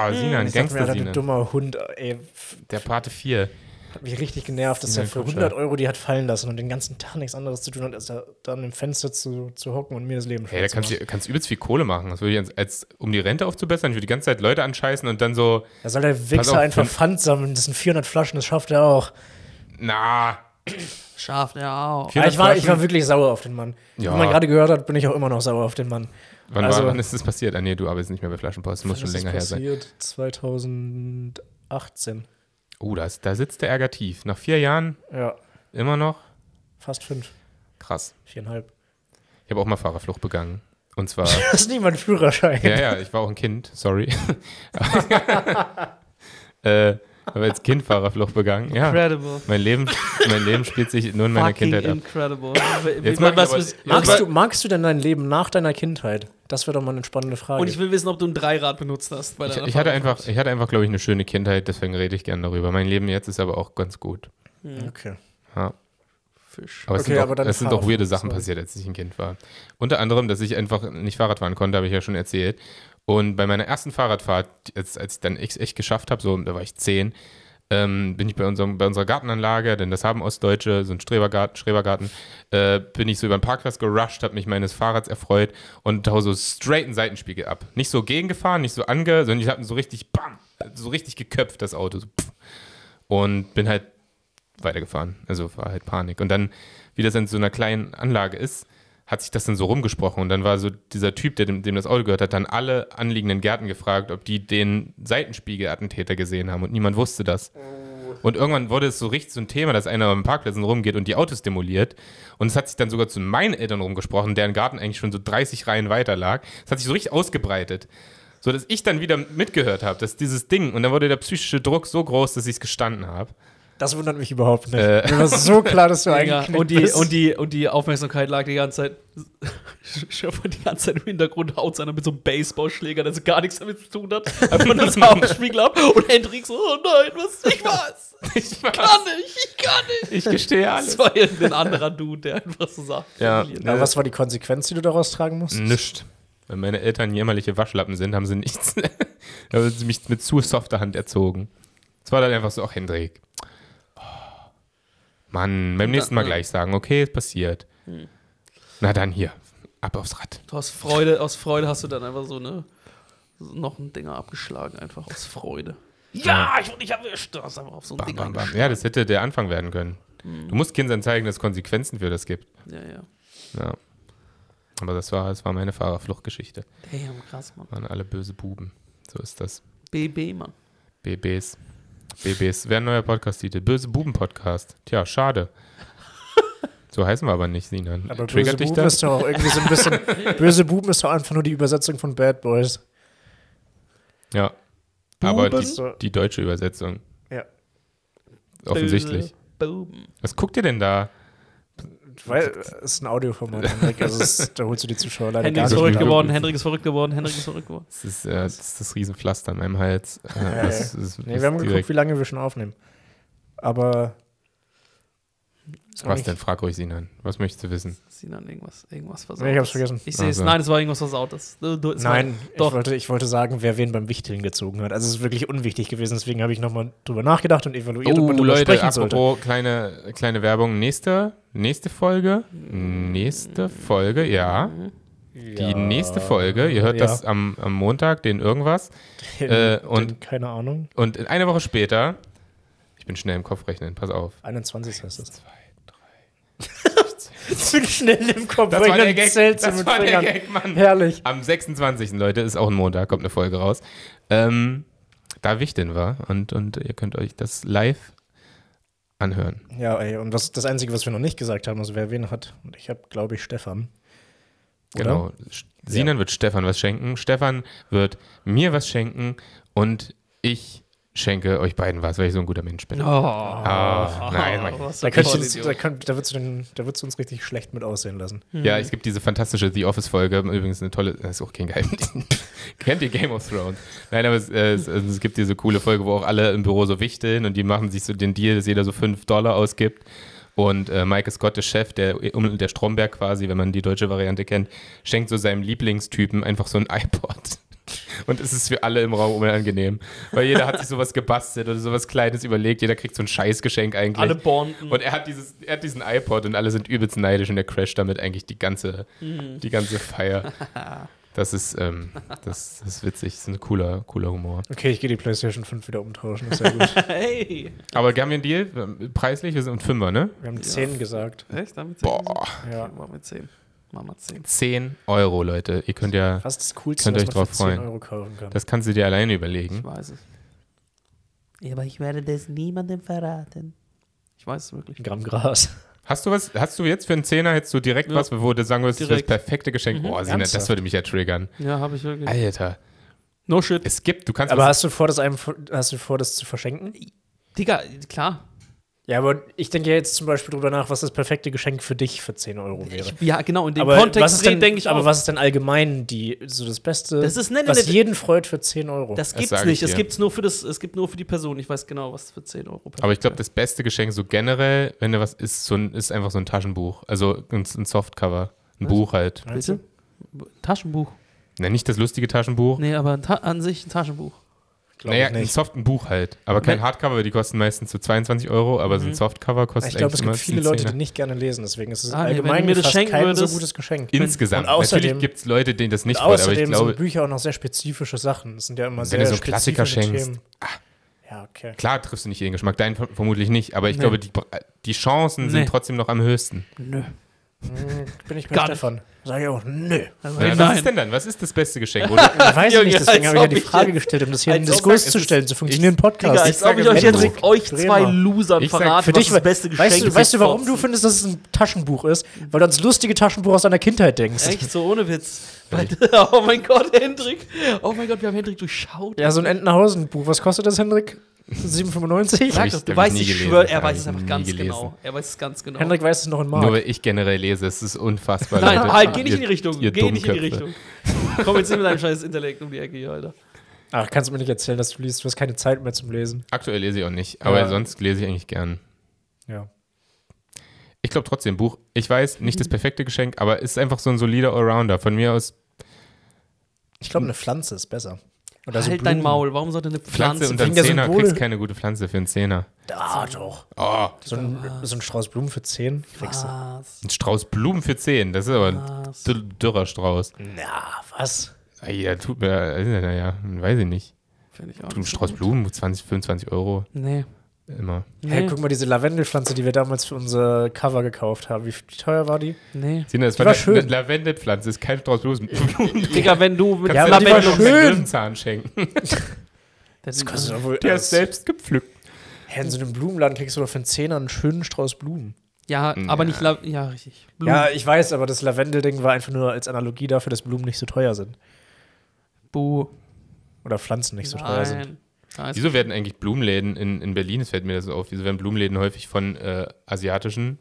[SPEAKER 2] Oh, Sinan,
[SPEAKER 1] Hm.
[SPEAKER 3] Ich dachte mir, Alter, du
[SPEAKER 2] Gangster-Sinan.
[SPEAKER 3] dummer Hund, ey, f-
[SPEAKER 2] Der Pate 4.
[SPEAKER 3] hat mich richtig genervt, dass
[SPEAKER 2] Sinan
[SPEAKER 3] er für
[SPEAKER 2] Kutscher.
[SPEAKER 3] 100 Euro die hat fallen lassen und den ganzen Tag nichts anderes zu tun hat, als da, da an dem Fenster zu, zu hocken und mir das Leben
[SPEAKER 2] Hey, da
[SPEAKER 3] schwer zu
[SPEAKER 2] kannst
[SPEAKER 3] machen.
[SPEAKER 2] du kannst übelst viel Kohle machen. Das würde ich als, als, um die Rente aufzubessern. Ich würde die ganze Zeit Leute anscheißen und dann so,
[SPEAKER 3] Da soll der
[SPEAKER 2] Pass
[SPEAKER 3] Wichser
[SPEAKER 2] auf,
[SPEAKER 3] einfach
[SPEAKER 2] wenn-
[SPEAKER 3] Pfand sammeln, das sind 400 Flaschen, das schafft er auch.
[SPEAKER 2] na,
[SPEAKER 1] Scharf, ja. auch.
[SPEAKER 2] Ja,
[SPEAKER 3] Ja, Ah, ich, war,
[SPEAKER 2] Flaschen.
[SPEAKER 3] ich war wirklich sauer auf den Mann.
[SPEAKER 2] Ja.
[SPEAKER 3] Wie man gerade gehört hat, bin ich auch immer noch sauer auf den Mann.
[SPEAKER 2] wann,
[SPEAKER 3] Also-
[SPEAKER 2] war, wann ist das passiert? Ah, nee, du arbeitest nicht mehr bei Flaschenpost. Das muss schon
[SPEAKER 3] Das ist
[SPEAKER 2] länger her sein.
[SPEAKER 3] passiert 2018.
[SPEAKER 2] Oh, das, da sitzt der Ärger tief. Nach vier Jahren
[SPEAKER 3] Ja,
[SPEAKER 2] immer noch?
[SPEAKER 3] fast fünf,
[SPEAKER 2] Krass.
[SPEAKER 3] viereinhalb.
[SPEAKER 2] Ich habe auch mal Fahrerflucht begangen. Und zwar,
[SPEAKER 3] Das ist nicht mein Führerschein.
[SPEAKER 2] ja, ja, ich war auch ein Kind, sorry. äh, habe als Kind Fahrerflucht begangen. Ja,
[SPEAKER 1] Incredible.
[SPEAKER 2] mein Leben, mein Leben spielt sich nur in meiner
[SPEAKER 1] Fucking
[SPEAKER 2] Kindheit ab.
[SPEAKER 1] incredible.
[SPEAKER 2] Jetzt
[SPEAKER 1] Wie
[SPEAKER 2] mag
[SPEAKER 1] man
[SPEAKER 2] ich
[SPEAKER 1] das
[SPEAKER 2] aber-
[SPEAKER 1] bis-
[SPEAKER 2] Ja,
[SPEAKER 3] Magst,
[SPEAKER 2] aber-
[SPEAKER 3] du, magst du denn dein Leben nach deiner Kindheit? Das wäre doch mal eine spannende Frage.
[SPEAKER 1] Und ich will wissen, ob du ein Dreirad benutzt hast. Bei
[SPEAKER 2] Ich,
[SPEAKER 1] deiner
[SPEAKER 2] ich hatte
[SPEAKER 1] Fahrradfahrt.
[SPEAKER 2] einfach, ich hatte einfach, glaube ich, eine schöne Kindheit, deswegen rede ich gern darüber. Mein Leben jetzt ist aber auch ganz gut.
[SPEAKER 3] okay.
[SPEAKER 2] Ja.
[SPEAKER 1] Fisch.
[SPEAKER 2] Aber es
[SPEAKER 3] Okay,
[SPEAKER 2] sind,
[SPEAKER 3] aber
[SPEAKER 2] auch,
[SPEAKER 3] dann
[SPEAKER 2] es sind auch
[SPEAKER 3] Fahrrad-
[SPEAKER 2] weirde Sachen
[SPEAKER 3] sorry.
[SPEAKER 2] passiert, als ich ein Kind war. Unter anderem, dass ich einfach nicht Fahrrad fahren konnte, habe ich ja schon erzählt. Und bei meiner ersten Fahrradfahrt, als, als ich dann echt, echt geschafft habe, so da war ich zehn, ähm, bin ich bei, unserem, bei unserer Gartenanlage, denn das haben Ostdeutsche, so ein Strebergarten, Strebergarten äh, bin ich so über den Parkplatz gerusht, habe mich meines Fahrrads erfreut und hau so straight einen Seitenspiegel ab. Nicht so gegengefahren, nicht so ange, sondern ich habe so richtig, bam, so richtig geköpft, das Auto. So, pff. und bin halt weitergefahren. Also war halt Panik. Und dann, wie das in so einer kleinen Anlage ist, hat sich das dann so rumgesprochen. Und dann war so dieser Typ, der dem, dem das Auto gehört hat, dann alle anliegenden Gärten gefragt, ob die den Seitenspiegelattentäter gesehen haben. Und niemand wusste das. Und irgendwann wurde es so richtig so ein Thema, dass einer am Parkplätzen rumgeht und die Autos demoliert. Und es hat sich dann sogar zu meinen Eltern rumgesprochen, deren Garten eigentlich schon so 30 Reihen weiter lag. Es hat sich so richtig ausgebreitet. So dass ich dann wieder mitgehört habe, dass dieses Ding, und dann wurde der psychische Druck so groß, dass ich es gestanden habe.
[SPEAKER 3] Das wundert mich überhaupt nicht.
[SPEAKER 2] Äh.
[SPEAKER 3] Mir war so klar, dass du
[SPEAKER 1] Digga,
[SPEAKER 3] eigentlich.
[SPEAKER 1] und, die, und, die, und die Aufmerksamkeit lag die ganze Zeit. Schöpfer die ganze Zeit im Hintergrund haut einer mit so einem Baseballschläger, der so gar nichts damit zu tun hat. Einfach nur das Hauptspiegel ab und Hendrik so, oh nein, was, ich war's.
[SPEAKER 2] Ich
[SPEAKER 1] Kann nicht, ich kann nicht.
[SPEAKER 2] Ich gestehe
[SPEAKER 1] Das war irgendein anderer Dude, der einfach so sagt.
[SPEAKER 2] Ja.
[SPEAKER 1] formuliert.
[SPEAKER 3] Aber was war die Konsequenz, die du daraus tragen musst?
[SPEAKER 2] Äh. Nischt. Wenn meine Eltern jämmerliche Waschlappen sind, haben sie nichts. haben sie mich mit zu softer Hand erzogen. Es war dann einfach so, ach Hendrik. Oh. Mann, beim nächsten Mal gleich sagen, okay, es passiert. Na dann hier, ab aufs Rad.
[SPEAKER 1] Du hast Freude, aus Freude hast du dann einfach so eine so noch ein Dinger abgeschlagen, einfach aus Freude. Ja, ich wurde nicht erwischt. Du hast einfach auf so ein
[SPEAKER 2] Bam,
[SPEAKER 1] Ding
[SPEAKER 2] bam, bam.
[SPEAKER 1] eingeschlagen.
[SPEAKER 2] Ja, das hätte der Anfang werden können. Du musst Kindern zeigen, dass es Konsequenzen für das gibt.
[SPEAKER 1] Ja, ja.
[SPEAKER 2] Ja. Aber das war, das war meine Fahrerfluchtgeschichte.
[SPEAKER 1] Damn, krass, Mann.
[SPEAKER 2] Waren alle böse Buben. So ist das.
[SPEAKER 1] BB, Mann.
[SPEAKER 2] BBs. BBs. Wäre ein neuer Podcast-Titel. Böse Buben-Podcast. Tja, schade. So heißen wir aber nicht, Sinan.
[SPEAKER 3] Aber böse
[SPEAKER 2] Triggert dich
[SPEAKER 3] Buben
[SPEAKER 2] das?
[SPEAKER 3] ist doch auch irgendwie so ein bisschen. böse Buben ist doch einfach nur die Übersetzung von Bad Boys.
[SPEAKER 2] Ja. Aber
[SPEAKER 3] Buben?
[SPEAKER 2] die, die deutsche Übersetzung.
[SPEAKER 3] Ja.
[SPEAKER 1] Böse
[SPEAKER 2] Offensichtlich.
[SPEAKER 1] Buben.
[SPEAKER 2] Was guckt ihr denn da?
[SPEAKER 3] Weil es ist ein Audioformat, Henrik, also es, da holst du die Zuschauer leider
[SPEAKER 1] Henry
[SPEAKER 3] gar
[SPEAKER 1] ist
[SPEAKER 3] nicht.
[SPEAKER 1] verrückt
[SPEAKER 2] mehr.
[SPEAKER 1] geworden, Henry ist verrückt geworden, Henry ist verrückt geworden.
[SPEAKER 2] Das ist, äh, das, ist das Riesenpflaster an meinem Hals. Äh,
[SPEAKER 3] ja.
[SPEAKER 2] das ist-
[SPEAKER 3] Nee,
[SPEAKER 2] ist
[SPEAKER 3] wir haben
[SPEAKER 2] direkt-
[SPEAKER 3] geguckt, wie lange wir schon aufnehmen. Aber
[SPEAKER 2] Was denn? Frag ruhig Sinan. Was möchtest du wissen?
[SPEAKER 1] Sinan, irgendwas, irgendwas versaut.
[SPEAKER 3] Nee, ich hab's vergessen.
[SPEAKER 1] Ich sehe es.
[SPEAKER 2] Also.
[SPEAKER 1] Nein, es war irgendwas Versautes. Du, du, es war-
[SPEAKER 3] Nein,
[SPEAKER 1] doch.
[SPEAKER 3] Ich, wollte, ich wollte sagen, wer wen beim Wichteln gezogen hat. Also es ist wirklich unwichtig gewesen, deswegen habe ich nochmal drüber nachgedacht und evaluiert, ob
[SPEAKER 2] Oh,
[SPEAKER 3] man drüber
[SPEAKER 2] Leute,
[SPEAKER 3] sprechen sollte.
[SPEAKER 2] apropos kleine, kleine Werbung. Nächste, nächste Folge. Nächste Folge, ja. Die nächste Folge. Ihr hört
[SPEAKER 3] Ja.
[SPEAKER 2] das am, am Montag, den irgendwas. äh, und-
[SPEAKER 3] Denn, keine Ahnung.
[SPEAKER 2] Und in einer Woche später. Ich bin schnell im Kopf rechnen, pass auf.
[SPEAKER 3] 21 heißt das. Zu schnell im Kopf um
[SPEAKER 2] Das war der
[SPEAKER 3] rechnen,
[SPEAKER 2] Gag.
[SPEAKER 3] zählst du
[SPEAKER 2] Das
[SPEAKER 3] mit
[SPEAKER 2] war der
[SPEAKER 3] Fingern.
[SPEAKER 2] Gag, Mann.
[SPEAKER 3] Herrlich.
[SPEAKER 2] Am 26. Leute, ist auch ein Montag, kommt eine Folge raus. Ähm, da wichteln wir und, und ihr könnt euch das live anhören.
[SPEAKER 3] Ja, ey, und das, das Einzige, was wir noch nicht gesagt haben, also wer wen hat, und ich habe, glaube ich, Stefan. Oder?
[SPEAKER 2] Genau. Sch- Sinan wird Stefan was schenken, Stefan wird mir was schenken und ich schenke euch beiden was, weil ich so ein guter Mensch bin.
[SPEAKER 1] Oh,
[SPEAKER 2] Ah, nein, Mann.
[SPEAKER 1] was
[SPEAKER 3] Da,
[SPEAKER 1] ein
[SPEAKER 3] kannst du uns,
[SPEAKER 1] Vollidiot.
[SPEAKER 3] da, kann, da, würdest du den, da würdest du uns richtig schlecht mit aussehen lassen.
[SPEAKER 2] Ja, es gibt diese fantastische The Office-Folge, übrigens eine tolle, das ist auch kein Geheimnis. Kennt ihr Game of Thrones? Nein, aber es, äh, es, also es gibt diese coole Folge, wo auch alle im Büro so wichteln und die machen sich so den Deal, dass jeder so 5 Dollar ausgibt. Und äh, Mike Scott, der Chef, der, um, der Stromberg quasi, wenn man die deutsche Variante kennt, schenkt so seinem Lieblingstypen einfach so ein iPod. Und es ist für alle im Raum unangenehm. Weil jeder hat sich sowas gebastelt oder sowas Kleines überlegt. Jeder kriegt so ein Scheißgeschenk eigentlich.
[SPEAKER 1] Alle bonden.
[SPEAKER 2] Mhm. Und er hat, dieses, er hat diesen iPod und alle sind übelst neidisch und er crasht damit eigentlich die ganze,
[SPEAKER 1] Mhm.
[SPEAKER 2] die ganze Feier. Das ist, ähm, das, das ist witzig, das ist ein cooler, cooler Humor.
[SPEAKER 3] Okay, ich gehe die PlayStation 5 wieder umtauschen, ist ja gut.
[SPEAKER 1] Hey!
[SPEAKER 2] Aber haben wir einen Deal? Ähm, Preislich, wir sind um Fünfer, ne?
[SPEAKER 3] Wir haben 10 gesagt.
[SPEAKER 1] Echt? Damit
[SPEAKER 2] Boah,
[SPEAKER 3] Ja.
[SPEAKER 1] Machen wir 10. Machen wir 10.
[SPEAKER 2] 10 Euro, Leute. Ihr könnt ja,
[SPEAKER 3] Fast das Coolste,
[SPEAKER 2] Könnt ihr
[SPEAKER 3] was
[SPEAKER 2] euch
[SPEAKER 3] man
[SPEAKER 2] drauf
[SPEAKER 3] für 10
[SPEAKER 2] freuen.
[SPEAKER 3] Euro kaufen kann.
[SPEAKER 2] das kannst du dir alleine
[SPEAKER 1] Ich
[SPEAKER 2] überlegen.
[SPEAKER 1] weiß es. aber ich werde das niemandem verraten. Ich weiß es wirklich.
[SPEAKER 3] Ein Gramm Gras.
[SPEAKER 2] Hast du was, hast du jetzt für einen Zehner, hättest du direkt
[SPEAKER 1] Ja.
[SPEAKER 2] was, wo du sagen würdest, das ist das
[SPEAKER 1] Direkt. Mhm.
[SPEAKER 2] perfekte Geschenk. Boah, Sina, das
[SPEAKER 3] Ernsthaft?
[SPEAKER 2] würde mich ja triggern.
[SPEAKER 1] Ja, habe ich wirklich.
[SPEAKER 2] Alter,
[SPEAKER 1] No shit.
[SPEAKER 2] es gibt, du kannst
[SPEAKER 3] Aber
[SPEAKER 2] was,
[SPEAKER 3] hast du vor, das einem hast du vor, das zu verschenken?
[SPEAKER 1] Digga, klar.
[SPEAKER 3] Ja, aber ich denke ja jetzt zum Beispiel drüber nach, was das perfekte Geschenk für dich für 10 Euro wäre.
[SPEAKER 1] Ja, genau. In dem
[SPEAKER 3] aber was
[SPEAKER 1] Kontext
[SPEAKER 3] ist denn,
[SPEAKER 1] denke ich
[SPEAKER 3] aber
[SPEAKER 1] auch.
[SPEAKER 3] was ist denn allgemein die so das Beste,
[SPEAKER 1] Das ist- nein, nein,
[SPEAKER 3] was
[SPEAKER 1] nein.
[SPEAKER 3] jeden freut für 10 Euro?
[SPEAKER 1] das
[SPEAKER 2] Das
[SPEAKER 1] gibt's
[SPEAKER 2] sag ich
[SPEAKER 1] nicht. Es
[SPEAKER 2] dir.
[SPEAKER 1] gibt's nur für das, es gibt nur für die Person. Ich weiß genau, was für 10 Euro perfekt
[SPEAKER 2] Aber ich glaube,
[SPEAKER 1] wäre.
[SPEAKER 2] das beste Geschenk so generell, wenn du was ist, so ein, ist einfach so ein Taschenbuch. Also ein, ein Softcover. Ein Buch halt.
[SPEAKER 3] Meinst du?
[SPEAKER 1] Bitte? Taschenbuch.
[SPEAKER 2] Na, nicht das lustige Taschenbuch.
[SPEAKER 1] Nee, aber ein Ta an sich ein Taschenbuch.
[SPEAKER 3] Glaub
[SPEAKER 2] naja,
[SPEAKER 3] ich
[SPEAKER 2] ein
[SPEAKER 3] nicht.
[SPEAKER 2] Soft ein Buch halt. Aber kein
[SPEAKER 1] Wenn-
[SPEAKER 2] Hardcover, die kosten meistens so 22 Euro, aber
[SPEAKER 1] Mhm.
[SPEAKER 2] so ein Softcover kostet
[SPEAKER 3] Ich glaube, es
[SPEAKER 2] eigentlich
[SPEAKER 3] gibt
[SPEAKER 2] immer
[SPEAKER 3] viele
[SPEAKER 2] 10
[SPEAKER 3] Leute, die
[SPEAKER 2] Zehner.
[SPEAKER 3] nicht gerne lesen, deswegen ist es
[SPEAKER 1] Ah, nee, wenn du
[SPEAKER 3] allgemein
[SPEAKER 1] mir das
[SPEAKER 3] gefasst
[SPEAKER 1] schenken
[SPEAKER 3] kein so
[SPEAKER 1] würdest-
[SPEAKER 3] gutes Geschenk.
[SPEAKER 2] Insgesamt.
[SPEAKER 3] Und außerdem-
[SPEAKER 2] Natürlich gibt es Leute, denen das nicht freut, aber ich
[SPEAKER 3] Außerdem
[SPEAKER 2] glaube,
[SPEAKER 3] sind Bücher auch noch sehr spezifische Sachen. Das sind ja immer
[SPEAKER 2] du
[SPEAKER 3] sehr
[SPEAKER 2] so
[SPEAKER 3] spezifische
[SPEAKER 2] Klassiker schenkst, Ah.
[SPEAKER 3] Themen. Ja, okay.
[SPEAKER 2] klar triffst du nicht jeden Geschmack. Deinen ver- vermutlich nicht, aber ich
[SPEAKER 1] Nee.
[SPEAKER 2] glaube, die, die Chancen sind
[SPEAKER 1] Nee.
[SPEAKER 2] trotzdem noch am höchsten.
[SPEAKER 1] Nö.
[SPEAKER 3] Bin ich bei
[SPEAKER 1] Gar
[SPEAKER 3] Stefan. Sag ich auch, nö.
[SPEAKER 1] Also,
[SPEAKER 2] Na, was ist denn dann? Was ist das beste Geschenk? Oder
[SPEAKER 3] Ich weiß
[SPEAKER 1] Junge,
[SPEAKER 3] es nicht, deswegen
[SPEAKER 1] als
[SPEAKER 3] habe ich ja
[SPEAKER 1] ob
[SPEAKER 3] die
[SPEAKER 1] ich
[SPEAKER 3] Frage
[SPEAKER 1] jetzt-
[SPEAKER 3] gestellt, um das hier in
[SPEAKER 1] als
[SPEAKER 3] den
[SPEAKER 1] ob-
[SPEAKER 3] Diskurs
[SPEAKER 2] es
[SPEAKER 3] zu
[SPEAKER 2] ist-
[SPEAKER 3] stellen. So funktionieren
[SPEAKER 1] Digga,
[SPEAKER 3] Podcasts.
[SPEAKER 1] ich glaube, ich
[SPEAKER 2] sage,
[SPEAKER 1] euch jetzt
[SPEAKER 2] Hendrik,
[SPEAKER 1] euch zwei
[SPEAKER 3] Bremer.
[SPEAKER 1] Losern
[SPEAKER 2] Ich sag,
[SPEAKER 1] verraten,
[SPEAKER 3] Für
[SPEAKER 1] was
[SPEAKER 3] dich,
[SPEAKER 1] das beste Geschenk
[SPEAKER 3] weißt, du,
[SPEAKER 1] ist.
[SPEAKER 3] weißt du, warum
[SPEAKER 1] Fotzen.
[SPEAKER 3] du findest, dass es ein Taschenbuch ist? Weil du ans lustige Taschenbuch aus deiner Kindheit denkst.
[SPEAKER 1] Echt, so ohne Witz. oh mein Gott, Hendrik. Oh mein Gott, wir haben Hendrik durchschaut.
[SPEAKER 3] Ja, so ein Entenhausen-Buch. Was kostet das, Hendrik? 7,95?
[SPEAKER 2] Hab
[SPEAKER 1] Sag
[SPEAKER 2] ich-
[SPEAKER 1] das, du
[SPEAKER 2] hab ich
[SPEAKER 1] weißt,
[SPEAKER 2] nie
[SPEAKER 1] ich
[SPEAKER 2] gelesen,
[SPEAKER 1] schwöre, er
[SPEAKER 2] hab
[SPEAKER 1] weiß
[SPEAKER 2] ich
[SPEAKER 1] es einfach
[SPEAKER 2] nie
[SPEAKER 1] ganz
[SPEAKER 2] gelesen.
[SPEAKER 1] genau. Er weiß es ganz genau.
[SPEAKER 3] Henrik weiß es noch in
[SPEAKER 2] nur
[SPEAKER 3] Mark.
[SPEAKER 2] weil ich generell lese, es ist unfassbar.
[SPEAKER 1] Nein,
[SPEAKER 2] Leute.
[SPEAKER 1] halt, geh nicht in die
[SPEAKER 2] Ihr-
[SPEAKER 1] Richtung.
[SPEAKER 2] ihr
[SPEAKER 1] Geh nicht in die
[SPEAKER 2] Dummköpfe.
[SPEAKER 1] Richtung. Komm jetzt nicht mit deinem scheiß Intellekt um die Ecke hier, Alter.
[SPEAKER 3] Ach, kannst du mir nicht erzählen, dass du liest. Du hast keine Zeit mehr zum Lesen.
[SPEAKER 2] Aktuell lese ich auch nicht, aber
[SPEAKER 3] Ja.
[SPEAKER 2] sonst lese ich eigentlich gern.
[SPEAKER 3] Ja.
[SPEAKER 2] Ich glaube trotzdem, Buch, ich weiß, nicht das perfekte Geschenk, aber ist einfach so ein solider Allrounder. Von mir aus
[SPEAKER 3] Ich glaube, eine Pflanze ist besser. Oder so
[SPEAKER 1] halt dein
[SPEAKER 3] Also Blumen.
[SPEAKER 1] Maul. Warum sollte eine
[SPEAKER 2] Pflanze,
[SPEAKER 1] Pflanze.
[SPEAKER 2] und dann
[SPEAKER 3] wegen der
[SPEAKER 2] Zehner,
[SPEAKER 3] Symbole.
[SPEAKER 2] kriegst keine gute Pflanze für einen Zehner.
[SPEAKER 3] Ah, doch.
[SPEAKER 2] Oh,
[SPEAKER 3] So ein, so ein Strauß Blumen für 10 kriegst du.
[SPEAKER 1] was?
[SPEAKER 2] ein Strauß Blumen für zehn, das ist aber
[SPEAKER 3] Ah.
[SPEAKER 2] ein
[SPEAKER 1] Was?
[SPEAKER 2] dü- dürrer Strauß.
[SPEAKER 3] Na, was?
[SPEAKER 2] Ah, Ja, tut mir, äh, naja, weiß ich nicht.
[SPEAKER 1] Finde ich auch.
[SPEAKER 2] Ein
[SPEAKER 1] nicht.
[SPEAKER 2] Strauß Blumen, 20, 25 Euro,
[SPEAKER 1] Nee.
[SPEAKER 2] immer.
[SPEAKER 1] Nee.
[SPEAKER 3] Hey, guck mal, diese Lavendelpflanze, die wir damals für unser Cover gekauft haben. Wie viel- wie teuer war die?
[SPEAKER 1] nee.
[SPEAKER 2] Sina, das
[SPEAKER 3] Die
[SPEAKER 2] war,
[SPEAKER 3] war
[SPEAKER 2] eine-
[SPEAKER 3] schön.
[SPEAKER 2] eine Lavendelpflanze, ist kein Strauß Blumen.
[SPEAKER 1] Digga, wenn du mit
[SPEAKER 3] Ja,
[SPEAKER 2] Kannst du
[SPEAKER 3] aber die
[SPEAKER 2] dir
[SPEAKER 3] war
[SPEAKER 2] noch einen
[SPEAKER 3] schön.
[SPEAKER 2] Löwenzahn schenken.
[SPEAKER 1] Das
[SPEAKER 3] kostet
[SPEAKER 1] ist-
[SPEAKER 3] doch wohl.
[SPEAKER 2] Der ist selbst
[SPEAKER 3] selbst.
[SPEAKER 2] gepflückt.
[SPEAKER 3] Also, äh, Hä, in so einem Blumenladen kriegst du doch für einen Zehner einen schönen Strauß Blumen.
[SPEAKER 1] ja,
[SPEAKER 2] Mm,
[SPEAKER 1] aber nicht. La ja, richtig. Blumen.
[SPEAKER 3] Ja, ich weiß, aber das Lavendel-Ding war einfach nur als Analogie dafür, dass Blumen nicht so teuer sind.
[SPEAKER 1] Buh.
[SPEAKER 3] Oder Pflanzen nicht so teuer sind.
[SPEAKER 1] Nein. Scheiße.
[SPEAKER 2] also Wieso werden eigentlich Blumenläden in, in Berlin, es fällt mir das auf, wieso werden Blumenläden häufig von äh, asiatischen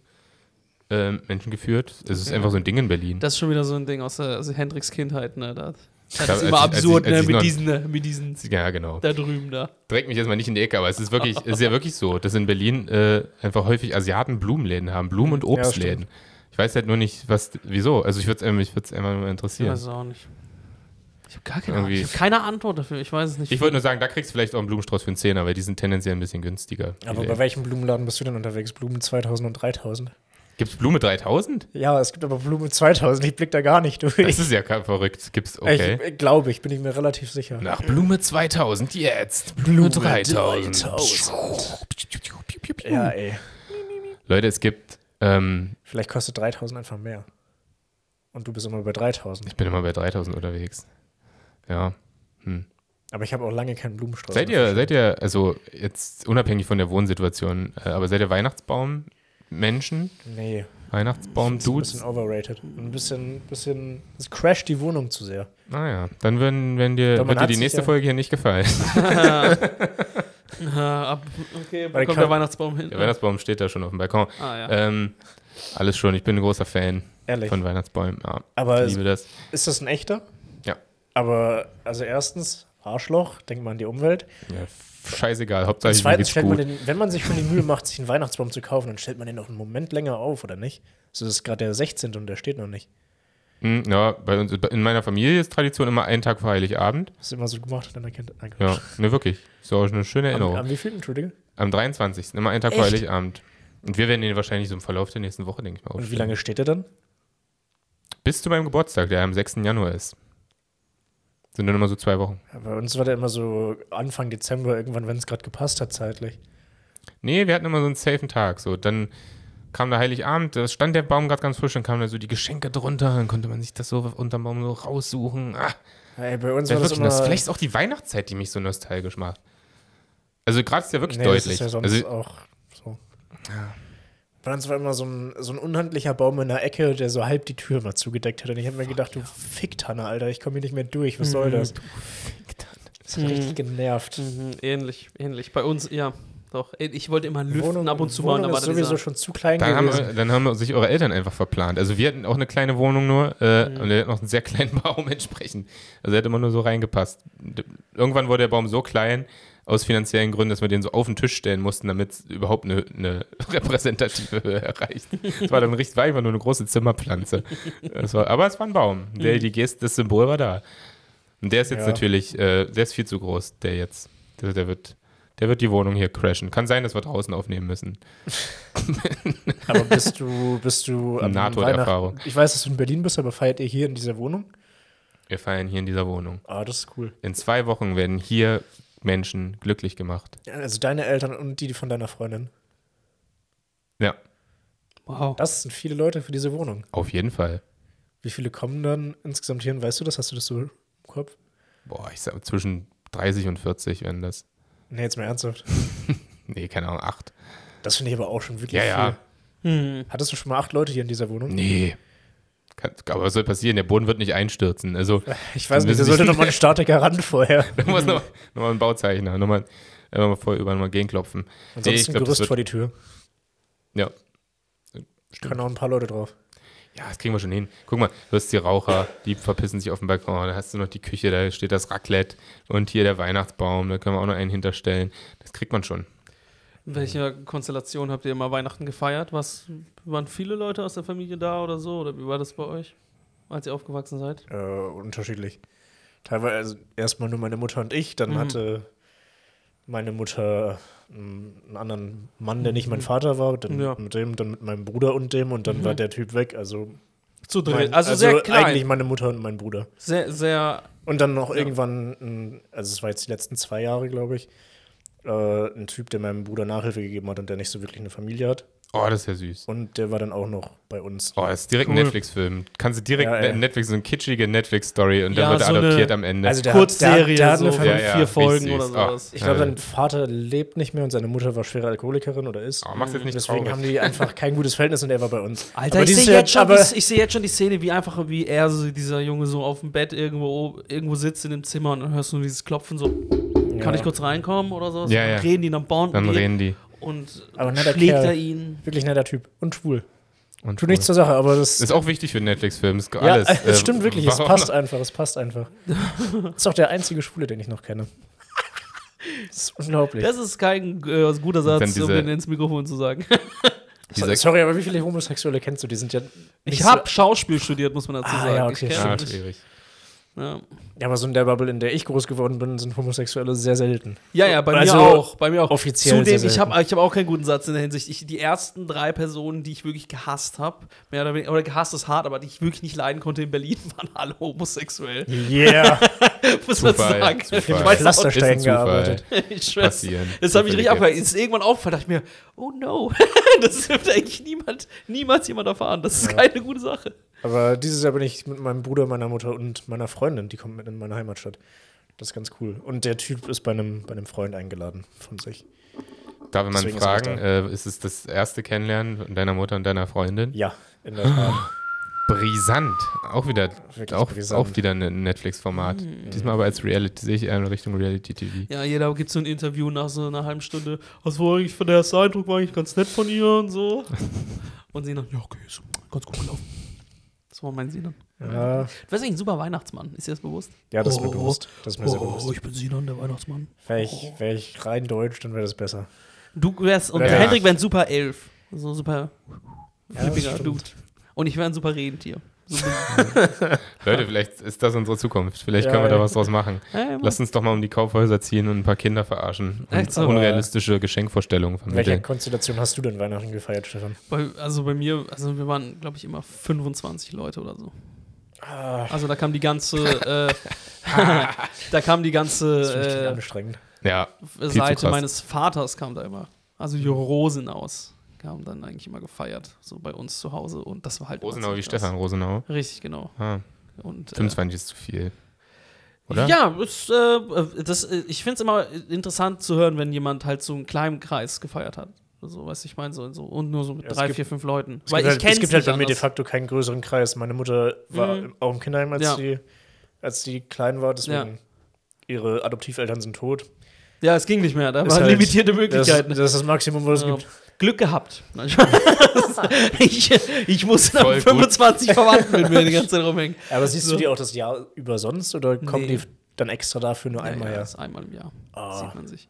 [SPEAKER 2] ähm, Menschen geführt. Es ist einfach so ein Ding in Berlin.
[SPEAKER 1] Das ist schon wieder so ein Ding aus der, aus Hendricks Kindheit, ne? Da, das
[SPEAKER 2] Ja,
[SPEAKER 1] ist
[SPEAKER 2] als
[SPEAKER 1] immer
[SPEAKER 2] ich- als ich-
[SPEAKER 1] absurd,
[SPEAKER 2] als
[SPEAKER 1] ne?
[SPEAKER 2] ich
[SPEAKER 1] Mit
[SPEAKER 2] noch-
[SPEAKER 1] diesen, ne? Mit diesen
[SPEAKER 2] ja, genau.
[SPEAKER 1] da drücken da.
[SPEAKER 2] Dreck mich jetzt mal nicht in die Ecke, aber es ist wirklich, es ist ja wirklich so, dass in Berlin äh, einfach häufig Asiaten Blumenläden haben, Blumen- und Obstläden. ich weiß halt nur nicht, was, wieso. Also ich würde es ähm, ich würd's einmal mal
[SPEAKER 1] Ich
[SPEAKER 2] interessieren.
[SPEAKER 1] weiß es auch nicht. Ich habe gar keine, Ahnung.
[SPEAKER 2] Irgendwie-
[SPEAKER 1] ich hab keine Antwort dafür. Ich weiß es nicht.
[SPEAKER 2] Ich wollte nur sagen, da kriegst du vielleicht auch einen Blumenstrauß für einen Zehner, weil die sind tendenziell ein bisschen günstiger. Äh,
[SPEAKER 3] Aber bei welchem Blumenladen bist du denn unterwegs? Blumen 2000 und 3000?
[SPEAKER 2] Gibt es Blume 3000?
[SPEAKER 3] Ja, es gibt aber Blumen 2000. Ich blick da gar nicht durch.
[SPEAKER 2] Das ist ja ka- verrückt. Gibt's, okay.
[SPEAKER 3] Ich glaube, ich bin ich mir relativ sicher.
[SPEAKER 2] Nach Blume 2000 jetzt. Blume, 3000.
[SPEAKER 3] 3000. Ja, ey.
[SPEAKER 2] Leute, es gibt, ähm,
[SPEAKER 3] Vielleicht kostet 3000 einfach mehr. Und du bist immer bei 3000.
[SPEAKER 2] ich bin immer bei 3000 unterwegs. Ja. Hm.
[SPEAKER 3] Aber ich habe auch lange keinen Blumenstrauß.
[SPEAKER 2] Seid
[SPEAKER 3] mehr
[SPEAKER 2] ihr, seid ihr, also jetzt unabhängig von der Wohnsituation, äh, aber seid ihr Weihnachtsbaum-Menschen?
[SPEAKER 3] verstanden. Nee. Ist ein bisschen
[SPEAKER 2] Weihnachtsbaum-Dudes?
[SPEAKER 3] overrated. Ein bisschen, bisschen. Es crasht die Wohnung zu sehr.
[SPEAKER 2] Naja, Ah dann würden, wenn dir,
[SPEAKER 3] Doch, man
[SPEAKER 2] wird dir
[SPEAKER 3] hat
[SPEAKER 2] die
[SPEAKER 3] sich
[SPEAKER 2] nächste
[SPEAKER 3] ja-
[SPEAKER 2] Folge hier nicht gefallen.
[SPEAKER 1] Äh, ab, okay, wo
[SPEAKER 3] Weil
[SPEAKER 1] kommt
[SPEAKER 3] kann-
[SPEAKER 1] der Weihnachtsbaum hin?
[SPEAKER 2] Der Weihnachtsbaum steht da schon auf dem Balkon.
[SPEAKER 1] ah, ja.
[SPEAKER 2] Ähm, alles schon, ich bin ein großer Fan
[SPEAKER 3] Ehrlich.
[SPEAKER 2] von Weihnachtsbäumen. Ja,
[SPEAKER 3] Aber
[SPEAKER 2] ich
[SPEAKER 3] es-
[SPEAKER 2] liebe das.
[SPEAKER 3] ist das ein echter?
[SPEAKER 2] Ja.
[SPEAKER 3] Aber, also erstens, Arschloch, denkt man an die Umwelt.
[SPEAKER 2] Ja, f- scheißegal, Hauptsache ich
[SPEAKER 3] Zweitens
[SPEAKER 2] geht's
[SPEAKER 3] stellt man
[SPEAKER 2] gut.
[SPEAKER 3] den, wenn man sich schon die Mühe macht, sich einen Weihnachtsbaum zu kaufen, dann stellt man den noch einen Moment länger auf, oder nicht? So ist gerade der 16. und der steht noch nicht.
[SPEAKER 2] Hm, ja, bei uns, in meiner Familie ist Tradition immer einen Tag vor Heiligabend.
[SPEAKER 3] Ist immer so gemacht, dann erkennt Nein,
[SPEAKER 2] Ja, genau. ne, wirklich. Ist auch eine schöne
[SPEAKER 3] am,
[SPEAKER 2] Erinnerung.
[SPEAKER 3] am wie viel, Entschuldige?
[SPEAKER 2] Am 23. Immer einen Tag vor
[SPEAKER 3] Echt?
[SPEAKER 2] Heiligabend. Und wir werden den wahrscheinlich so im Verlauf der nächsten Woche, denke ich mal,
[SPEAKER 3] Und wie
[SPEAKER 2] aufstellen.
[SPEAKER 3] lange steht der dann?
[SPEAKER 2] Bis zu meinem Geburtstag, der am 6. Januar ist. Sind dann immer so zwei Wochen.
[SPEAKER 3] Ja, bei uns war der immer so Anfang Dezember, irgendwann, wenn es gerade gepasst hat, zeitlich.
[SPEAKER 2] Nee, wir hatten immer so einen safen Tag. So, dann kam der Heiligabend, da stand der Baum gerade ganz frisch, dann kamen da so die Geschenke drunter, dann konnte man sich das so unterm Baum so raussuchen. Ah,
[SPEAKER 3] Ey, bei uns
[SPEAKER 2] das
[SPEAKER 3] war
[SPEAKER 2] ist wirklich
[SPEAKER 3] das immer.
[SPEAKER 2] das vielleicht ist auch die Weihnachtszeit, die mich so nostalgisch macht. Also gerade ist ja wirklich
[SPEAKER 3] nee, Das
[SPEAKER 2] deutlich.
[SPEAKER 3] ist ja sonst
[SPEAKER 2] also,
[SPEAKER 3] auch so. Bei uns war immer so ein, so ein unhandlicher Baum in der Ecke, der so halb die Tür mal zugedeckt hat. Und ich habe mir gedacht, du Ficktanne, Alter, ich komme hier nicht mehr durch. Was soll das? Das hat richtig genervt.
[SPEAKER 1] Mhm, ähnlich, ähnlich. Bei uns, ja, doch. Ä- Ich wollte immer lüften ab und zu
[SPEAKER 3] Wohnung
[SPEAKER 1] machen, aber
[SPEAKER 3] ist sowieso
[SPEAKER 1] dieser,
[SPEAKER 3] schon zu klein
[SPEAKER 2] dann haben,
[SPEAKER 3] gewesen.
[SPEAKER 2] wir- dann haben sich eure Eltern einfach verplant. Also wir hatten auch eine kleine Wohnung nur äh, und er hat noch einen sehr kleinen Baum entsprechend. Also er hat immer nur so reingepasst. D- Irgendwann wurde der Baum so klein, aus finanziellen Gründen, dass wir den so auf den Tisch stellen mussten, damit überhaupt eine, eine repräsentative Höhe erreicht. Es war dann richtig, war einfach nur eine große Zimmerpflanze. Das war, aber es war ein Baum. Der, die Gest, das Symbol war da. Und der ist jetzt
[SPEAKER 3] Ja.
[SPEAKER 2] natürlich, äh, der ist viel zu groß, der jetzt. Der, der wird. Der wird die Wohnung hier crashen. Kann sein, dass wir draußen aufnehmen müssen.
[SPEAKER 3] aber bist du, bist du am
[SPEAKER 2] Nahtoderfahrung.
[SPEAKER 3] Weihnachten- Ich weiß, dass du in Berlin bist, aber feiert ihr hier in dieser Wohnung?
[SPEAKER 2] Wir feiern hier in dieser Wohnung.
[SPEAKER 3] Ah, das ist cool.
[SPEAKER 2] In zwei Wochen werden hier Menschen glücklich gemacht.
[SPEAKER 3] Ja, Also deine Eltern und die von deiner Freundin.
[SPEAKER 2] Ja,
[SPEAKER 1] wow.
[SPEAKER 3] Das sind viele Leute für diese Wohnung.
[SPEAKER 2] auf jeden Fall.
[SPEAKER 3] Wie viele kommen dann insgesamt hierhin? Weißt du das? Hast du das so im Kopf?
[SPEAKER 2] Boah, ich sag zwischen 30 und 40 werden das.
[SPEAKER 3] Nee, jetzt mal ernsthaft.
[SPEAKER 2] Nee, keine Ahnung, acht.
[SPEAKER 3] Das finde ich aber auch schon wirklich
[SPEAKER 2] Ja, ja.
[SPEAKER 3] viel.
[SPEAKER 1] Hm.
[SPEAKER 3] Hattest du schon mal acht Leute hier in dieser Wohnung?
[SPEAKER 2] Nee. Kann, aber was soll passieren? Der Boden wird nicht einstürzen. Also,
[SPEAKER 3] Ich weiß
[SPEAKER 2] Dann
[SPEAKER 3] nicht,
[SPEAKER 2] wissen Sie-
[SPEAKER 3] da sollte noch mal ein Statiker ran vorher.
[SPEAKER 2] da muss nochmal noch mal ein Bauzeichner, nochmal noch mal vorher über nochmal gegenklopfen.
[SPEAKER 3] Ansonsten
[SPEAKER 2] glaub, das
[SPEAKER 3] Gerüst vor die Tür.
[SPEAKER 2] Ja.
[SPEAKER 3] Können auch ein paar Leute drauf.
[SPEAKER 2] Ja, das kriegen wir schon hin. Guck mal, du hast die Raucher, die verpissen sich auf dem Balkon. Da hast du noch die Küche, da steht das Raclette und hier der Weihnachtsbaum. Da können wir auch noch einen hinterstellen. Das kriegt man schon.
[SPEAKER 1] In welcher Konstellation habt ihr immer Weihnachten gefeiert? Was, waren viele Leute aus der Familie da oder so? Oder wie war das bei euch, als ihr aufgewachsen seid?
[SPEAKER 3] äh, unterschiedlich. Teilweise also erstmal nur meine Mutter und ich, dann
[SPEAKER 1] Mhm.
[SPEAKER 3] hatte meine Mutter äh, einen einen anderen Mann, der nicht mein Vater war, dann
[SPEAKER 1] Mhm. Ja.
[SPEAKER 3] mit dem, dann mit meinem Bruder und dem und dann war der Typ weg. Also,
[SPEAKER 1] Zu
[SPEAKER 3] mein,
[SPEAKER 1] dritt. Also, sehr
[SPEAKER 3] eigentlich
[SPEAKER 1] klein.
[SPEAKER 3] meine Mutter und mein Bruder.
[SPEAKER 1] Sehr, sehr.
[SPEAKER 3] Und dann noch irgendwann, ein, also es war jetzt die letzten zwei Jahre, glaube ich, äh, ein Typ, der meinem Bruder Nachhilfe gegeben hat und der nicht so wirklich eine Familie hat.
[SPEAKER 2] Oh, das ist ja süß.
[SPEAKER 3] Und der war dann auch noch bei uns.
[SPEAKER 2] Oh, das ist direkt ein
[SPEAKER 1] Cool.
[SPEAKER 2] Netflix-Film. Kannst du direkt
[SPEAKER 3] Ja,
[SPEAKER 2] ne-
[SPEAKER 3] ja.
[SPEAKER 2] Netflix, so eine kitschige Netflix-Story und
[SPEAKER 1] Ja,
[SPEAKER 2] dann wird er
[SPEAKER 1] so eine-
[SPEAKER 2] adoptiert am Ende.
[SPEAKER 3] Also der hat- der
[SPEAKER 1] Kurzserie,
[SPEAKER 3] hat, der hat
[SPEAKER 1] so
[SPEAKER 3] eine
[SPEAKER 1] von
[SPEAKER 3] Familie.
[SPEAKER 2] Ja, ja,
[SPEAKER 1] vier
[SPEAKER 2] richtig
[SPEAKER 1] Folgen
[SPEAKER 2] süß.
[SPEAKER 1] oder
[SPEAKER 2] Ah.
[SPEAKER 1] sowas.
[SPEAKER 3] Ich glaube,
[SPEAKER 2] Ja.
[SPEAKER 3] sein Vater lebt nicht mehr und seine Mutter war schwere Alkoholikerin oder ist.
[SPEAKER 2] oh, mach's jetzt nicht
[SPEAKER 3] Deswegen
[SPEAKER 2] traurig.
[SPEAKER 3] haben die einfach kein gutes Verhältnis und er war bei uns.
[SPEAKER 1] Alter,
[SPEAKER 3] Aber
[SPEAKER 1] ich
[SPEAKER 3] dieses
[SPEAKER 1] sehe
[SPEAKER 3] Jahr-
[SPEAKER 1] jetzt, schon
[SPEAKER 3] aber,
[SPEAKER 1] die- ich seh jetzt schon die Szene, wie einfach wie er, so dieser Junge, so auf dem Bett irgendwo, irgendwo sitzt in dem Zimmer und dann hörst du nur dieses Klopfen, so, kann ich kurz reinkommen oder sowas?
[SPEAKER 2] Ja,
[SPEAKER 1] Und dann
[SPEAKER 2] ja.
[SPEAKER 1] Reden die dann bauen
[SPEAKER 2] Dann reden die.
[SPEAKER 1] und
[SPEAKER 3] Aber netter
[SPEAKER 1] schlägt
[SPEAKER 3] Kerl.
[SPEAKER 1] er ihn.
[SPEAKER 3] Wirklich netter Typ und schwul.
[SPEAKER 2] und
[SPEAKER 3] Tut nichts zur Sache, aber das
[SPEAKER 2] Ist auch wichtig für einen Netflix-Film. Ist
[SPEAKER 3] ja,
[SPEAKER 2] alles.
[SPEAKER 3] es
[SPEAKER 2] äh,
[SPEAKER 3] stimmt wirklich, es
[SPEAKER 2] warum-
[SPEAKER 3] passt einfach, es passt einfach. ist auch der einzige Schwule, den ich noch kenne. Das ist unglaublich.
[SPEAKER 1] Das ist kein äh, guter
[SPEAKER 2] dann
[SPEAKER 1] Satz, um
[SPEAKER 2] diese-
[SPEAKER 1] den ins Mikrofon zu sagen.
[SPEAKER 2] Dieser-
[SPEAKER 3] Sorry, aber wie viele Homosexuelle kennst du? Die sind ja. nicht
[SPEAKER 1] Ich habe Schauspiel studiert, muss man dazu
[SPEAKER 3] Ah,
[SPEAKER 1] sagen.
[SPEAKER 3] ja,
[SPEAKER 1] Ich
[SPEAKER 3] okay,
[SPEAKER 1] kenn-
[SPEAKER 2] ja, schwierig.
[SPEAKER 1] ja.
[SPEAKER 3] So, ja, aber so in der Bubble, in der ich groß geworden bin, sind Homosexuelle sehr selten.
[SPEAKER 1] ja, ja, bei
[SPEAKER 3] Also,
[SPEAKER 1] mir auch. Bei mir auch.
[SPEAKER 3] offiziell
[SPEAKER 1] Zudem,
[SPEAKER 3] sehr
[SPEAKER 1] ich habe ich hab auch keinen guten Satz in der Hinsicht. Ich, die ersten drei Personen, die ich wirklich gehasst habe, mehr oder weniger, oder gehasst ist hart, aber die ich wirklich nicht leiden konnte in Berlin, waren alle homosexuell.
[SPEAKER 3] Yeah.
[SPEAKER 1] Muss man
[SPEAKER 2] Zufall,
[SPEAKER 1] sagen.
[SPEAKER 2] Zufall.
[SPEAKER 1] Ich
[SPEAKER 3] Mit
[SPEAKER 1] weiß auch,
[SPEAKER 3] Pflastersteinen
[SPEAKER 2] Ist ein Zufall.
[SPEAKER 3] gearbeitet.
[SPEAKER 1] ich schwör's.
[SPEAKER 2] Passieren.
[SPEAKER 1] Das hat mich
[SPEAKER 2] Zufällige
[SPEAKER 1] richtig
[SPEAKER 2] Gags.
[SPEAKER 1] abgehalten. Ist irgendwann aufgefallen, dachte ich mir, oh no, das wird eigentlich niemand, niemals jemand erfahren. Das ist keine gute Sache.
[SPEAKER 3] Aber dieses Jahr bin ich mit meinem Bruder, meiner Mutter und meiner Freundin, die kommt mit in meine Heimatstadt. Das ist ganz cool. Und der Typ ist bei einem, bei einem Freund eingeladen von sich.
[SPEAKER 2] Darf man
[SPEAKER 3] Deswegen ist
[SPEAKER 2] fragen,
[SPEAKER 3] es
[SPEAKER 2] äh, ist es das erste Kennenlernen von deiner Mutter und deiner Freundin?
[SPEAKER 3] Ja, in der Tat.
[SPEAKER 2] Brisant. Auch wieder,
[SPEAKER 3] Wirklich
[SPEAKER 2] auch,
[SPEAKER 3] brisant. Mhm.
[SPEAKER 2] auch wieder ein Netflix-Format. Diesmal aber als Reality, sehe ich eher in Richtung Reality-TV.
[SPEAKER 1] Ja, jeder gibt so ein Interview nach so einer halben Stunde. Was war eigentlich von der erste Eindruck? War eigentlich ganz nett von ihr und so. Und sie dann, ja, okay, ist ganz gut gelaufen. Das war mein Sinan.
[SPEAKER 3] Ja,
[SPEAKER 1] Du bist eigentlich ein super Weihnachtsmann, ist dir das bewusst?
[SPEAKER 3] ja das ist mir
[SPEAKER 1] Oh.
[SPEAKER 3] bewusst. Das ist mir sehr bewusst.
[SPEAKER 1] ich bin Sinan, der Weihnachtsmann.
[SPEAKER 3] Wäre ich, wär ich rein deutsch, dann wäre das besser.
[SPEAKER 1] Du wärst, und
[SPEAKER 3] Ja.
[SPEAKER 1] Hendrik wäre ein super Elf. So ein super
[SPEAKER 3] Ja,
[SPEAKER 1] flippiger
[SPEAKER 3] das
[SPEAKER 1] Dude. Und ich wäre ein super Rentier.
[SPEAKER 2] Leute, vielleicht ist das unsere Zukunft. Vielleicht
[SPEAKER 3] Ja,
[SPEAKER 2] können wir da
[SPEAKER 3] ja.
[SPEAKER 2] was draus machen.
[SPEAKER 1] Hey, Mann.
[SPEAKER 2] Lasst uns doch mal um die Kaufhäuser ziehen und ein paar Kinder verarschen. Und
[SPEAKER 1] Echt so?
[SPEAKER 2] unrealistische Geschenkvorstellungen
[SPEAKER 3] In welcher
[SPEAKER 2] vermitteln.
[SPEAKER 3] Konstellation hast du denn Weihnachten gefeiert, Stefan?
[SPEAKER 1] Bei, also bei mir, also wir waren, glaube ich, immer 25 Leute oder so.
[SPEAKER 3] Ah,
[SPEAKER 1] Also da kam die ganze, äh, da kam die
[SPEAKER 3] das finde ich
[SPEAKER 1] ganze
[SPEAKER 3] äh,
[SPEAKER 1] äh,
[SPEAKER 3] anstrengend.
[SPEAKER 2] Ja, viel zu
[SPEAKER 1] Seite
[SPEAKER 2] krass.
[SPEAKER 1] meines Vaters kam da immer. Also die Rosenaus kam dann eigentlich immer gefeiert, so bei uns zu Hause. Und das war halt immer
[SPEAKER 2] Rosenau wie
[SPEAKER 1] ziemlich krass.
[SPEAKER 2] Stefan Rosenau.
[SPEAKER 1] Richtig, genau.
[SPEAKER 2] Ah,
[SPEAKER 1] Und, äh,
[SPEAKER 2] 25 ist zu viel. Oder?
[SPEAKER 1] Ja, es, äh, das, äh, ich finde es immer interessant zu hören, wenn jemand halt so einen kleinen Kreis gefeiert hat. So, weißt du, ich meine, so, so und nur so mit
[SPEAKER 3] Ja, es
[SPEAKER 1] drei,
[SPEAKER 3] gibt-
[SPEAKER 1] vier, fünf Leuten.
[SPEAKER 3] Es
[SPEAKER 1] Weil
[SPEAKER 3] gibt
[SPEAKER 1] ich
[SPEAKER 3] halt,
[SPEAKER 1] kenne
[SPEAKER 3] es gibt halt bei mir de facto keinen größeren Kreis. Meine Mutter war
[SPEAKER 1] Mhm.
[SPEAKER 3] auch im Kinderheim, als,
[SPEAKER 1] Ja.
[SPEAKER 3] die, als die klein war, deswegen ihre Adoptiveltern sind tot.
[SPEAKER 1] Ja, es ging nicht mehr. Da
[SPEAKER 3] Ist
[SPEAKER 1] waren
[SPEAKER 3] halt-
[SPEAKER 1] limitierte
[SPEAKER 3] Das,
[SPEAKER 1] Möglichkeiten.
[SPEAKER 3] das ist das Maximum, was es
[SPEAKER 1] Ja.
[SPEAKER 3] gibt.
[SPEAKER 1] Glück gehabt. Nein, Spaß. ich, ich musste dann
[SPEAKER 2] Voll gut.
[SPEAKER 1] 25 Verwandten mit mir die ganze Zeit rumhängen.
[SPEAKER 3] Aber siehst
[SPEAKER 1] So.
[SPEAKER 3] du die auch das Jahr über sonst oder kommen
[SPEAKER 1] Nee.
[SPEAKER 3] die dann extra dafür nur
[SPEAKER 1] ja,
[SPEAKER 3] einmal
[SPEAKER 1] ja,
[SPEAKER 3] her?
[SPEAKER 1] das ist einmal im Jahr.
[SPEAKER 3] Ah.
[SPEAKER 1] Sieht man sich.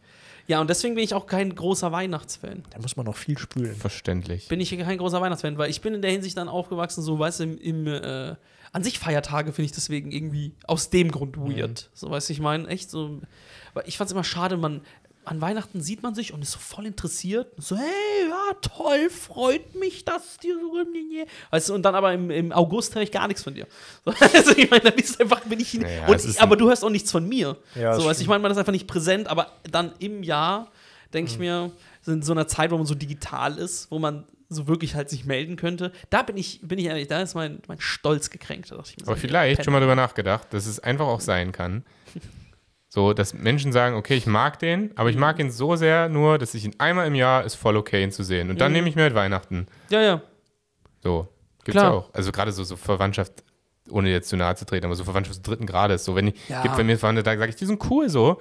[SPEAKER 1] Ja, und deswegen bin ich auch kein großer Weihnachtsfan.
[SPEAKER 3] Da muss man noch viel spülen.
[SPEAKER 2] Verständlich.
[SPEAKER 1] Bin ich kein großer Weihnachtsfan, weil ich bin in der Hinsicht dann aufgewachsen, so weißt du, im, im äh, an sich Feiertage finde ich deswegen irgendwie aus dem Grund weird. So weißt du, ich meine, echt so. Weil ich fand's immer schade, man. An Weihnachten sieht man sich und ist so voll interessiert. So, hey, ja, toll, freut mich, dass dir so. Weißt du, und dann aber im, im August höre ich gar nichts von dir. So, also, ich meine, dann bist du einfach, bin ich.
[SPEAKER 2] Naja,
[SPEAKER 1] und
[SPEAKER 2] es ist
[SPEAKER 1] ich
[SPEAKER 2] ein-
[SPEAKER 1] aber du hörst auch nichts von mir.
[SPEAKER 3] Ja, das
[SPEAKER 1] so, weißt, du,
[SPEAKER 3] stimmt.
[SPEAKER 1] ich meine, man ist einfach nicht präsent, aber dann im Jahr denke ich mir, so in so einer Zeit, wo man so digital ist, wo man so wirklich halt sich melden könnte, da bin ich, bin ich ehrlich, da ist mein, mein Stolz gekränkt. Da dachte ich mir so,
[SPEAKER 2] Aber vielleicht schon mal drüber nachgedacht, dass es einfach auch sein kann. So, dass Menschen sagen, okay, ich mag den, aber ich
[SPEAKER 3] Mhm.
[SPEAKER 2] mag ihn so sehr nur, dass ich ihn einmal im Jahr ist voll okay, ihn zu sehen. Und dann
[SPEAKER 3] Mhm.
[SPEAKER 2] nehme ich mir halt Weihnachten.
[SPEAKER 1] Ja, ja.
[SPEAKER 2] So, gibt's
[SPEAKER 1] Klar.
[SPEAKER 2] auch. Also gerade so, so Verwandtschaft, ohne jetzt zu nahe zu treten, aber so Verwandtschaft dritten Grades. So, wenn ich,
[SPEAKER 1] Ja.
[SPEAKER 2] gibt bei mir Verwandte, da sage ich, die sind cool so.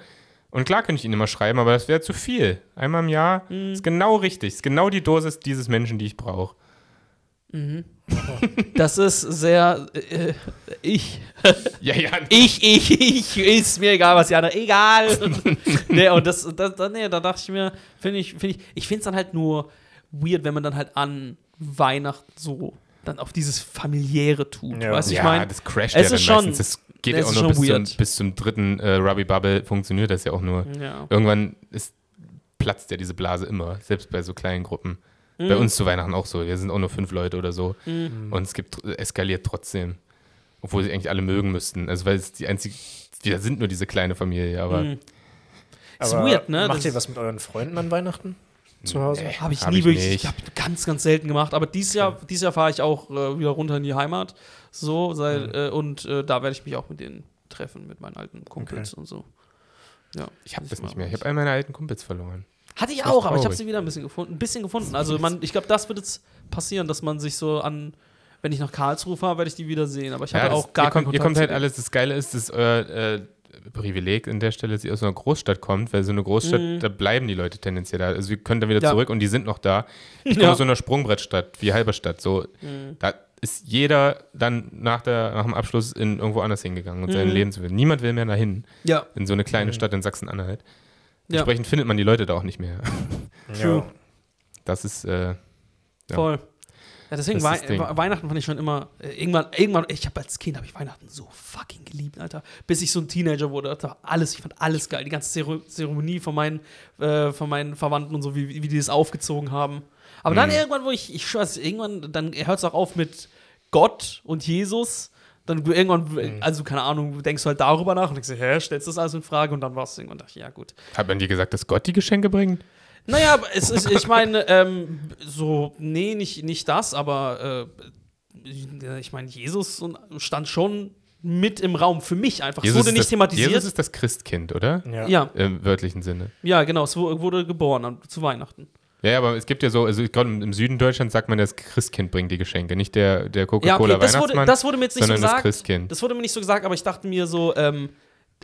[SPEAKER 2] Und klar könnte ich ihnen immer schreiben, aber das wäre zu viel. Einmal im Jahr
[SPEAKER 1] Mhm.
[SPEAKER 2] ist genau richtig, ist genau die Dosis dieses Menschen, die ich brauche.
[SPEAKER 1] Das ist sehr. Äh, ich.
[SPEAKER 2] Ja, ja,
[SPEAKER 1] Ich, ich, ich. Ist mir egal, was die anderen. Egal. nee, und das, das, das, nee, da dachte ich mir, finde ich, finde ich, ich finde es dann halt nur weird, wenn man dann halt an Weihnachten so dann auf dieses familiäre tut.
[SPEAKER 3] Ja.
[SPEAKER 1] Weißt du, ich
[SPEAKER 2] ja,
[SPEAKER 1] meine,
[SPEAKER 2] das crasht
[SPEAKER 1] es
[SPEAKER 2] ja dann
[SPEAKER 1] ist schon-
[SPEAKER 2] meistens. Das geht
[SPEAKER 1] es
[SPEAKER 2] ja auch
[SPEAKER 1] ist
[SPEAKER 2] nur
[SPEAKER 1] schon
[SPEAKER 2] bis zum,
[SPEAKER 1] weird. Mhm.
[SPEAKER 2] bis zum dritten äh, Ruby Bubble funktioniert das ja auch nur.
[SPEAKER 1] ja.
[SPEAKER 2] Irgendwann ist, platzt ja diese Blase immer, selbst bei so kleinen Gruppen.
[SPEAKER 1] Mhm.
[SPEAKER 2] Bei
[SPEAKER 1] Hm,
[SPEAKER 2] uns zu Weihnachten auch so. Wir sind auch nur fünf Leute oder so. Und es gibt, eskaliert trotzdem. Obwohl sie eigentlich alle mögen müssten. Also, weil es die einzige, wir sind nur diese kleine Familie, aber
[SPEAKER 1] Mhm.
[SPEAKER 3] Aber
[SPEAKER 1] Ist weird, ne?
[SPEAKER 3] Macht
[SPEAKER 1] Das-
[SPEAKER 3] ihr was mit euren Freunden an Weihnachten? Zu Hause?
[SPEAKER 2] Nee.
[SPEAKER 1] Habe ich
[SPEAKER 2] Hab
[SPEAKER 1] nie
[SPEAKER 2] ich
[SPEAKER 1] wirklich.
[SPEAKER 2] nicht. Hm.
[SPEAKER 1] Ich habe ganz, ganz selten gemacht. Aber dieses Jahr, dieses Jahr fahre ich auch äh, wieder runter in die Heimat. So, sei,
[SPEAKER 2] Hm.
[SPEAKER 1] äh, und äh, da werde ich mich auch mit denen treffen, mit meinen alten Kumpels und so. Ja,
[SPEAKER 2] ich habe
[SPEAKER 1] muss
[SPEAKER 2] das
[SPEAKER 1] mal-
[SPEAKER 2] nicht mehr. Ich habe einen meiner alten Kumpels verloren.
[SPEAKER 1] Hatte ich
[SPEAKER 2] Das ist
[SPEAKER 1] auch, aber ich habe
[SPEAKER 2] traurig.
[SPEAKER 1] sie wieder ein bisschen gefunden. Ein bisschen gefunden. Also man, ich glaube, das wird jetzt passieren, dass man sich so an, wenn ich nach Karlsruhe fahre, werde ich die wieder sehen. Aber ich hatte
[SPEAKER 2] das-
[SPEAKER 1] auch gar
[SPEAKER 2] ihr kommt,
[SPEAKER 1] keinen
[SPEAKER 2] ihr kommt
[SPEAKER 1] zu
[SPEAKER 2] halt
[SPEAKER 1] denen.
[SPEAKER 2] alles. Das Geile ist, dass euer äh, Privileg in der Stelle, dass sie aus einer Großstadt kommt, weil so eine Großstadt, da bleiben die Leute tendenziell da. Also wir können da wieder
[SPEAKER 1] Mhm. Ja.
[SPEAKER 2] zurück und die sind noch da. Ich komme
[SPEAKER 1] Ja. Mhm.
[SPEAKER 2] aus so einer Sprungbrettstadt wie Halberstadt. So, da ist jeder dann nach, der, nach dem Abschluss in irgendwo anders hingegangen und
[SPEAKER 1] Mhm.
[SPEAKER 2] seinen Lebenswillen. Niemand will mehr dahin,
[SPEAKER 1] Ja,
[SPEAKER 2] in so eine kleine Stadt in Sachsen-Anhalt.
[SPEAKER 1] Mhm. Ja.
[SPEAKER 2] Entsprechend findet man die Leute da auch nicht mehr.
[SPEAKER 1] True.
[SPEAKER 2] Das ist, äh, Ja.
[SPEAKER 1] voll. Ja, deswegen
[SPEAKER 2] Das
[SPEAKER 1] Wei
[SPEAKER 2] ist das Ding.
[SPEAKER 1] We- Weihnachten fand ich schon immer äh, irgendwann irgendwann ich habe als Kind habe ich Weihnachten so fucking geliebt, Alter, bis ich so ein Teenager wurde, da war alles, ich fand alles geil, die ganze Zere Zeremonie von meinen äh, von meinen Verwandten und so wie, wie die das aufgezogen haben. Aber dann
[SPEAKER 2] Mhm.
[SPEAKER 1] irgendwann, wo ich ich weiß, irgendwann dann hört es auch auf mit Gott und Jesus. Dann irgendwann,
[SPEAKER 2] Mhm.
[SPEAKER 1] also keine Ahnung, denkst du halt darüber nach und denkst, dir, hä, stellst das alles in Frage und dann war es irgendwann, dachte ich, ja gut.
[SPEAKER 2] hat man dir gesagt, dass Gott die Geschenke bringt?
[SPEAKER 1] Naja, aber es ist, ich meine, ähm, so, nee, nicht, nicht das, aber äh, ich meine, Jesus und- stand schon mit im Raum für mich einfach. es wurde
[SPEAKER 2] ist
[SPEAKER 1] nicht
[SPEAKER 2] das,
[SPEAKER 1] thematisiert.
[SPEAKER 2] Jesus ist das Christkind, oder?
[SPEAKER 3] Ja.
[SPEAKER 1] ja,
[SPEAKER 2] Im wörtlichen Sinne.
[SPEAKER 1] ja, genau, es wu- wurde geboren am- zu Weihnachten.
[SPEAKER 2] Ja, ja, aber es gibt ja so, also ich glaube, im Süden Deutschlands sagt man, das Christkind bringt die Geschenke, nicht der, der
[SPEAKER 1] Ja, okay, das
[SPEAKER 2] Coca-Cola-Weihnachtsmann,
[SPEAKER 1] wurde, das wurde mir jetzt nicht so
[SPEAKER 2] sondern das
[SPEAKER 1] gesagt.
[SPEAKER 2] Christkind.
[SPEAKER 1] Das wurde mir nicht so gesagt, aber ich dachte mir so, ähm,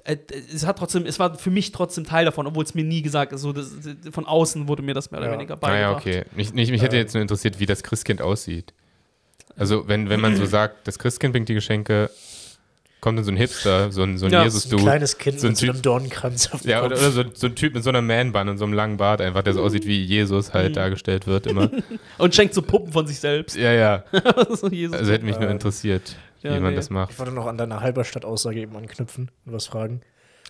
[SPEAKER 1] äh, es hat trotzdem, es war für mich trotzdem Teil davon, obwohl es mir nie gesagt ist. So, das, von außen wurde mir das mehr oder
[SPEAKER 3] Ja.
[SPEAKER 1] weniger
[SPEAKER 2] Ah ja,
[SPEAKER 1] beigebracht.
[SPEAKER 2] okay. Mich, nicht, mich hätte jetzt nur interessiert, wie das Christkind aussieht. Also, wenn, wenn man so sagt, das Christkind bringt die Geschenke, kommt dann so ein Hipster, so ein, so ein
[SPEAKER 1] Ja,
[SPEAKER 2] jesus
[SPEAKER 3] Ein
[SPEAKER 2] du
[SPEAKER 3] kleines Kind
[SPEAKER 2] so ein
[SPEAKER 3] mit so
[SPEAKER 2] Typ-
[SPEAKER 3] einem Dornenkranz auf dem
[SPEAKER 2] Ja, oder,
[SPEAKER 3] Kopf.
[SPEAKER 2] oder so, so ein Typ mit so einer Man-Bun und so einem langen Bart einfach, der so aussieht, wie Jesus halt dargestellt wird immer.
[SPEAKER 1] Und schenkt so Puppen von sich selbst.
[SPEAKER 2] Ja, ja.
[SPEAKER 1] so, Jesus.
[SPEAKER 2] Also hätte mich nur interessiert,
[SPEAKER 1] Ja,
[SPEAKER 2] wie man
[SPEAKER 1] nee.
[SPEAKER 2] das macht.
[SPEAKER 3] Ich wollte noch an deine Halberstadt-Aussage eben anknüpfen und was fragen.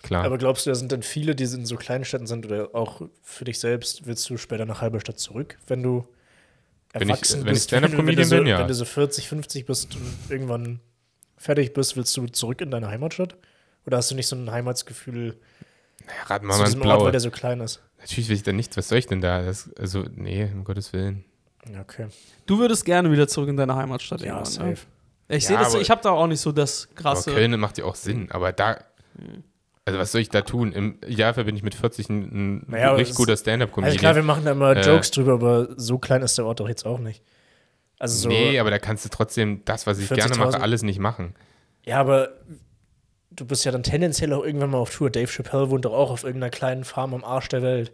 [SPEAKER 2] Klar.
[SPEAKER 3] Aber glaubst du, da sind dann viele, die in so kleinen Städten sind oder auch für dich selbst, willst du später nach Halberstadt zurück, wenn du
[SPEAKER 2] Wenn ich- äh,
[SPEAKER 3] erwachsen
[SPEAKER 2] wenn ich
[SPEAKER 3] bist? du-
[SPEAKER 2] Stand-up-Comedian
[SPEAKER 3] du so,
[SPEAKER 2] bin, ja.
[SPEAKER 3] Wenn du so 40, 50 bist und irgendwann fertig bist, willst du zurück in deine Heimatstadt? Oder hast du nicht so ein Heimatsgefühl
[SPEAKER 2] ja, raten wir
[SPEAKER 3] zu
[SPEAKER 2] mal ins
[SPEAKER 3] diesem Ort,
[SPEAKER 2] Blaue.
[SPEAKER 3] weil der so klein ist?
[SPEAKER 2] Natürlich will ich da nichts. Was soll ich denn da? Das, also, nee, um Gottes Willen.
[SPEAKER 3] Ja, okay.
[SPEAKER 1] Du würdest gerne wieder zurück in deine Heimatstadt.
[SPEAKER 3] Ja,
[SPEAKER 1] irgendwann, ne?
[SPEAKER 3] safe.
[SPEAKER 1] Ich
[SPEAKER 2] Ja,
[SPEAKER 1] sehe das, so,
[SPEAKER 2] aber-
[SPEAKER 1] ich habe da auch nicht so das
[SPEAKER 2] Aber
[SPEAKER 1] krasse.
[SPEAKER 2] Köln macht ja auch Sinn, aber da. Also, was soll ich da tun? Im Jahr bin ich mit 40 ein, ein
[SPEAKER 3] Naja, aber
[SPEAKER 2] richtig
[SPEAKER 3] es-
[SPEAKER 2] guter Stand-Up-Comedian.
[SPEAKER 3] Also klar, wir machen da immer
[SPEAKER 2] Äh,
[SPEAKER 3] Jokes drüber, aber so klein ist der Ort doch jetzt auch nicht. Also so,
[SPEAKER 2] nee, aber da kannst du trotzdem das, was ich gerne
[SPEAKER 3] 40.000.
[SPEAKER 2] mache, alles nicht machen.
[SPEAKER 3] ja, aber du bist ja dann tendenziell auch irgendwann mal auf Tour. Dave Chappelle wohnt doch auch auf irgendeiner kleinen Farm am Arsch der Welt.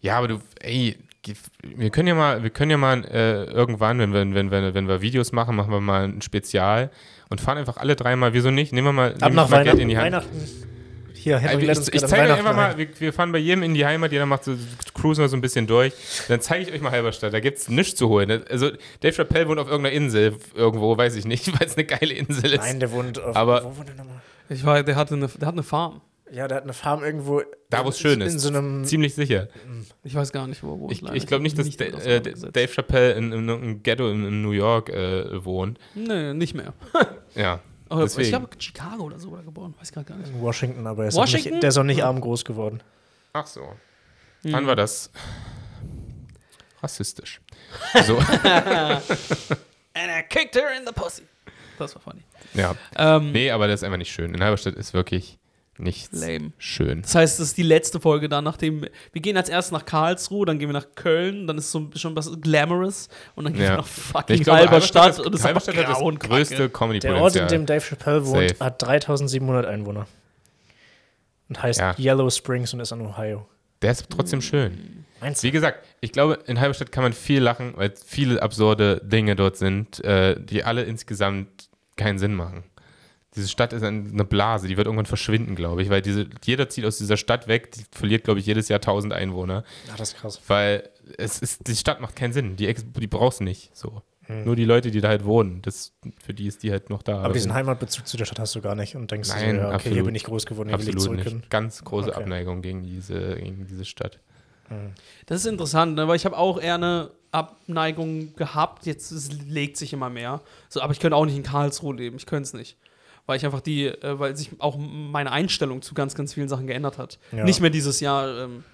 [SPEAKER 2] Ja, aber du, ey, ge- wir können ja mal, wir können ja mal äh, irgendwann, wenn wir, wenn, wir, wenn wir Videos machen, machen wir mal ein Spezial und fahren einfach alle dreimal, wieso nicht? Nehmen wir mal,
[SPEAKER 3] Ab
[SPEAKER 2] nehmen wir
[SPEAKER 3] nach
[SPEAKER 2] mal
[SPEAKER 3] Weihnachten.
[SPEAKER 2] Geld in die Hand. Also
[SPEAKER 3] Weihnachten. Hier, Henry,
[SPEAKER 2] Ich,
[SPEAKER 3] lädt uns
[SPEAKER 2] ich, ich
[SPEAKER 3] gerade
[SPEAKER 2] zeige euch
[SPEAKER 3] Weihnachten
[SPEAKER 2] einfach mal,
[SPEAKER 3] ein.
[SPEAKER 2] wir, wir fahren bei jedem in die Heimat, jeder macht so, cruisen wir so ein bisschen durch. Dann zeige ich euch mal Halberstadt, da gibt es nichts zu holen. Das- Also Dave Chappelle wohnt auf irgendeiner Insel irgendwo, weiß ich nicht, weil es eine geile Insel ist.
[SPEAKER 3] Nein, der wohnt auf.
[SPEAKER 2] Aber-
[SPEAKER 3] wo wohnt er nochmal?
[SPEAKER 1] Ich war, der hatte eine, der hat eine Farm.
[SPEAKER 3] Ja, der hat eine Farm irgendwo.
[SPEAKER 2] Da, wo es schön
[SPEAKER 3] in,
[SPEAKER 2] ist.
[SPEAKER 3] In so einem.
[SPEAKER 2] Ziemlich sicher.
[SPEAKER 1] Ich weiß gar nicht, wo er wohnt.
[SPEAKER 2] Ich,
[SPEAKER 1] leider.
[SPEAKER 2] ich glaube nicht,
[SPEAKER 1] hab
[SPEAKER 2] dass
[SPEAKER 1] mich
[SPEAKER 2] Da-
[SPEAKER 1] damit
[SPEAKER 2] äh,
[SPEAKER 1] auseinandergesetzt.
[SPEAKER 2] Dave Chappelle in, in irgendeinem Ghetto in, in New York äh, wohnt.
[SPEAKER 1] Nee, nicht mehr.
[SPEAKER 2] Ja.
[SPEAKER 1] Oder, Oh, ich
[SPEAKER 2] deswegen.
[SPEAKER 1] glaube, Chicago oder so war er geboren. Weiß gerade gar nicht.
[SPEAKER 3] in Washington, aber er ist Auch
[SPEAKER 1] Washington?
[SPEAKER 3] nicht, der ist auch nicht arm groß geworden.
[SPEAKER 2] Ach so. Dann war das rassistisch. So,
[SPEAKER 1] And I kicked her in the pussy. Das war funny.
[SPEAKER 2] ja.
[SPEAKER 1] Ähm,
[SPEAKER 2] Nee, aber das ist einfach nicht schön. In Halberstadt ist wirklich nichts
[SPEAKER 1] Lame.
[SPEAKER 2] schön.
[SPEAKER 1] Das heißt, das ist die letzte Folge dann, nachdem wir gehen als erstes nach Karlsruhe, dann gehen wir nach Köln, dann ist so ein- schon was Glamorous und dann gehen wir
[SPEAKER 2] Ja.
[SPEAKER 1] nach fucking
[SPEAKER 2] glaube,
[SPEAKER 1] Halberstadt
[SPEAKER 2] ist-
[SPEAKER 1] und es ist einfach
[SPEAKER 2] Halberstadt hat das
[SPEAKER 1] grau und kacke.
[SPEAKER 2] größte
[SPEAKER 3] Der Ort, in dem
[SPEAKER 2] Comedy-Potenzial.
[SPEAKER 3] Dave Chappelle wohnt,
[SPEAKER 2] Safe.
[SPEAKER 3] hat 3700 Einwohner. Und heißt
[SPEAKER 2] Ja.
[SPEAKER 3] Yellow Springs und ist an Ohio.
[SPEAKER 2] Der ist trotzdem schön.
[SPEAKER 3] Meinst
[SPEAKER 2] Wie gesagt, ich glaube, in Halberstadt kann man viel lachen, weil viele absurde Dinge dort sind, äh, die alle insgesamt keinen Sinn machen. Diese Stadt ist ein- eine Blase, die wird irgendwann verschwinden, glaube ich, weil diese, jeder zieht aus dieser Stadt weg, die verliert, glaube ich, jedes Jahr 1000 Einwohner.
[SPEAKER 3] Ach, das ist krass.
[SPEAKER 2] Weil es ist, die Stadt macht keinen Sinn. Die, ex- die brauchst du nicht. So. Nur die Leute, die da halt wohnen, das, für die ist die halt noch da.
[SPEAKER 3] Hm. Aber diesen Heimatbezug zu der Stadt hast du gar nicht und denkst, dir
[SPEAKER 2] Nein,
[SPEAKER 3] so, ja, okay, hier
[SPEAKER 2] absolut.
[SPEAKER 3] bin ich groß geworden, hier will ich
[SPEAKER 2] Absolut
[SPEAKER 3] zurück hin.
[SPEAKER 2] nicht. Ganz große
[SPEAKER 3] Okay.
[SPEAKER 2] Abneigung gegen diese, gegen diese Stadt.
[SPEAKER 1] Das ist interessant, ne? weil ich habe auch eher eine Abneigung gehabt. Jetzt es legt sich immer mehr. So, aber ich könnte auch nicht in Karlsruhe leben. Ich könnte es nicht. Weil ich einfach die, äh, weil sich auch meine Einstellung zu ganz, ganz vielen Sachen geändert hat.
[SPEAKER 3] Ja.
[SPEAKER 1] Nicht mehr dieses Jahr, ähm,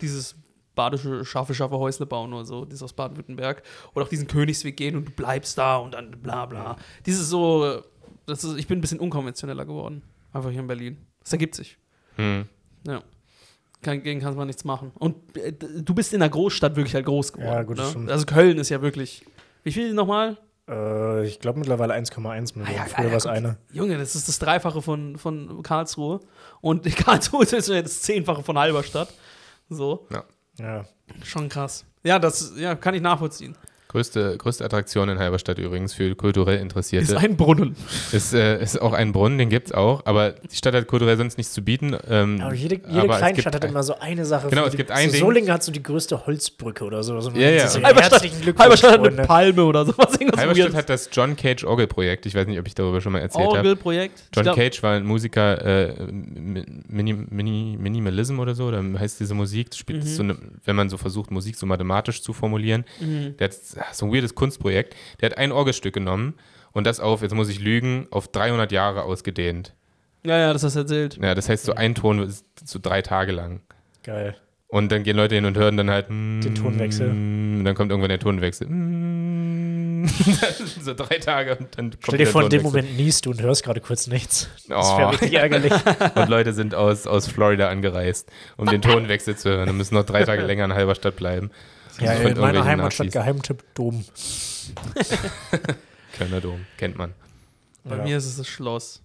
[SPEAKER 1] dieses badische Schafe, Schafe Häusle bauen oder so, dieses aus Baden-Württemberg. Oder auch diesen Königsweg gehen und du bleibst da und dann bla bla. Dieses so, äh, das ist, ich bin ein bisschen unkonventioneller geworden. Einfach hier in Berlin. Das ergibt sich.
[SPEAKER 2] Hm.
[SPEAKER 1] Ja. Kann, gegen kannst man nichts machen. Und äh, d- du bist in der Großstadt wirklich halt groß geworden.
[SPEAKER 3] Ja, gut, das
[SPEAKER 1] ne?
[SPEAKER 3] stimmt.
[SPEAKER 1] Also Köln ist ja wirklich. Wie viel nochmal?
[SPEAKER 3] Äh, Äh, ich glaube mittlerweile 1,1 Millionen.
[SPEAKER 2] Ah,
[SPEAKER 1] ja,
[SPEAKER 3] Früher
[SPEAKER 1] ja,
[SPEAKER 3] war es
[SPEAKER 1] guck.
[SPEAKER 3] eine.
[SPEAKER 1] Junge, das ist das Dreifache von, von Karlsruhe. Und Karlsruhe ist ja das Zehnfache von Halberstadt. So,
[SPEAKER 3] Ja.
[SPEAKER 1] schon krass. Ja, das ja, kann ich nachvollziehen.
[SPEAKER 2] Größte, größte Attraktion in Halberstadt übrigens für kulturell
[SPEAKER 1] Ist
[SPEAKER 2] Interessierte
[SPEAKER 1] ein Brunnen.
[SPEAKER 2] ist, äh, ist auch ein Brunnen, den gibt es auch, aber die Stadt hat kulturell sonst nichts zu bieten. Ähm,
[SPEAKER 3] Aber jede, jede
[SPEAKER 2] aber es
[SPEAKER 3] Kleinstadt
[SPEAKER 2] gibt
[SPEAKER 3] hat immer so eine Sache.
[SPEAKER 2] Genau,
[SPEAKER 3] für
[SPEAKER 2] es
[SPEAKER 3] die-
[SPEAKER 2] gibt ein
[SPEAKER 3] so
[SPEAKER 2] Ding.
[SPEAKER 3] Solingen hat so die größte Holzbrücke oder so.
[SPEAKER 2] Ja, ja.
[SPEAKER 1] Halberstadt, Halberstadt hat eine
[SPEAKER 3] Palme.
[SPEAKER 1] Palme oder sowas. irgendwas
[SPEAKER 2] Halberstadt
[SPEAKER 1] Weirdes.
[SPEAKER 2] hat das John Cage Orgelprojekt. Ich weiß nicht, ob ich darüber schon mal erzählt habe.
[SPEAKER 1] Orgelprojekt.
[SPEAKER 2] John
[SPEAKER 1] Ich glaub-
[SPEAKER 2] Cage war ein Musiker, äh, Mini, Mini, Minimalism oder so, oder heißt diese Musik, das
[SPEAKER 3] Mhm.
[SPEAKER 2] spielt so eine, wenn man so versucht, Musik so mathematisch zu formulieren.
[SPEAKER 3] Mhm.
[SPEAKER 2] Der hat ah, so ein weirdes Kunstprojekt. Der hat ein Orgelstück genommen und das auf, jetzt muss ich lügen, auf 300 Jahre ausgedehnt.
[SPEAKER 1] Ja, ja, das hast du erzählt.
[SPEAKER 2] Ja, das heißt, so ein Ton ist so drei Tage lang.
[SPEAKER 3] Geil.
[SPEAKER 2] Und dann gehen Leute hin und hören dann halt den
[SPEAKER 3] Tonwechsel.
[SPEAKER 2] Und dann kommt irgendwann der Tonwechsel. Mm, so drei Tage und dann kommt
[SPEAKER 3] Stell dir
[SPEAKER 2] der
[SPEAKER 3] vor, in dem
[SPEAKER 2] Tonwechsel.
[SPEAKER 3] Moment niest du und hörst gerade kurz nichts. Das
[SPEAKER 2] Oh.
[SPEAKER 3] wäre richtig ärgerlich.
[SPEAKER 2] Und Leute sind aus, aus Florida angereist, um den Tonwechsel zu hören und müssen noch drei Tage länger in halber Stadt bleiben. Von
[SPEAKER 3] ja, in meiner
[SPEAKER 2] irgendwelchen
[SPEAKER 3] Heimatstadt
[SPEAKER 2] Nazis.
[SPEAKER 3] Geheimtipp Dom.
[SPEAKER 2] Kölner Dom, kennt man.
[SPEAKER 1] Bei
[SPEAKER 3] Ja.
[SPEAKER 1] mir ist es das Schloss.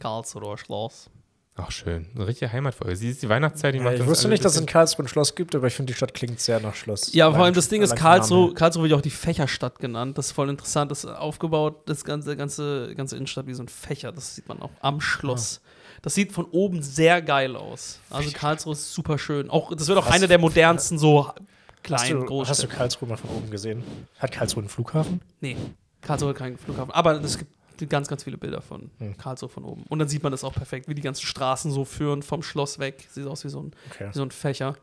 [SPEAKER 1] Karlsruher Schloss.
[SPEAKER 2] Ach, schön. Eine richtige Heimatfolge. Sie ist die Weihnachtszeit, die
[SPEAKER 3] Ja,
[SPEAKER 2] macht
[SPEAKER 3] ich
[SPEAKER 2] uns
[SPEAKER 3] wusste
[SPEAKER 2] alle
[SPEAKER 3] nicht, dass es in
[SPEAKER 2] ein
[SPEAKER 3] Karlsruhe ein Schloss gibt, aber ich finde, die Stadt klingt sehr nach Schloss.
[SPEAKER 1] Ja, vor
[SPEAKER 3] Allein-
[SPEAKER 1] allem das Ding ist,
[SPEAKER 3] allein vom Namen
[SPEAKER 1] Karlsruhe,
[SPEAKER 3] her.
[SPEAKER 1] Karlsruhe wird ja auch die Fächerstadt genannt. Das ist voll interessant. Das ist aufgebaut, das ganze, ganze, ganze Innenstadt wie so ein Fächer. Das sieht man auch am Schloss. Das sieht von oben sehr geil aus. Also Karlsruhe ist super schön. Auch, das wird auch
[SPEAKER 3] Hast
[SPEAKER 1] eine
[SPEAKER 3] du-
[SPEAKER 1] der modernsten so
[SPEAKER 3] Hast
[SPEAKER 1] kleinen
[SPEAKER 3] du, hast du
[SPEAKER 1] Großstädte.
[SPEAKER 3] Karlsruhe mal von oben gesehen? Hat Karlsruhe einen Flughafen?
[SPEAKER 1] Nee, Karlsruhe hat keinen Flughafen. Aber es gibt ganz, ganz viele Bilder von Karlsruhe von oben. Und dann sieht man das auch perfekt, wie die ganzen Straßen so führen vom Schloss weg. Sieht aus wie so ein
[SPEAKER 3] Okay.
[SPEAKER 1] wie so ein Fächer.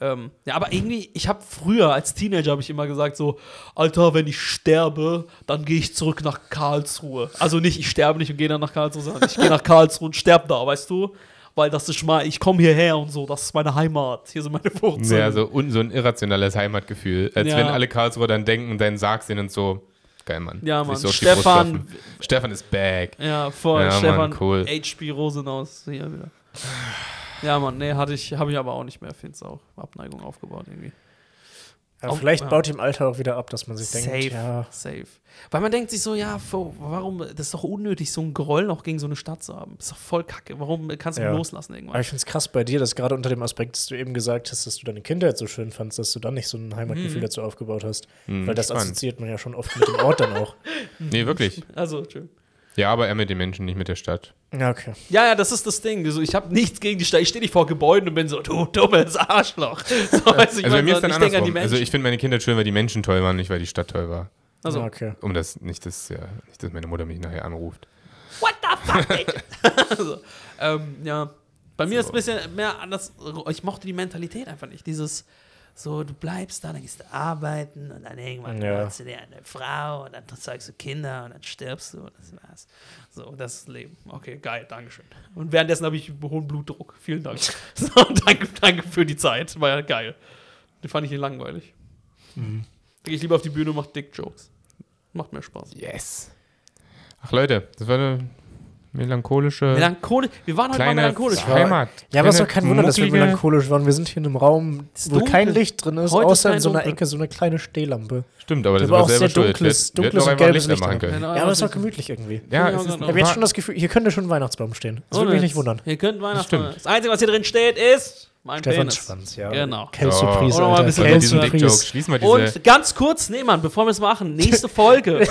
[SPEAKER 1] Ähm, ja, aber irgendwie, ich habe früher als Teenager habe ich immer gesagt so, Alter, wenn ich sterbe, dann gehe ich zurück nach Karlsruhe. Also nicht, ich sterbe nicht und gehe dann nach Karlsruhe, sondern ich gehe nach Karlsruhe und sterbe da, weißt du? Weil das ist mal, ich komme hierher und so, das ist meine Heimat, hier sind meine
[SPEAKER 2] bisschen-
[SPEAKER 1] Wurzeln.
[SPEAKER 2] Ja, so, un, so ein irrationales Heimatgefühl. Als
[SPEAKER 1] Ja.
[SPEAKER 2] wenn alle Karlsruher dann denken und deinen Sarg sehen und so. Geil, Mann.
[SPEAKER 1] Ja,
[SPEAKER 2] Sich
[SPEAKER 1] Mann.
[SPEAKER 2] so auf die Brust
[SPEAKER 1] Stefan-
[SPEAKER 2] klopfen. Stefan ist back.
[SPEAKER 1] Ja, voll.
[SPEAKER 2] Ja, Mann,
[SPEAKER 1] Stefan,
[SPEAKER 2] cool.
[SPEAKER 1] HP Rosenaus, hier wieder. Ja, Mann, nee, hatte ich, habe ich aber auch nicht mehr, finde auch Abneigung aufgebaut irgendwie.
[SPEAKER 3] Aber
[SPEAKER 1] Auch-
[SPEAKER 3] vielleicht
[SPEAKER 1] Oh, ja.
[SPEAKER 3] baut ihm Alter auch wieder ab, dass man sich
[SPEAKER 1] safe,
[SPEAKER 3] denkt, Also ja,
[SPEAKER 1] safe. Weil man denkt sich so, ja, wo- warum, das ist doch unnötig, so ein Groll noch gegen so eine Stadt zu haben. ist doch voll kacke. Warum kannst du
[SPEAKER 3] Ja.
[SPEAKER 1] loslassen
[SPEAKER 3] Aber
[SPEAKER 1] irgendwann?
[SPEAKER 3] ich finde es krass bei dir, dass gerade unter dem Aspekt, dass du eben gesagt hast, dass du deine Kindheit so schön fandst, dass du dann nicht so ein
[SPEAKER 1] Mhm.
[SPEAKER 3] Heimatgefühl dazu aufgebaut hast. Weil das
[SPEAKER 2] Mhm, spannend.
[SPEAKER 3] assoziiert man ja schon oft mit dem Ort dann auch.
[SPEAKER 2] Nee, wirklich.
[SPEAKER 1] Also, Entschuldigung.
[SPEAKER 2] Ja, aber er mit den Menschen, nicht mit der Stadt.
[SPEAKER 3] Ja, okay.
[SPEAKER 1] ja, ja, das ist das Ding. Also, ich habe nichts gegen die Stadt. Ich stehe nicht vor Gebäuden und bin so, du dummes Arschloch. So, weißt du, ich
[SPEAKER 2] also bei
[SPEAKER 1] mein,
[SPEAKER 2] mir ist
[SPEAKER 1] sondern
[SPEAKER 2] dann
[SPEAKER 1] ich denk an die
[SPEAKER 2] andersrum. Also
[SPEAKER 1] Menschen.
[SPEAKER 2] ich finde meine Kinder schön, weil die Menschen toll waren, nicht weil die Stadt toll war.
[SPEAKER 1] Also,
[SPEAKER 3] ja, okay.
[SPEAKER 2] Um das nicht, dass, ja, nicht, dass meine Mutter mich nachher anruft.
[SPEAKER 1] what the fuck? bitch? also, ähm, ja, bei mir ist es ein bisschen mehr anders. Ich mochte die Mentalität einfach nicht. Dieses so, du bleibst da, dann gehst du arbeiten und dann irgendwann
[SPEAKER 3] Ja.
[SPEAKER 1] holst du dir eine Frau und dann zeugst du Kinder und dann stirbst du und das war's. So, das ist das Leben. Okay, geil, Dankeschön. Und währenddessen habe ich hohen Blutdruck. Vielen Dank. so, danke, danke für die Zeit. War ja geil. Die fand ich hier langweilig. Gehe ich lieber auf die Bühne und mach Dick-Jokes. Macht mehr Spaß.
[SPEAKER 2] Yes. Ach Leute, das war eine melancholische
[SPEAKER 1] Melancholisch. Wir waren heute mal
[SPEAKER 2] kleine
[SPEAKER 1] melancholisch.
[SPEAKER 2] Heimat.
[SPEAKER 3] Ja, aber es
[SPEAKER 2] Kleine,
[SPEAKER 3] ist doch kein Wunder, dass wir
[SPEAKER 2] halt mucklige-
[SPEAKER 3] melancholisch waren. Wir sind hier in einem Raum,
[SPEAKER 1] Ist
[SPEAKER 3] wo kein
[SPEAKER 1] dunkel.
[SPEAKER 3] Licht drin ist,
[SPEAKER 1] Heute ist
[SPEAKER 3] außer in
[SPEAKER 1] kein
[SPEAKER 3] so einer
[SPEAKER 1] dunkel.
[SPEAKER 3] Ecke so eine kleine Stehlampe.
[SPEAKER 2] Stimmt, aber das
[SPEAKER 3] Aber
[SPEAKER 2] war
[SPEAKER 3] auch sehr
[SPEAKER 2] selber schuld. Wir,
[SPEAKER 3] dunkles,
[SPEAKER 2] wir hätten
[SPEAKER 3] dunkles
[SPEAKER 2] auch
[SPEAKER 3] und
[SPEAKER 2] einfach
[SPEAKER 3] gelbes
[SPEAKER 2] Lichter
[SPEAKER 3] Licht.
[SPEAKER 2] machen
[SPEAKER 3] an.
[SPEAKER 2] können.
[SPEAKER 1] Genau,
[SPEAKER 3] Ja, aber es ist
[SPEAKER 1] das
[SPEAKER 3] doch
[SPEAKER 1] ist-
[SPEAKER 3] gemütlich irgendwie.
[SPEAKER 2] Ja,
[SPEAKER 1] Ja,
[SPEAKER 2] es ist
[SPEAKER 1] genau.
[SPEAKER 3] Ich habe jetzt schon das Gefühl, hier könnte schon ein Weihnachtsbaum stehen. Das würde
[SPEAKER 1] Ohne
[SPEAKER 3] mich nicht
[SPEAKER 1] Witz.
[SPEAKER 3] wundern.
[SPEAKER 1] Ihr könnt Weihnachten.
[SPEAKER 2] stimmt.
[SPEAKER 1] Das, Einzige, was hier drin steht, ist mein
[SPEAKER 3] Stefans
[SPEAKER 1] Penis.
[SPEAKER 3] Schwanz, ja.
[SPEAKER 1] Genau.
[SPEAKER 3] Keine
[SPEAKER 2] Oh.
[SPEAKER 3] Surprise,
[SPEAKER 1] Oder mal ein
[SPEAKER 3] Alter.
[SPEAKER 1] bisschen
[SPEAKER 3] Keine
[SPEAKER 2] Von diesen
[SPEAKER 3] Surprise.
[SPEAKER 2] Dick-Jokes. Schließ mal diese.
[SPEAKER 1] Und ganz kurz, Nehmann, bevor wir es machen, nächste Folge.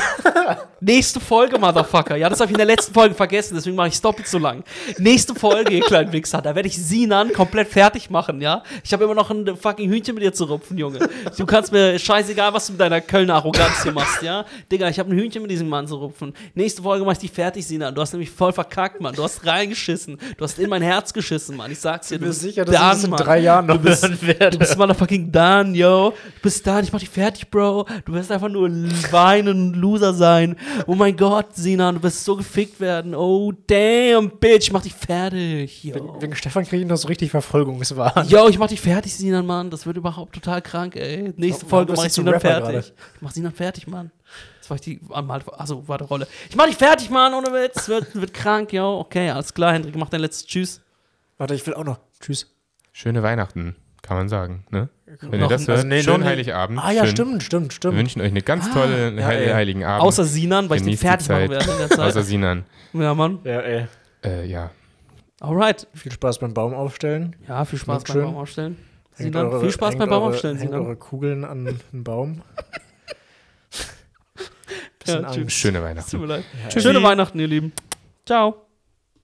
[SPEAKER 1] nächste Folge, Motherfucker. Ja, das habe ich in der letzten Folge vergessen, deswegen mache ich es doppelt so lang. Nächste Folge, ihr kleinen Wichser, da werde ich Sinan komplett fertig machen, ja? Ich habe immer noch ein fucking Hühnchen mit dir zu rupfen, Junge. Du kannst mir scheißegal, was du mit deiner Kölner Arroganz hier machst, ja? Digga, ich habe ein Hühnchen mit diesem Mann zu rupfen. Nächste Folge mache ich dich fertig, Sinan. Du hast nämlich voll verkackt, Mann. Du hast reingeschissen. Du hast in mein Herz geschissen, Mann. Ich sag's dir,
[SPEAKER 3] Ich
[SPEAKER 1] du
[SPEAKER 3] bin mir
[SPEAKER 1] bist
[SPEAKER 3] sicher, dass ich das in
[SPEAKER 1] Mann.
[SPEAKER 3] drei Jahren noch
[SPEAKER 1] Du bist-
[SPEAKER 3] hören werde.
[SPEAKER 1] Du bist motherfucking done, yo. Du bist done, ich mach dich fertig, Bro. Du wirst einfach nur weinen, Loser sein. Oh mein Gott, Sinan, du wirst so gefickt werden. Oh, damn, Bitch, ich mach dich fertig, yo.
[SPEAKER 3] Wegen, wegen Stefan kriege ich noch so richtig Verfolgungswahn.
[SPEAKER 1] Yo, ich mach dich fertig, Sinan, Mann. Das wird überhaupt total krank, ey. Nächste
[SPEAKER 3] Warum
[SPEAKER 1] Folge
[SPEAKER 3] bist
[SPEAKER 1] mach
[SPEAKER 3] du
[SPEAKER 1] ich
[SPEAKER 3] so
[SPEAKER 1] Sinan
[SPEAKER 3] Rapper
[SPEAKER 1] fertig.
[SPEAKER 3] gerade?
[SPEAKER 1] Ich mach Sinan fertig, Mann. Das war ich die, einmal- also war die Rolle. Ich mach dich fertig, Mann, ohne Witz. Das wird, wird krank, yo. Okay, alles klar, Hendrik, mach dein letztes Tschüss.
[SPEAKER 3] Warte, ich will auch noch. Tschüss.
[SPEAKER 2] Schöne Weihnachten, kann man sagen. Ne? Wenn ihr
[SPEAKER 1] Noch
[SPEAKER 2] das
[SPEAKER 1] ein-
[SPEAKER 2] hört,
[SPEAKER 3] also nee,
[SPEAKER 2] schon
[SPEAKER 3] nee, nee.
[SPEAKER 2] Heiligabend.
[SPEAKER 3] Ah ja,
[SPEAKER 2] schön.
[SPEAKER 3] stimmt, stimmt,
[SPEAKER 2] Wir
[SPEAKER 3] stimmt. Ah,
[SPEAKER 2] wünschen euch einen ganz tollen
[SPEAKER 3] ja,
[SPEAKER 2] Heil
[SPEAKER 3] ey.
[SPEAKER 2] Heiligen Abend.
[SPEAKER 1] Außer Sinan, weil ich den
[SPEAKER 2] Genießt die
[SPEAKER 1] fertig machen
[SPEAKER 2] Zeit.
[SPEAKER 1] werde in der Zeit.
[SPEAKER 2] Außer Sinan.
[SPEAKER 1] ja, Mann.
[SPEAKER 3] Ja, ey.
[SPEAKER 2] Äh, ja.
[SPEAKER 1] Alright.
[SPEAKER 3] Viel Spaß beim Baum aufstellen.
[SPEAKER 1] Ja, viel Spaß beim
[SPEAKER 3] Schön.
[SPEAKER 1] Baum aufstellen.
[SPEAKER 3] Hängt
[SPEAKER 1] Sinan,
[SPEAKER 3] eure-
[SPEAKER 1] viel Spaß
[SPEAKER 3] hängt
[SPEAKER 1] beim Baum
[SPEAKER 3] eure-
[SPEAKER 1] aufstellen,
[SPEAKER 3] Hängt
[SPEAKER 1] Sinan.
[SPEAKER 3] eure Kugeln an einen Baum. Bisschen
[SPEAKER 1] Ja, tschüss.
[SPEAKER 3] Angst.
[SPEAKER 2] Schöne Weihnachten.
[SPEAKER 1] Tut mir leid.
[SPEAKER 3] Ja,
[SPEAKER 1] Schöne Weihnachten, ihr Lieben. Ciao.